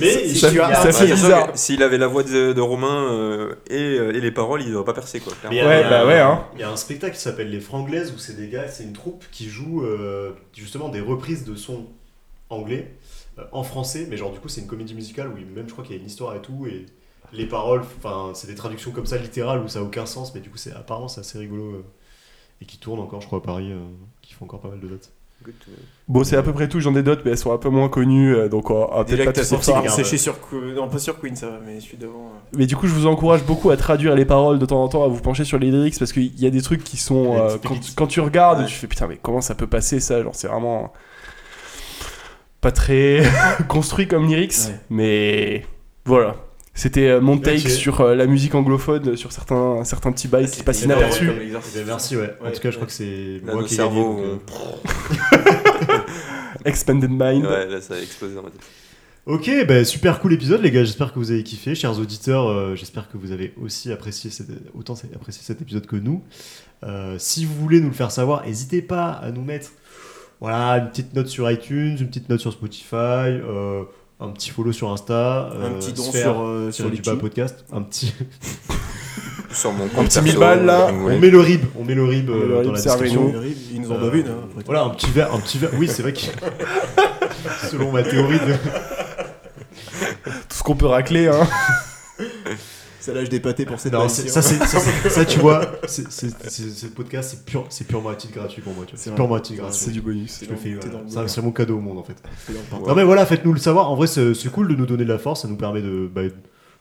[SPEAKER 2] Mais
[SPEAKER 1] Ça-
[SPEAKER 2] tu as
[SPEAKER 1] ça
[SPEAKER 2] un
[SPEAKER 1] fait
[SPEAKER 2] tir.
[SPEAKER 1] bizarre.
[SPEAKER 3] sûr Bah, que S'il avait la voix de, de Romain euh, et, euh, et les paroles, il n'aurait pas percé quoi. clairement.
[SPEAKER 2] Mais,
[SPEAKER 1] Ouais,
[SPEAKER 2] euh,
[SPEAKER 1] bah ouais, hein.
[SPEAKER 2] Il y a un spectacle qui s'appelle Les Franglaises où c'est des gars, c'est une troupe qui joue euh, justement des reprises de sons anglais euh, en français, mais genre du coup c'est une comédie musicale où il- même je crois qu'il y a une histoire et tout et les paroles, enfin c'est des traductions comme ça littérales où ça a aucun sens, mais du coup c'est apparemment c'est assez rigolo euh, et qui tourne encore je crois à Paris, euh, qui font encore pas mal de dates.
[SPEAKER 3] Good
[SPEAKER 4] euh,
[SPEAKER 3] to know.
[SPEAKER 1] Bon, c'est à peu près tout, j'en ai d'autres, mais elles sont un peu moins connues, euh, donc on va
[SPEAKER 4] Déjà
[SPEAKER 1] peut-être
[SPEAKER 4] que
[SPEAKER 1] pas tous
[SPEAKER 4] t'as
[SPEAKER 1] les
[SPEAKER 4] sorti
[SPEAKER 1] faire.
[SPEAKER 2] regarde.
[SPEAKER 4] séché sur Queen. Non, pas sur Queen, ça va, mais celui d'avant. euh.
[SPEAKER 1] Mais du coup, je vous encourage beaucoup à traduire les paroles de temps en temps, à vous pencher sur les lyrics, parce qu'il y a des trucs qui sont...
[SPEAKER 2] Des
[SPEAKER 1] euh,
[SPEAKER 2] petites
[SPEAKER 1] quand,
[SPEAKER 2] pépites.
[SPEAKER 1] quand tu regardes,
[SPEAKER 3] Ouais.
[SPEAKER 1] tu fais putain, mais comment ça peut passer ça Genre, c'est vraiment... Pas très [LAUGHS] construit comme lyrics,
[SPEAKER 4] Ouais.
[SPEAKER 1] mais voilà. C'était euh, mon take
[SPEAKER 2] Ok.
[SPEAKER 1] sur euh, la musique anglophone, sur certains, certains petits bails qui passent
[SPEAKER 4] C'était énorme,
[SPEAKER 1] inaperçus.
[SPEAKER 4] comme exercice.
[SPEAKER 2] Eh bien, merci ouais. En
[SPEAKER 4] Ouais,
[SPEAKER 2] tout cas je
[SPEAKER 4] ouais.
[SPEAKER 2] crois que c'est
[SPEAKER 3] Là,
[SPEAKER 2] moi
[SPEAKER 3] nos
[SPEAKER 2] qui ai gagné.
[SPEAKER 3] cerveaux,
[SPEAKER 2] donc, euh,
[SPEAKER 1] Expanded Mind.
[SPEAKER 3] Ouais, là ça a explosé dans ma tête.
[SPEAKER 2] Ok, bah, super cool épisode les gars, j'espère que vous avez kiffé. Chers auditeurs, euh, j'espère que vous avez aussi apprécié, cet- autant apprécié cet épisode que nous. Euh, si vous voulez nous le faire savoir, n'hésitez pas à nous mettre voilà, une petite note sur iTunes, une petite note sur Spotify, euh, un petit follow sur Insta,
[SPEAKER 4] Un petit don sur,
[SPEAKER 2] sur,
[SPEAKER 4] euh, sur
[SPEAKER 2] du
[SPEAKER 4] Litchi.
[SPEAKER 2] bas podcast, un petit... [LAUGHS]
[SPEAKER 3] Sur mon compte.
[SPEAKER 1] petit
[SPEAKER 3] perso,
[SPEAKER 1] mille balles, là.
[SPEAKER 3] comme vous
[SPEAKER 2] on
[SPEAKER 3] voulez.
[SPEAKER 2] met le rib, on met le rib,
[SPEAKER 1] met
[SPEAKER 2] euh,
[SPEAKER 1] le
[SPEAKER 2] dans
[SPEAKER 1] rib,
[SPEAKER 2] la
[SPEAKER 1] servez-nous.
[SPEAKER 2] description.
[SPEAKER 4] Rive, Ils nous en
[SPEAKER 2] Euh,
[SPEAKER 4] doivent une. hein, après tout.
[SPEAKER 2] Voilà, un petit verre, un petit verre. Oui, c'est vrai que... [LAUGHS] Selon ma théorie de...
[SPEAKER 1] Tout ce qu'on peut racler, hein.
[SPEAKER 4] Ça lâche des pâtés pour cette
[SPEAKER 2] Non,
[SPEAKER 4] belle
[SPEAKER 2] c'est-
[SPEAKER 4] science.
[SPEAKER 2] ça, c'est- ça, c'est- ça, tu vois,
[SPEAKER 4] [LAUGHS]
[SPEAKER 2] c'est- c'est- c'est- ce podcast, c'est pure- c'est purement à titre gratuit pour moi. tu vois.
[SPEAKER 4] C'est
[SPEAKER 2] C'est
[SPEAKER 4] vrai.
[SPEAKER 2] purement à titre gratuit.
[SPEAKER 1] c'est du bonus.
[SPEAKER 2] Je le fais,
[SPEAKER 4] T'es
[SPEAKER 2] voilà.
[SPEAKER 4] dans le
[SPEAKER 2] Ça,
[SPEAKER 4] bonheur.
[SPEAKER 2] C'est mon cadeau au monde en fait.
[SPEAKER 4] C'est dans le pain.
[SPEAKER 2] Non mais voilà, faites-nous le savoir. En vrai, c'est c'est cool de nous donner de la force. Ça nous permet de, bah,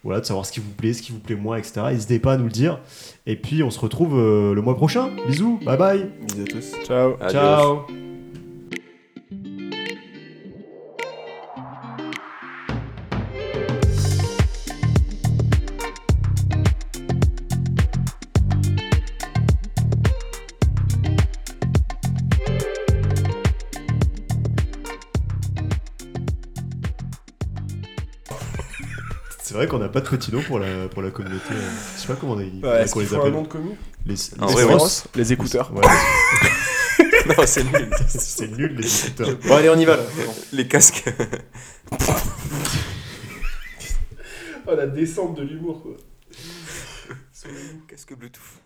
[SPEAKER 2] voilà, de savoir ce qui vous plaît, ce qui vous plaît moins, etc. N'hésitez pas à nous le dire. Et puis, on se retrouve euh, le mois prochain. Bisous, bye bye.
[SPEAKER 4] Bisous à tous.
[SPEAKER 1] Ciao.
[SPEAKER 3] Adios.
[SPEAKER 2] Ciao. C'est vrai qu'on n'a pas de petit nom pour la, pour la communauté. euh, Je sais pas comment on, a-
[SPEAKER 1] Ouais,
[SPEAKER 2] qu'on
[SPEAKER 1] Est-ce qu'il
[SPEAKER 2] les
[SPEAKER 1] faut un
[SPEAKER 2] appelle.
[SPEAKER 1] nom de commun
[SPEAKER 2] Les,
[SPEAKER 3] Un
[SPEAKER 2] les-
[SPEAKER 3] vrai
[SPEAKER 2] les-
[SPEAKER 3] Ross.
[SPEAKER 1] Les écouteurs.
[SPEAKER 2] Ouais, [LAUGHS]
[SPEAKER 3] [LAUGHS] non, c'est nul.
[SPEAKER 2] c'est nul les écouteurs.
[SPEAKER 4] Bon, allez, on y va là.
[SPEAKER 3] Les casques.
[SPEAKER 1] Oh, la descente de l'humour, quoi.
[SPEAKER 3] Casque Bluetooth.